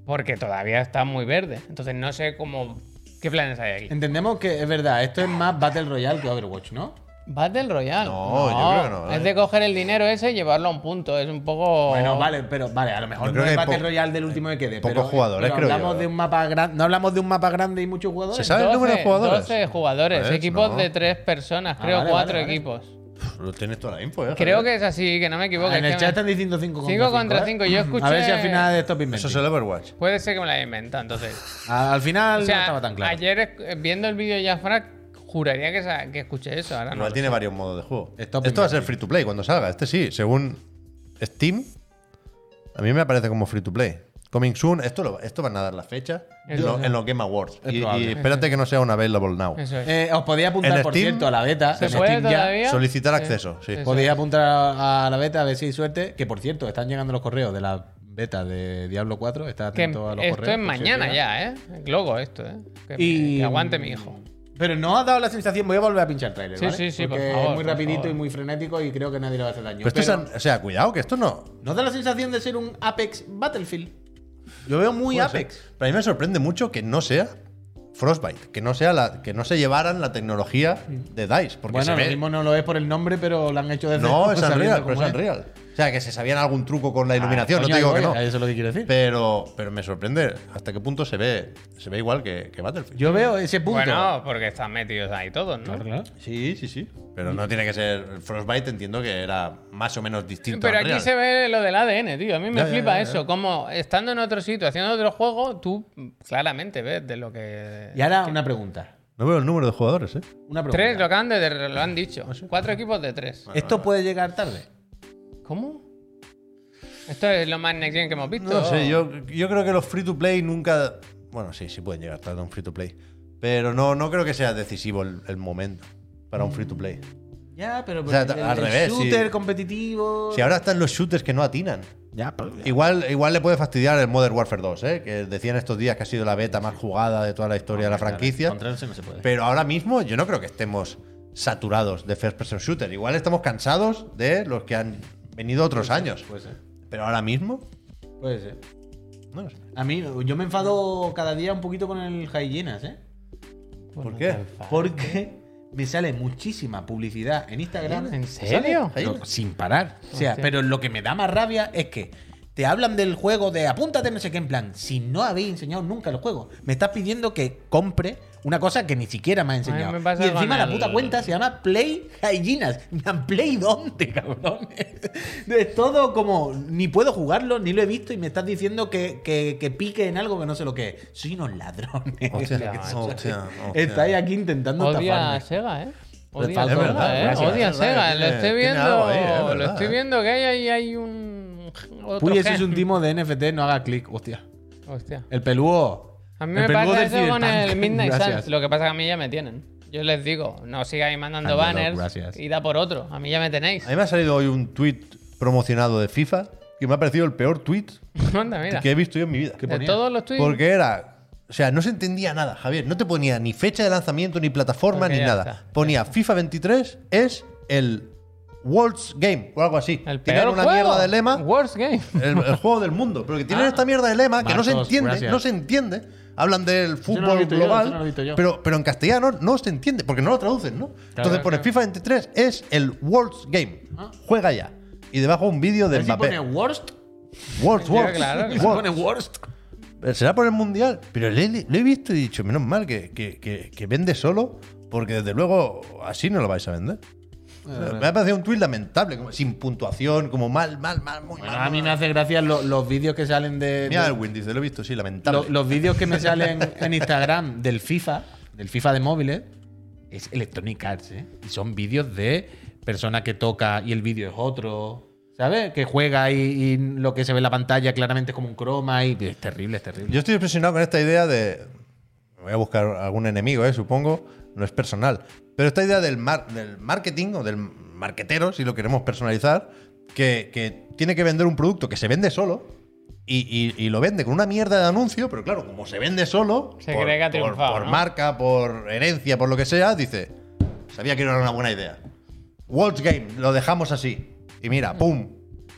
Speaker 2: Porque todavía está muy verde. Entonces no sé cómo. ¿Qué planes hay aquí?
Speaker 3: Entendemos que es verdad, esto es más Battle Royale que Overwatch, ¿no?
Speaker 2: Battle Royale.
Speaker 1: No, yo creo que no,
Speaker 2: Es
Speaker 1: ¿eh?
Speaker 2: de coger el dinero ese y llevarlo a un punto. Es un poco.
Speaker 3: Bueno, vale, pero vale, a lo mejor
Speaker 1: Yo
Speaker 3: no
Speaker 1: creo
Speaker 3: es
Speaker 1: que hay
Speaker 3: Battle
Speaker 1: po-
Speaker 3: Royale del último que quede.
Speaker 1: pocos
Speaker 3: pero-
Speaker 1: jugadores,
Speaker 3: pero
Speaker 1: creo yo.
Speaker 3: hablamos
Speaker 1: ¿eh?
Speaker 3: De un mapa gran- no hablamos de un mapa grande y muchos jugadores.
Speaker 1: Se sabe. ¿Sabes el número de jugadores?
Speaker 2: 12 jugadores,
Speaker 1: Joder,
Speaker 2: equipos
Speaker 1: no.
Speaker 2: de tres personas,
Speaker 3: Ah,
Speaker 2: creo
Speaker 3: vale,
Speaker 2: cuatro
Speaker 3: vale, vale.
Speaker 2: equipos.
Speaker 1: Pff, Lo tienes toda la info, ¿eh?
Speaker 2: Creo
Speaker 1: Javier?
Speaker 2: que es así, que no me equivoco.
Speaker 3: Ah, en
Speaker 2: es
Speaker 3: el
Speaker 2: que
Speaker 3: chat
Speaker 2: me-
Speaker 3: están diciendo 5 contra 5.
Speaker 2: Cinco contra cinco, yo
Speaker 3: A ver
Speaker 2: escuché-
Speaker 3: si al final de Stop
Speaker 1: Eso
Speaker 3: Inventing.
Speaker 1: es el Overwatch.
Speaker 2: Puede ser que me la he inventado, entonces.
Speaker 3: A- Al final
Speaker 2: O sea,
Speaker 3: no estaba tan claro.
Speaker 2: ayer eh, viendo el vídeo de Jafra juraría que, sa- que escuché eso.
Speaker 3: Ah,
Speaker 2: Ahora no.
Speaker 1: Igual tiene varios modos de juego.
Speaker 3: Stop
Speaker 1: Esto va a
Speaker 3: inverting.
Speaker 1: ser free to play cuando salga. Este sí, según Steam, a mí me aparece como free to play. Coming soon, esto, lo- esto van a dar la fecha
Speaker 2: Es
Speaker 1: en, lo-
Speaker 2: verdad.
Speaker 1: en los Game Awards.
Speaker 3: Es
Speaker 1: Y,
Speaker 3: probable.
Speaker 1: y espérate que no sea un available now.
Speaker 2: Eso es.
Speaker 3: Eh, os podía apuntar,
Speaker 1: En
Speaker 3: por
Speaker 1: Steam,
Speaker 3: cierto, a la beta.
Speaker 2: ¿Se
Speaker 3: En
Speaker 2: puede
Speaker 3: Steam ya.
Speaker 2: todavía?
Speaker 1: Solicitar
Speaker 2: Sí.
Speaker 1: acceso, sí.
Speaker 2: Sí, sí.
Speaker 3: Podéis apuntar a, a la beta a ver si hay suerte. Que por cierto, están llegando los correos de la beta de Diablo 4. Está
Speaker 2: Que
Speaker 3: atento a los
Speaker 2: esto
Speaker 3: correos.
Speaker 2: es
Speaker 3: por si os
Speaker 2: mañana
Speaker 3: llega.
Speaker 2: ya, ¿eh? Globo esto, ¿eh? Que,
Speaker 3: Y-
Speaker 2: que aguante mi hijo.
Speaker 3: Pero no ha dado la sensación. Voy a volver a pinchar el trailer.
Speaker 2: Sí,
Speaker 3: ¿vale?
Speaker 2: sí, sí, por
Speaker 3: Porque
Speaker 2: favor,
Speaker 3: es muy
Speaker 2: por
Speaker 3: rapidito
Speaker 2: favor.
Speaker 3: y muy frenético y creo que nadie le va a hacer daño.
Speaker 1: Pero esto es
Speaker 3: Pero
Speaker 1: an- o sea, cuidado, que esto no.
Speaker 3: ¿No da la sensación de ser un Apex Battlefield? Lo veo muy
Speaker 1: puede
Speaker 3: Apex.
Speaker 1: ser. Pero a mí me sorprende mucho que no sea Frostbite, que no sea la, que no se llevaran la tecnología de Dice. Porque se
Speaker 3: Bueno, lo
Speaker 1: ve-
Speaker 3: mismo no lo es por el nombre, pero lo han hecho desde
Speaker 1: No, es
Speaker 3: sabiendo
Speaker 1: Unreal,
Speaker 3: cómo
Speaker 1: pero es Unreal. O sea, que se sabían algún truco con la
Speaker 3: Ah,
Speaker 1: iluminación, no
Speaker 3: coño,
Speaker 1: te digo
Speaker 3: ahí
Speaker 1: que no.
Speaker 3: voy, Eso es lo que quiero decir.
Speaker 1: Pero, pero me sorprende hasta qué punto se ve, se ve igual que, que Battlefield.
Speaker 3: Yo veo ese punto.
Speaker 2: Bueno, porque están metidos ahí todos, ¿no?
Speaker 3: Claro, claro.
Speaker 1: Sí, sí, sí. Pero no tiene que ser. Frostbite entiendo que era más o menos distinto.
Speaker 2: Pero
Speaker 1: a
Speaker 2: aquí
Speaker 1: Unreal.
Speaker 2: se ve lo del ADN, tío. A mí me
Speaker 1: Ya, ya,
Speaker 2: flipa
Speaker 1: ya, ya.
Speaker 2: eso. Como estando en otro sitio, haciendo otro juego, tú claramente ves de lo que.
Speaker 3: Y ahora una pregunta.
Speaker 1: No veo el número de jugadores, ¿eh?
Speaker 3: Una pregunta.
Speaker 2: Tres, lo que han, de- lo han dicho. Cuatro equipos de tres.
Speaker 3: ¿Esto puede llegar tarde?
Speaker 2: ¿Cómo? Esto es lo más next gen que hemos visto.
Speaker 1: No sé, yo, yo creo que los free to play nunca. Bueno, sí, sí pueden llegar tarde a un free to play. Pero no, no creo que sea decisivo el, el momento para un free to play.
Speaker 3: Ya, pero
Speaker 1: O sea, al revés, sí.
Speaker 3: shooter competitivo.
Speaker 1: Si ahora están los shooters que no atinan.
Speaker 3: Ya, pues, pero-
Speaker 1: Igual, igual le puede fastidiar el Modern Warfare 2, ¿eh? que decían estos días que ha sido la beta más jugada de toda la historia de la franquicia.
Speaker 3: Contra eso no se puede.
Speaker 1: Pero ahora mismo yo no creo que estemos saturados de first person shooter. Igual estamos cansados de los que han venido otros años.
Speaker 3: Puede ser.
Speaker 1: Pero ahora mismo,
Speaker 3: Puede ser.
Speaker 1: no lo sé.
Speaker 3: A mí, yo me enfado cada día un poquito con el Hyenas, ¿eh?
Speaker 1: ¿Por qué?
Speaker 3: Porque me sale muchísima publicidad en Instagram.
Speaker 2: ¿En serio?
Speaker 3: ¿Sale? Lo- sin parar. O sea, pero lo que me da más rabia es que te hablan del juego de apúntate no sé qué en plan. Si no habéis enseñado nunca el juego, me estás pidiendo que compre una cosa que ni siquiera me ha enseñado.
Speaker 2: me pasa
Speaker 3: y
Speaker 2: con
Speaker 3: encima la
Speaker 2: el-
Speaker 3: puta cuenta se llama Play Hyenas. En plan, ¿Play dónde, cabrones? Es todo como ni puedo jugarlo, ni lo he visto y me estás diciendo que, que- que pique en algo que no sé lo que es. Soy unos ladrones.
Speaker 1: Hostia, hostia, hostia.
Speaker 3: Estáis aquí intentando
Speaker 2: Odia a
Speaker 3: taparme.
Speaker 2: Sega, ¿eh?
Speaker 3: Pues
Speaker 2: Odia a
Speaker 3: falta
Speaker 2: Sega,
Speaker 1: verdad,
Speaker 2: ¿eh?
Speaker 1: gracias.
Speaker 2: Odia a
Speaker 1: Es verdad,
Speaker 2: Sega.
Speaker 1: tiene-
Speaker 2: Lo estoy
Speaker 1: tiene
Speaker 2: viendo.
Speaker 1: algo ahí, es
Speaker 2: lo
Speaker 1: verdad,
Speaker 2: estoy
Speaker 1: ¿eh?
Speaker 2: viendo que hay, ahí hay un. Otro
Speaker 3: Puy, ese
Speaker 2: gen.
Speaker 3: es un timo de NFT, no haga clic, hostia.
Speaker 2: Hostia.
Speaker 3: El pelúo.
Speaker 2: A mí
Speaker 3: El
Speaker 2: me
Speaker 3: peludo
Speaker 2: pasa
Speaker 3: del
Speaker 2: eso con
Speaker 3: Cyberpunk.
Speaker 2: el Midnight
Speaker 3: Gracias.
Speaker 2: Suns. Lo que pasa es que a mí ya me tienen. Yo les digo, no sigáis mandando
Speaker 3: Ándalo,
Speaker 2: banners
Speaker 3: gracias.
Speaker 2: y da por otro. A mí ya me tenéis.
Speaker 1: A mí me ha salido hoy un tweet promocionado de FIFA que me ha parecido el peor tweet
Speaker 2: Anda, mira.
Speaker 1: que he visto yo en mi vida.
Speaker 2: De todos los tweets.
Speaker 1: Porque era. O sea, no se entendía nada, Javier. No te ponía ni fecha de lanzamiento, ni plataforma,
Speaker 2: Porque
Speaker 1: ni
Speaker 2: ya
Speaker 1: nada.
Speaker 2: está, ya
Speaker 1: ponía FIFA 23 es el World's Game o algo así.
Speaker 2: El
Speaker 1: Tienen
Speaker 2: peor
Speaker 1: una
Speaker 2: juego.
Speaker 1: mierda de lema.
Speaker 2: Worst game.
Speaker 1: El, el juego del mundo. Pero que tienen
Speaker 3: Ah.
Speaker 1: esta mierda de lema que no se
Speaker 3: Marcos,
Speaker 1: entiende,
Speaker 3: gracias.
Speaker 1: no se entiende. Hablan del
Speaker 3: no lo he
Speaker 1: fútbol
Speaker 3: visto yo,
Speaker 1: global,
Speaker 3: eso no lo he visto yo.
Speaker 1: pero, pero en castellano no se entiende, porque no lo traducen, ¿no? Entonces pones
Speaker 2: claro.
Speaker 1: FIFA 23 es el World's Game.
Speaker 3: Ah.
Speaker 1: Juega ya. Y debajo un vídeo de
Speaker 3: A ver si
Speaker 1: Mbappé.
Speaker 3: pone worst.
Speaker 1: World's, World's,
Speaker 2: claro,
Speaker 3: Si
Speaker 2: claro.
Speaker 1: World's.
Speaker 3: pone worst.
Speaker 1: Será por el mundial. Pero le, le he visto y he dicho, menos mal que, que- que- que vende solo, porque desde luego así no lo vais a vender. O sea,
Speaker 3: Eh,
Speaker 1: me ha parecido un tuit lamentable, como sin puntuación, como mal, mal, mal, muy mal.
Speaker 3: A mí
Speaker 1: muy
Speaker 3: me
Speaker 1: mal.
Speaker 3: hace gracia lo- los vídeos que salen de.
Speaker 1: Mira
Speaker 3: de-
Speaker 1: el Win, dice, lo he visto, sí, lamentable.
Speaker 3: lo- los vídeos que me salen en Instagram del FIFA, del FIFA de móviles, es Electronic Arts, ¿eh? Y son vídeos de persona que toca y el vídeo es otro. ¿Sabes? Que juega y, y lo que se ve en la pantalla claramente es como un croma y es terrible, es terrible.
Speaker 1: Yo estoy impresionado con esta idea de. Voy a buscar algún enemigo, eh, supongo. No es personal. Pero esta idea del, mar- del marketing o del marquetero, si lo queremos personalizar, que, que tiene que vender un producto que se vende solo y, y- y lo vende con una mierda de anuncio, pero claro, como se vende solo,
Speaker 2: Se cree que ha triunfado,
Speaker 1: por
Speaker 2: ¿no?
Speaker 1: marca, por herencia, por lo que sea, dice: Sabía que no era una buena idea. World's Game, lo dejamos así. Y mira, ¡pum!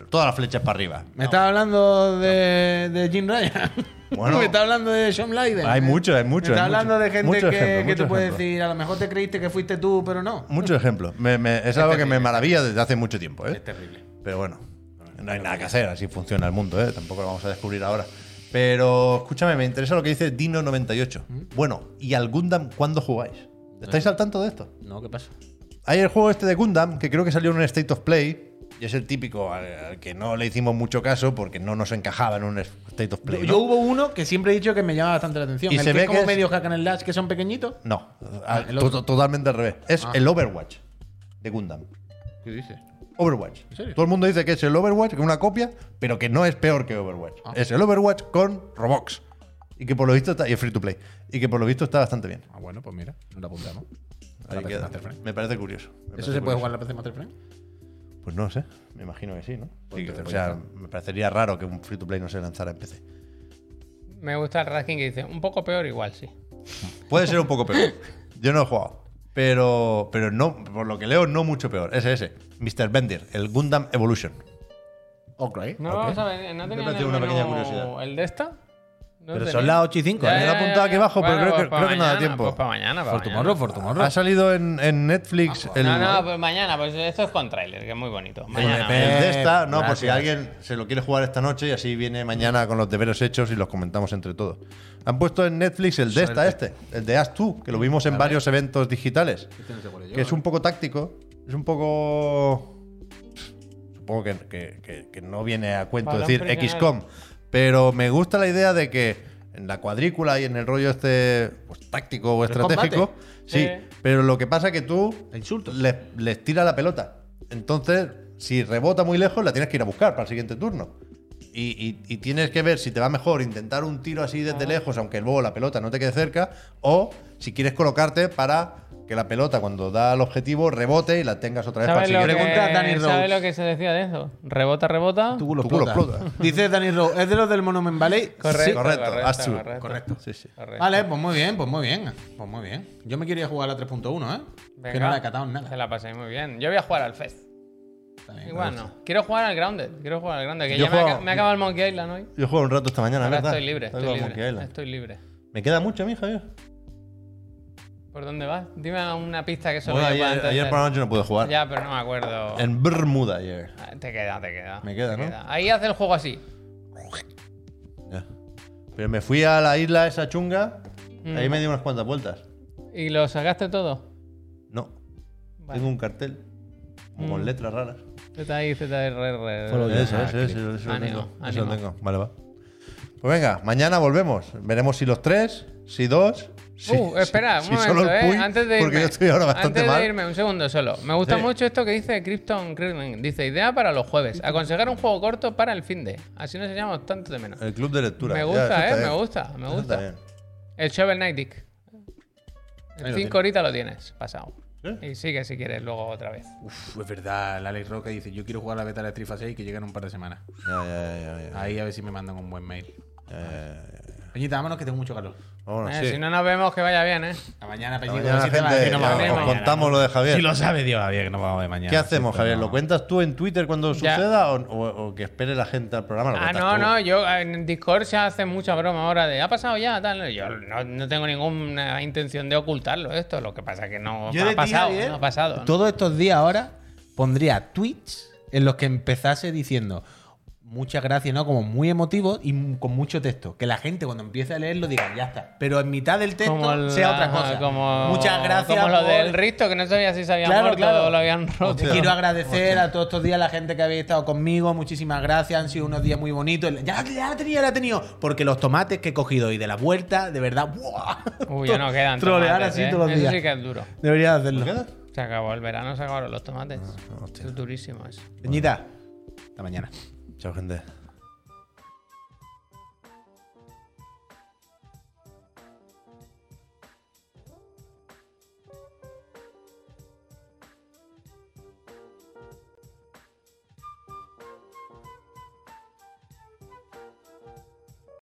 Speaker 1: Todas las flechas para arriba.
Speaker 3: Me estaba hablando de, de Jim Ryan.
Speaker 1: Bueno.
Speaker 3: me está hablando de Sean Leiden.
Speaker 1: Hay mucho, hay mucho,
Speaker 3: Me está
Speaker 1: hay mucho.
Speaker 3: hablando de gente
Speaker 1: Mucho
Speaker 3: que,
Speaker 1: ejemplo,
Speaker 3: que
Speaker 1: mucho
Speaker 3: te puede
Speaker 1: ejemplo.
Speaker 3: decir, a lo mejor te creíste que fuiste tú, pero no.
Speaker 1: Muchos ejemplos. Me- me-
Speaker 3: Este
Speaker 1: es algo que me maravilla desde hace mucho tiempo. ¿eh?
Speaker 3: terrible.
Speaker 1: Pero bueno, no hay nada que hacer, así funciona el mundo. ¿eh? Tampoco lo vamos a descubrir ahora. Pero escúchame, me interesa lo que dice Dino98.
Speaker 3: ¿Mm?
Speaker 1: Bueno, ¿y al Gundam cuándo jugáis? ¿Estáis al tanto de esto?
Speaker 3: No, ¿qué pasa?
Speaker 1: Hay el juego este de Gundam que creo que salió en un State of Play Y es el típico al, al que no le hicimos mucho caso porque no nos encajaba en un state of play.
Speaker 3: Yo,
Speaker 1: ¿no?
Speaker 3: yo hubo uno que siempre he dicho que me llama bastante la atención.
Speaker 1: Y
Speaker 3: el
Speaker 1: se
Speaker 3: que
Speaker 1: ve
Speaker 3: es como
Speaker 1: que es-
Speaker 3: medio hack and slash que son pequeñitos.
Speaker 1: No, a-
Speaker 3: Ah, el
Speaker 1: to-
Speaker 3: otro. Ah.
Speaker 1: totalmente al revés. Es el Overwatch de Gundam.
Speaker 3: ¿Qué dices?
Speaker 1: Overwatch.
Speaker 3: serio?
Speaker 1: Todo el mundo dice que es el Overwatch, que es una copia, pero que no es peor que Overwatch.
Speaker 3: Ah.
Speaker 1: Es el Overwatch con Roblox. Y que por lo visto está. Y es free to play. Y que por lo visto está bastante bien.
Speaker 3: Ah, bueno, pues mira, nos lo apuntamos.
Speaker 1: Ahí
Speaker 3: La PC
Speaker 1: queda.
Speaker 3: Master Frame.
Speaker 1: Me parece curioso. Me
Speaker 3: ¿Eso
Speaker 1: parece
Speaker 3: se puede
Speaker 1: curioso.
Speaker 3: jugar en la PC Master Frame?
Speaker 1: Pues no sé. Me imagino que sí, ¿no?
Speaker 3: Pues
Speaker 1: Sí,
Speaker 3: entonces
Speaker 1: o
Speaker 3: voy
Speaker 1: sea,
Speaker 3: a-
Speaker 1: me parecería raro que un free to play no se lanzara en PC.
Speaker 2: Me gusta el Raskin que dice, un poco peor igual, sí.
Speaker 1: Puede ser un poco peor. Yo no he jugado. Pero, pero no, por lo que leo, no mucho peor. Ese, ese. Mr. Bender, el Gundam Evolution.
Speaker 3: Ok.
Speaker 2: No
Speaker 1: Ok.
Speaker 2: vamos a ver, no
Speaker 1: Me
Speaker 2: tenía en
Speaker 1: parece
Speaker 2: el
Speaker 1: una
Speaker 2: menú
Speaker 1: pequeña curiosidad.
Speaker 2: ¿El de esta? No
Speaker 3: Pero
Speaker 2: tenía.
Speaker 3: son las 8 y 5.
Speaker 2: Ya,
Speaker 1: Me
Speaker 2: ya,
Speaker 1: lo he
Speaker 2: ya,
Speaker 1: apuntado
Speaker 2: ya.
Speaker 1: aquí abajo, pero creo que-
Speaker 2: pa'
Speaker 1: creo que no da
Speaker 2: mañana,
Speaker 1: tiempo.
Speaker 2: Pues para mañana, para
Speaker 3: For tomorrow, for tomorrow.
Speaker 1: Ha salido en, en
Speaker 3: Ah,
Speaker 1: Netflix el,
Speaker 2: No, no, pues mañana, pues esto es con trailer, que es muy bonito. Mañana.
Speaker 1: el de esta. No, por si
Speaker 3: Gracias.
Speaker 1: alguien se lo quiere jugar esta noche y así viene mañana con los deberes hechos y los comentamos entre todos. Han puesto en Netflix el de esta, este. El de As Tú, que lo vimos en varios eventos digitales. que es un poco táctico, es un poco. Supongo que, que- que- que no viene a cuento
Speaker 2: Balón
Speaker 1: decir
Speaker 2: prisionero.
Speaker 1: XCOM, pero me gusta la idea de que en la cuadrícula y en el rollo este pues, táctico o
Speaker 3: Pero es
Speaker 1: estratégico,
Speaker 3: combate.
Speaker 1: sí,
Speaker 2: Eh.
Speaker 1: pero lo que pasa es que tú
Speaker 3: Insultos.
Speaker 1: les, les tira la pelota. Entonces, si rebota muy lejos, la tienes que ir a buscar para el siguiente turno. Y, y- y tienes que ver si te va mejor intentar un tiro así desde lejos, aunque luego la pelota no te quede cerca, o si quieres colocarte para que la pelota cuando da al objetivo rebote y la tengas otra vez para el
Speaker 2: ¿Sabes lo,
Speaker 1: siguiente
Speaker 3: pregunta a
Speaker 2: que,
Speaker 3: Danny
Speaker 2: ¿Sabes
Speaker 3: Rhodes.
Speaker 2: lo que se decía de eso? Rebota, rebota.
Speaker 3: Tu culo
Speaker 1: Tu culo
Speaker 3: explota.
Speaker 1: explota.
Speaker 3: Dice Danny Rowe, ¿es de los del Monument Valley?
Speaker 1: Sí,
Speaker 2: Correcto,
Speaker 1: correcto, haz tú.
Speaker 2: correcto, correcto.
Speaker 1: Sí, sí.
Speaker 2: correcto.
Speaker 3: Vale, pues muy bien, pues muy bien. Pues muy bien. Yo me quería jugar a 3.1, ¿eh? Que no
Speaker 2: Venga,
Speaker 3: la he catado en
Speaker 2: Se
Speaker 3: nada.
Speaker 2: la paséis muy bien. Yo voy a jugar al Fest.
Speaker 3: Está bien,
Speaker 2: Igual
Speaker 3: claro.
Speaker 2: no. Quiero jugar al Grounded. Quiero jugar al Grounded. Que
Speaker 1: Yo
Speaker 2: ya me, ha
Speaker 1: juego-
Speaker 2: ca- me ha acabado el Monkey Island hoy.
Speaker 1: Yo juego un rato esta mañana,
Speaker 2: Ahora
Speaker 1: ¿verdad?
Speaker 2: estoy libre.
Speaker 1: Estoy
Speaker 2: Estoy
Speaker 1: como que
Speaker 2: libre,
Speaker 1: baila.
Speaker 2: estoy libre.
Speaker 1: Me queda mucho, mi Javier.
Speaker 2: ¿Por dónde vas? Dime una pista que solo
Speaker 1: Bueno,
Speaker 2: yo pueda
Speaker 1: ayer, ayer
Speaker 2: entender.
Speaker 1: por la noche no pude jugar.
Speaker 2: Ya, pero no me acuerdo.
Speaker 1: En Bermuda ayer.
Speaker 2: Ah, Te queda, te queda.
Speaker 1: Me queda,
Speaker 2: te
Speaker 1: ¿no?
Speaker 2: Ahí hace el juego así.
Speaker 1: Ya. Pero me fui a la isla esa chunga. Ahí me di unas cuantas vueltas.
Speaker 2: ¿Y lo sacaste todo?
Speaker 1: No,
Speaker 2: Vale.
Speaker 1: tengo un cartel como con letras raras.
Speaker 2: ZI, ZRR.
Speaker 3: Solo
Speaker 1: Eso,
Speaker 3: Ah,
Speaker 1: eso,
Speaker 3: qué
Speaker 1: eso, eso lo
Speaker 2: Ánimo,
Speaker 1: tengo. Eso lo
Speaker 2: ánimo.
Speaker 1: tengo. Vale, va. Pues venga, mañana volvemos. Veremos si los tres, si dos. Si,
Speaker 2: uh, espera,
Speaker 1: si-
Speaker 2: un
Speaker 1: si
Speaker 2: momento,
Speaker 1: solo el
Speaker 2: eh,
Speaker 1: Puy,
Speaker 2: Antes de irme.
Speaker 1: Porque yo estoy ahora bastante
Speaker 2: antes
Speaker 1: mal.
Speaker 2: de irme, un segundo solo. Me gusta
Speaker 1: Sí.
Speaker 2: mucho esto que dice Krypton Krillin. Dice, idea para los jueves. Aconsejar un juego corto para el fin de. Así nos echamos tanto de menos.
Speaker 1: El club de lectura.
Speaker 2: Me
Speaker 1: ya,
Speaker 2: gusta,
Speaker 1: eso está
Speaker 2: eh,
Speaker 1: bien.
Speaker 2: me gusta, me
Speaker 1: Eso
Speaker 2: gusta.
Speaker 1: está bien.
Speaker 2: El Shovel Knight Dick. En
Speaker 3: lo ¿Eh?
Speaker 2: cinco horitas lo tienes, pasado.
Speaker 1: ¿Sí?
Speaker 2: Y sigue si quieres luego otra vez.
Speaker 3: Uf, es verdad, la Alex Roca dice, yo quiero jugar la beta de Street Fighter 6 que llega en un par de semanas.
Speaker 1: Ya, ya, ya, ya, ya,
Speaker 3: Ahí a ver si me mandan un buen mail.
Speaker 1: ya, ya, ya.
Speaker 3: Peñita, vámonos que tengo mucho calor.
Speaker 1: Vámonos,
Speaker 2: Eh,
Speaker 1: sí.
Speaker 2: Si no nos vemos, que vaya bien, ¿eh?
Speaker 3: La mañana, Peñita,
Speaker 1: Mañana,
Speaker 3: si te vas,
Speaker 1: gente,
Speaker 3: que no
Speaker 1: ya,
Speaker 3: vamos de
Speaker 1: os
Speaker 3: mañana.
Speaker 1: contamos lo de Javier.
Speaker 3: Si lo sabe Dios, Javier, que no vamos de mañana.
Speaker 1: ¿Qué hacemos,
Speaker 3: Esto
Speaker 1: Javier?
Speaker 3: no-
Speaker 1: ¿Lo cuentas tú en Twitter cuando
Speaker 2: Ya.
Speaker 1: suceda o, o- o que espere la gente al programa? Lo
Speaker 2: Ah,
Speaker 1: cuentas
Speaker 2: no,
Speaker 1: tú.
Speaker 2: no, yo en Discord se hace mucha broma ahora de ha pasado ya, tal. Yo no, no tengo ninguna intención de ocultarlo esto, lo que pasa es que no
Speaker 3: Yo
Speaker 2: ha
Speaker 3: de ti,
Speaker 2: pasado,
Speaker 3: Javier,
Speaker 2: no ha pasado. ¿no?
Speaker 3: Todos estos días ahora pondría tweets en los que empezase diciendo muchas gracias, ¿no? Como muy emotivo y m- con mucho texto. Que la gente cuando empiece a leerlo diga, ya está. Pero en mitad del texto
Speaker 2: la-
Speaker 3: sea otra cosa.
Speaker 2: ah, Como,
Speaker 3: muchas gracias.
Speaker 2: Como lo
Speaker 3: por-
Speaker 2: del Risto, que no sabía si se había
Speaker 3: Claro,
Speaker 2: muerto
Speaker 3: claro.
Speaker 2: o lo habían roto.
Speaker 1: Hostia.
Speaker 3: Te quiero agradecer a todos estos días la gente que habéis estado conmigo. Muchísimas gracias. Han sido unos días muy bonitos. El- Ya, ya la he tenido, ya la he tenido. Porque los tomates que he cogido hoy de la vuelta, de verdad, ¡buah!
Speaker 2: Uy, ya no quedan.
Speaker 3: Trolear
Speaker 2: tomates,
Speaker 3: así
Speaker 2: ¿eh?
Speaker 3: todos los
Speaker 2: Eso
Speaker 3: días.
Speaker 2: sí que es duro.
Speaker 3: Debería hacerlo.
Speaker 1: ¿Qué?
Speaker 2: Se acabó el verano, se acabaron los tomates. es durísimo eso.
Speaker 3: Peñita, hasta mañana.
Speaker 1: Chao, gente.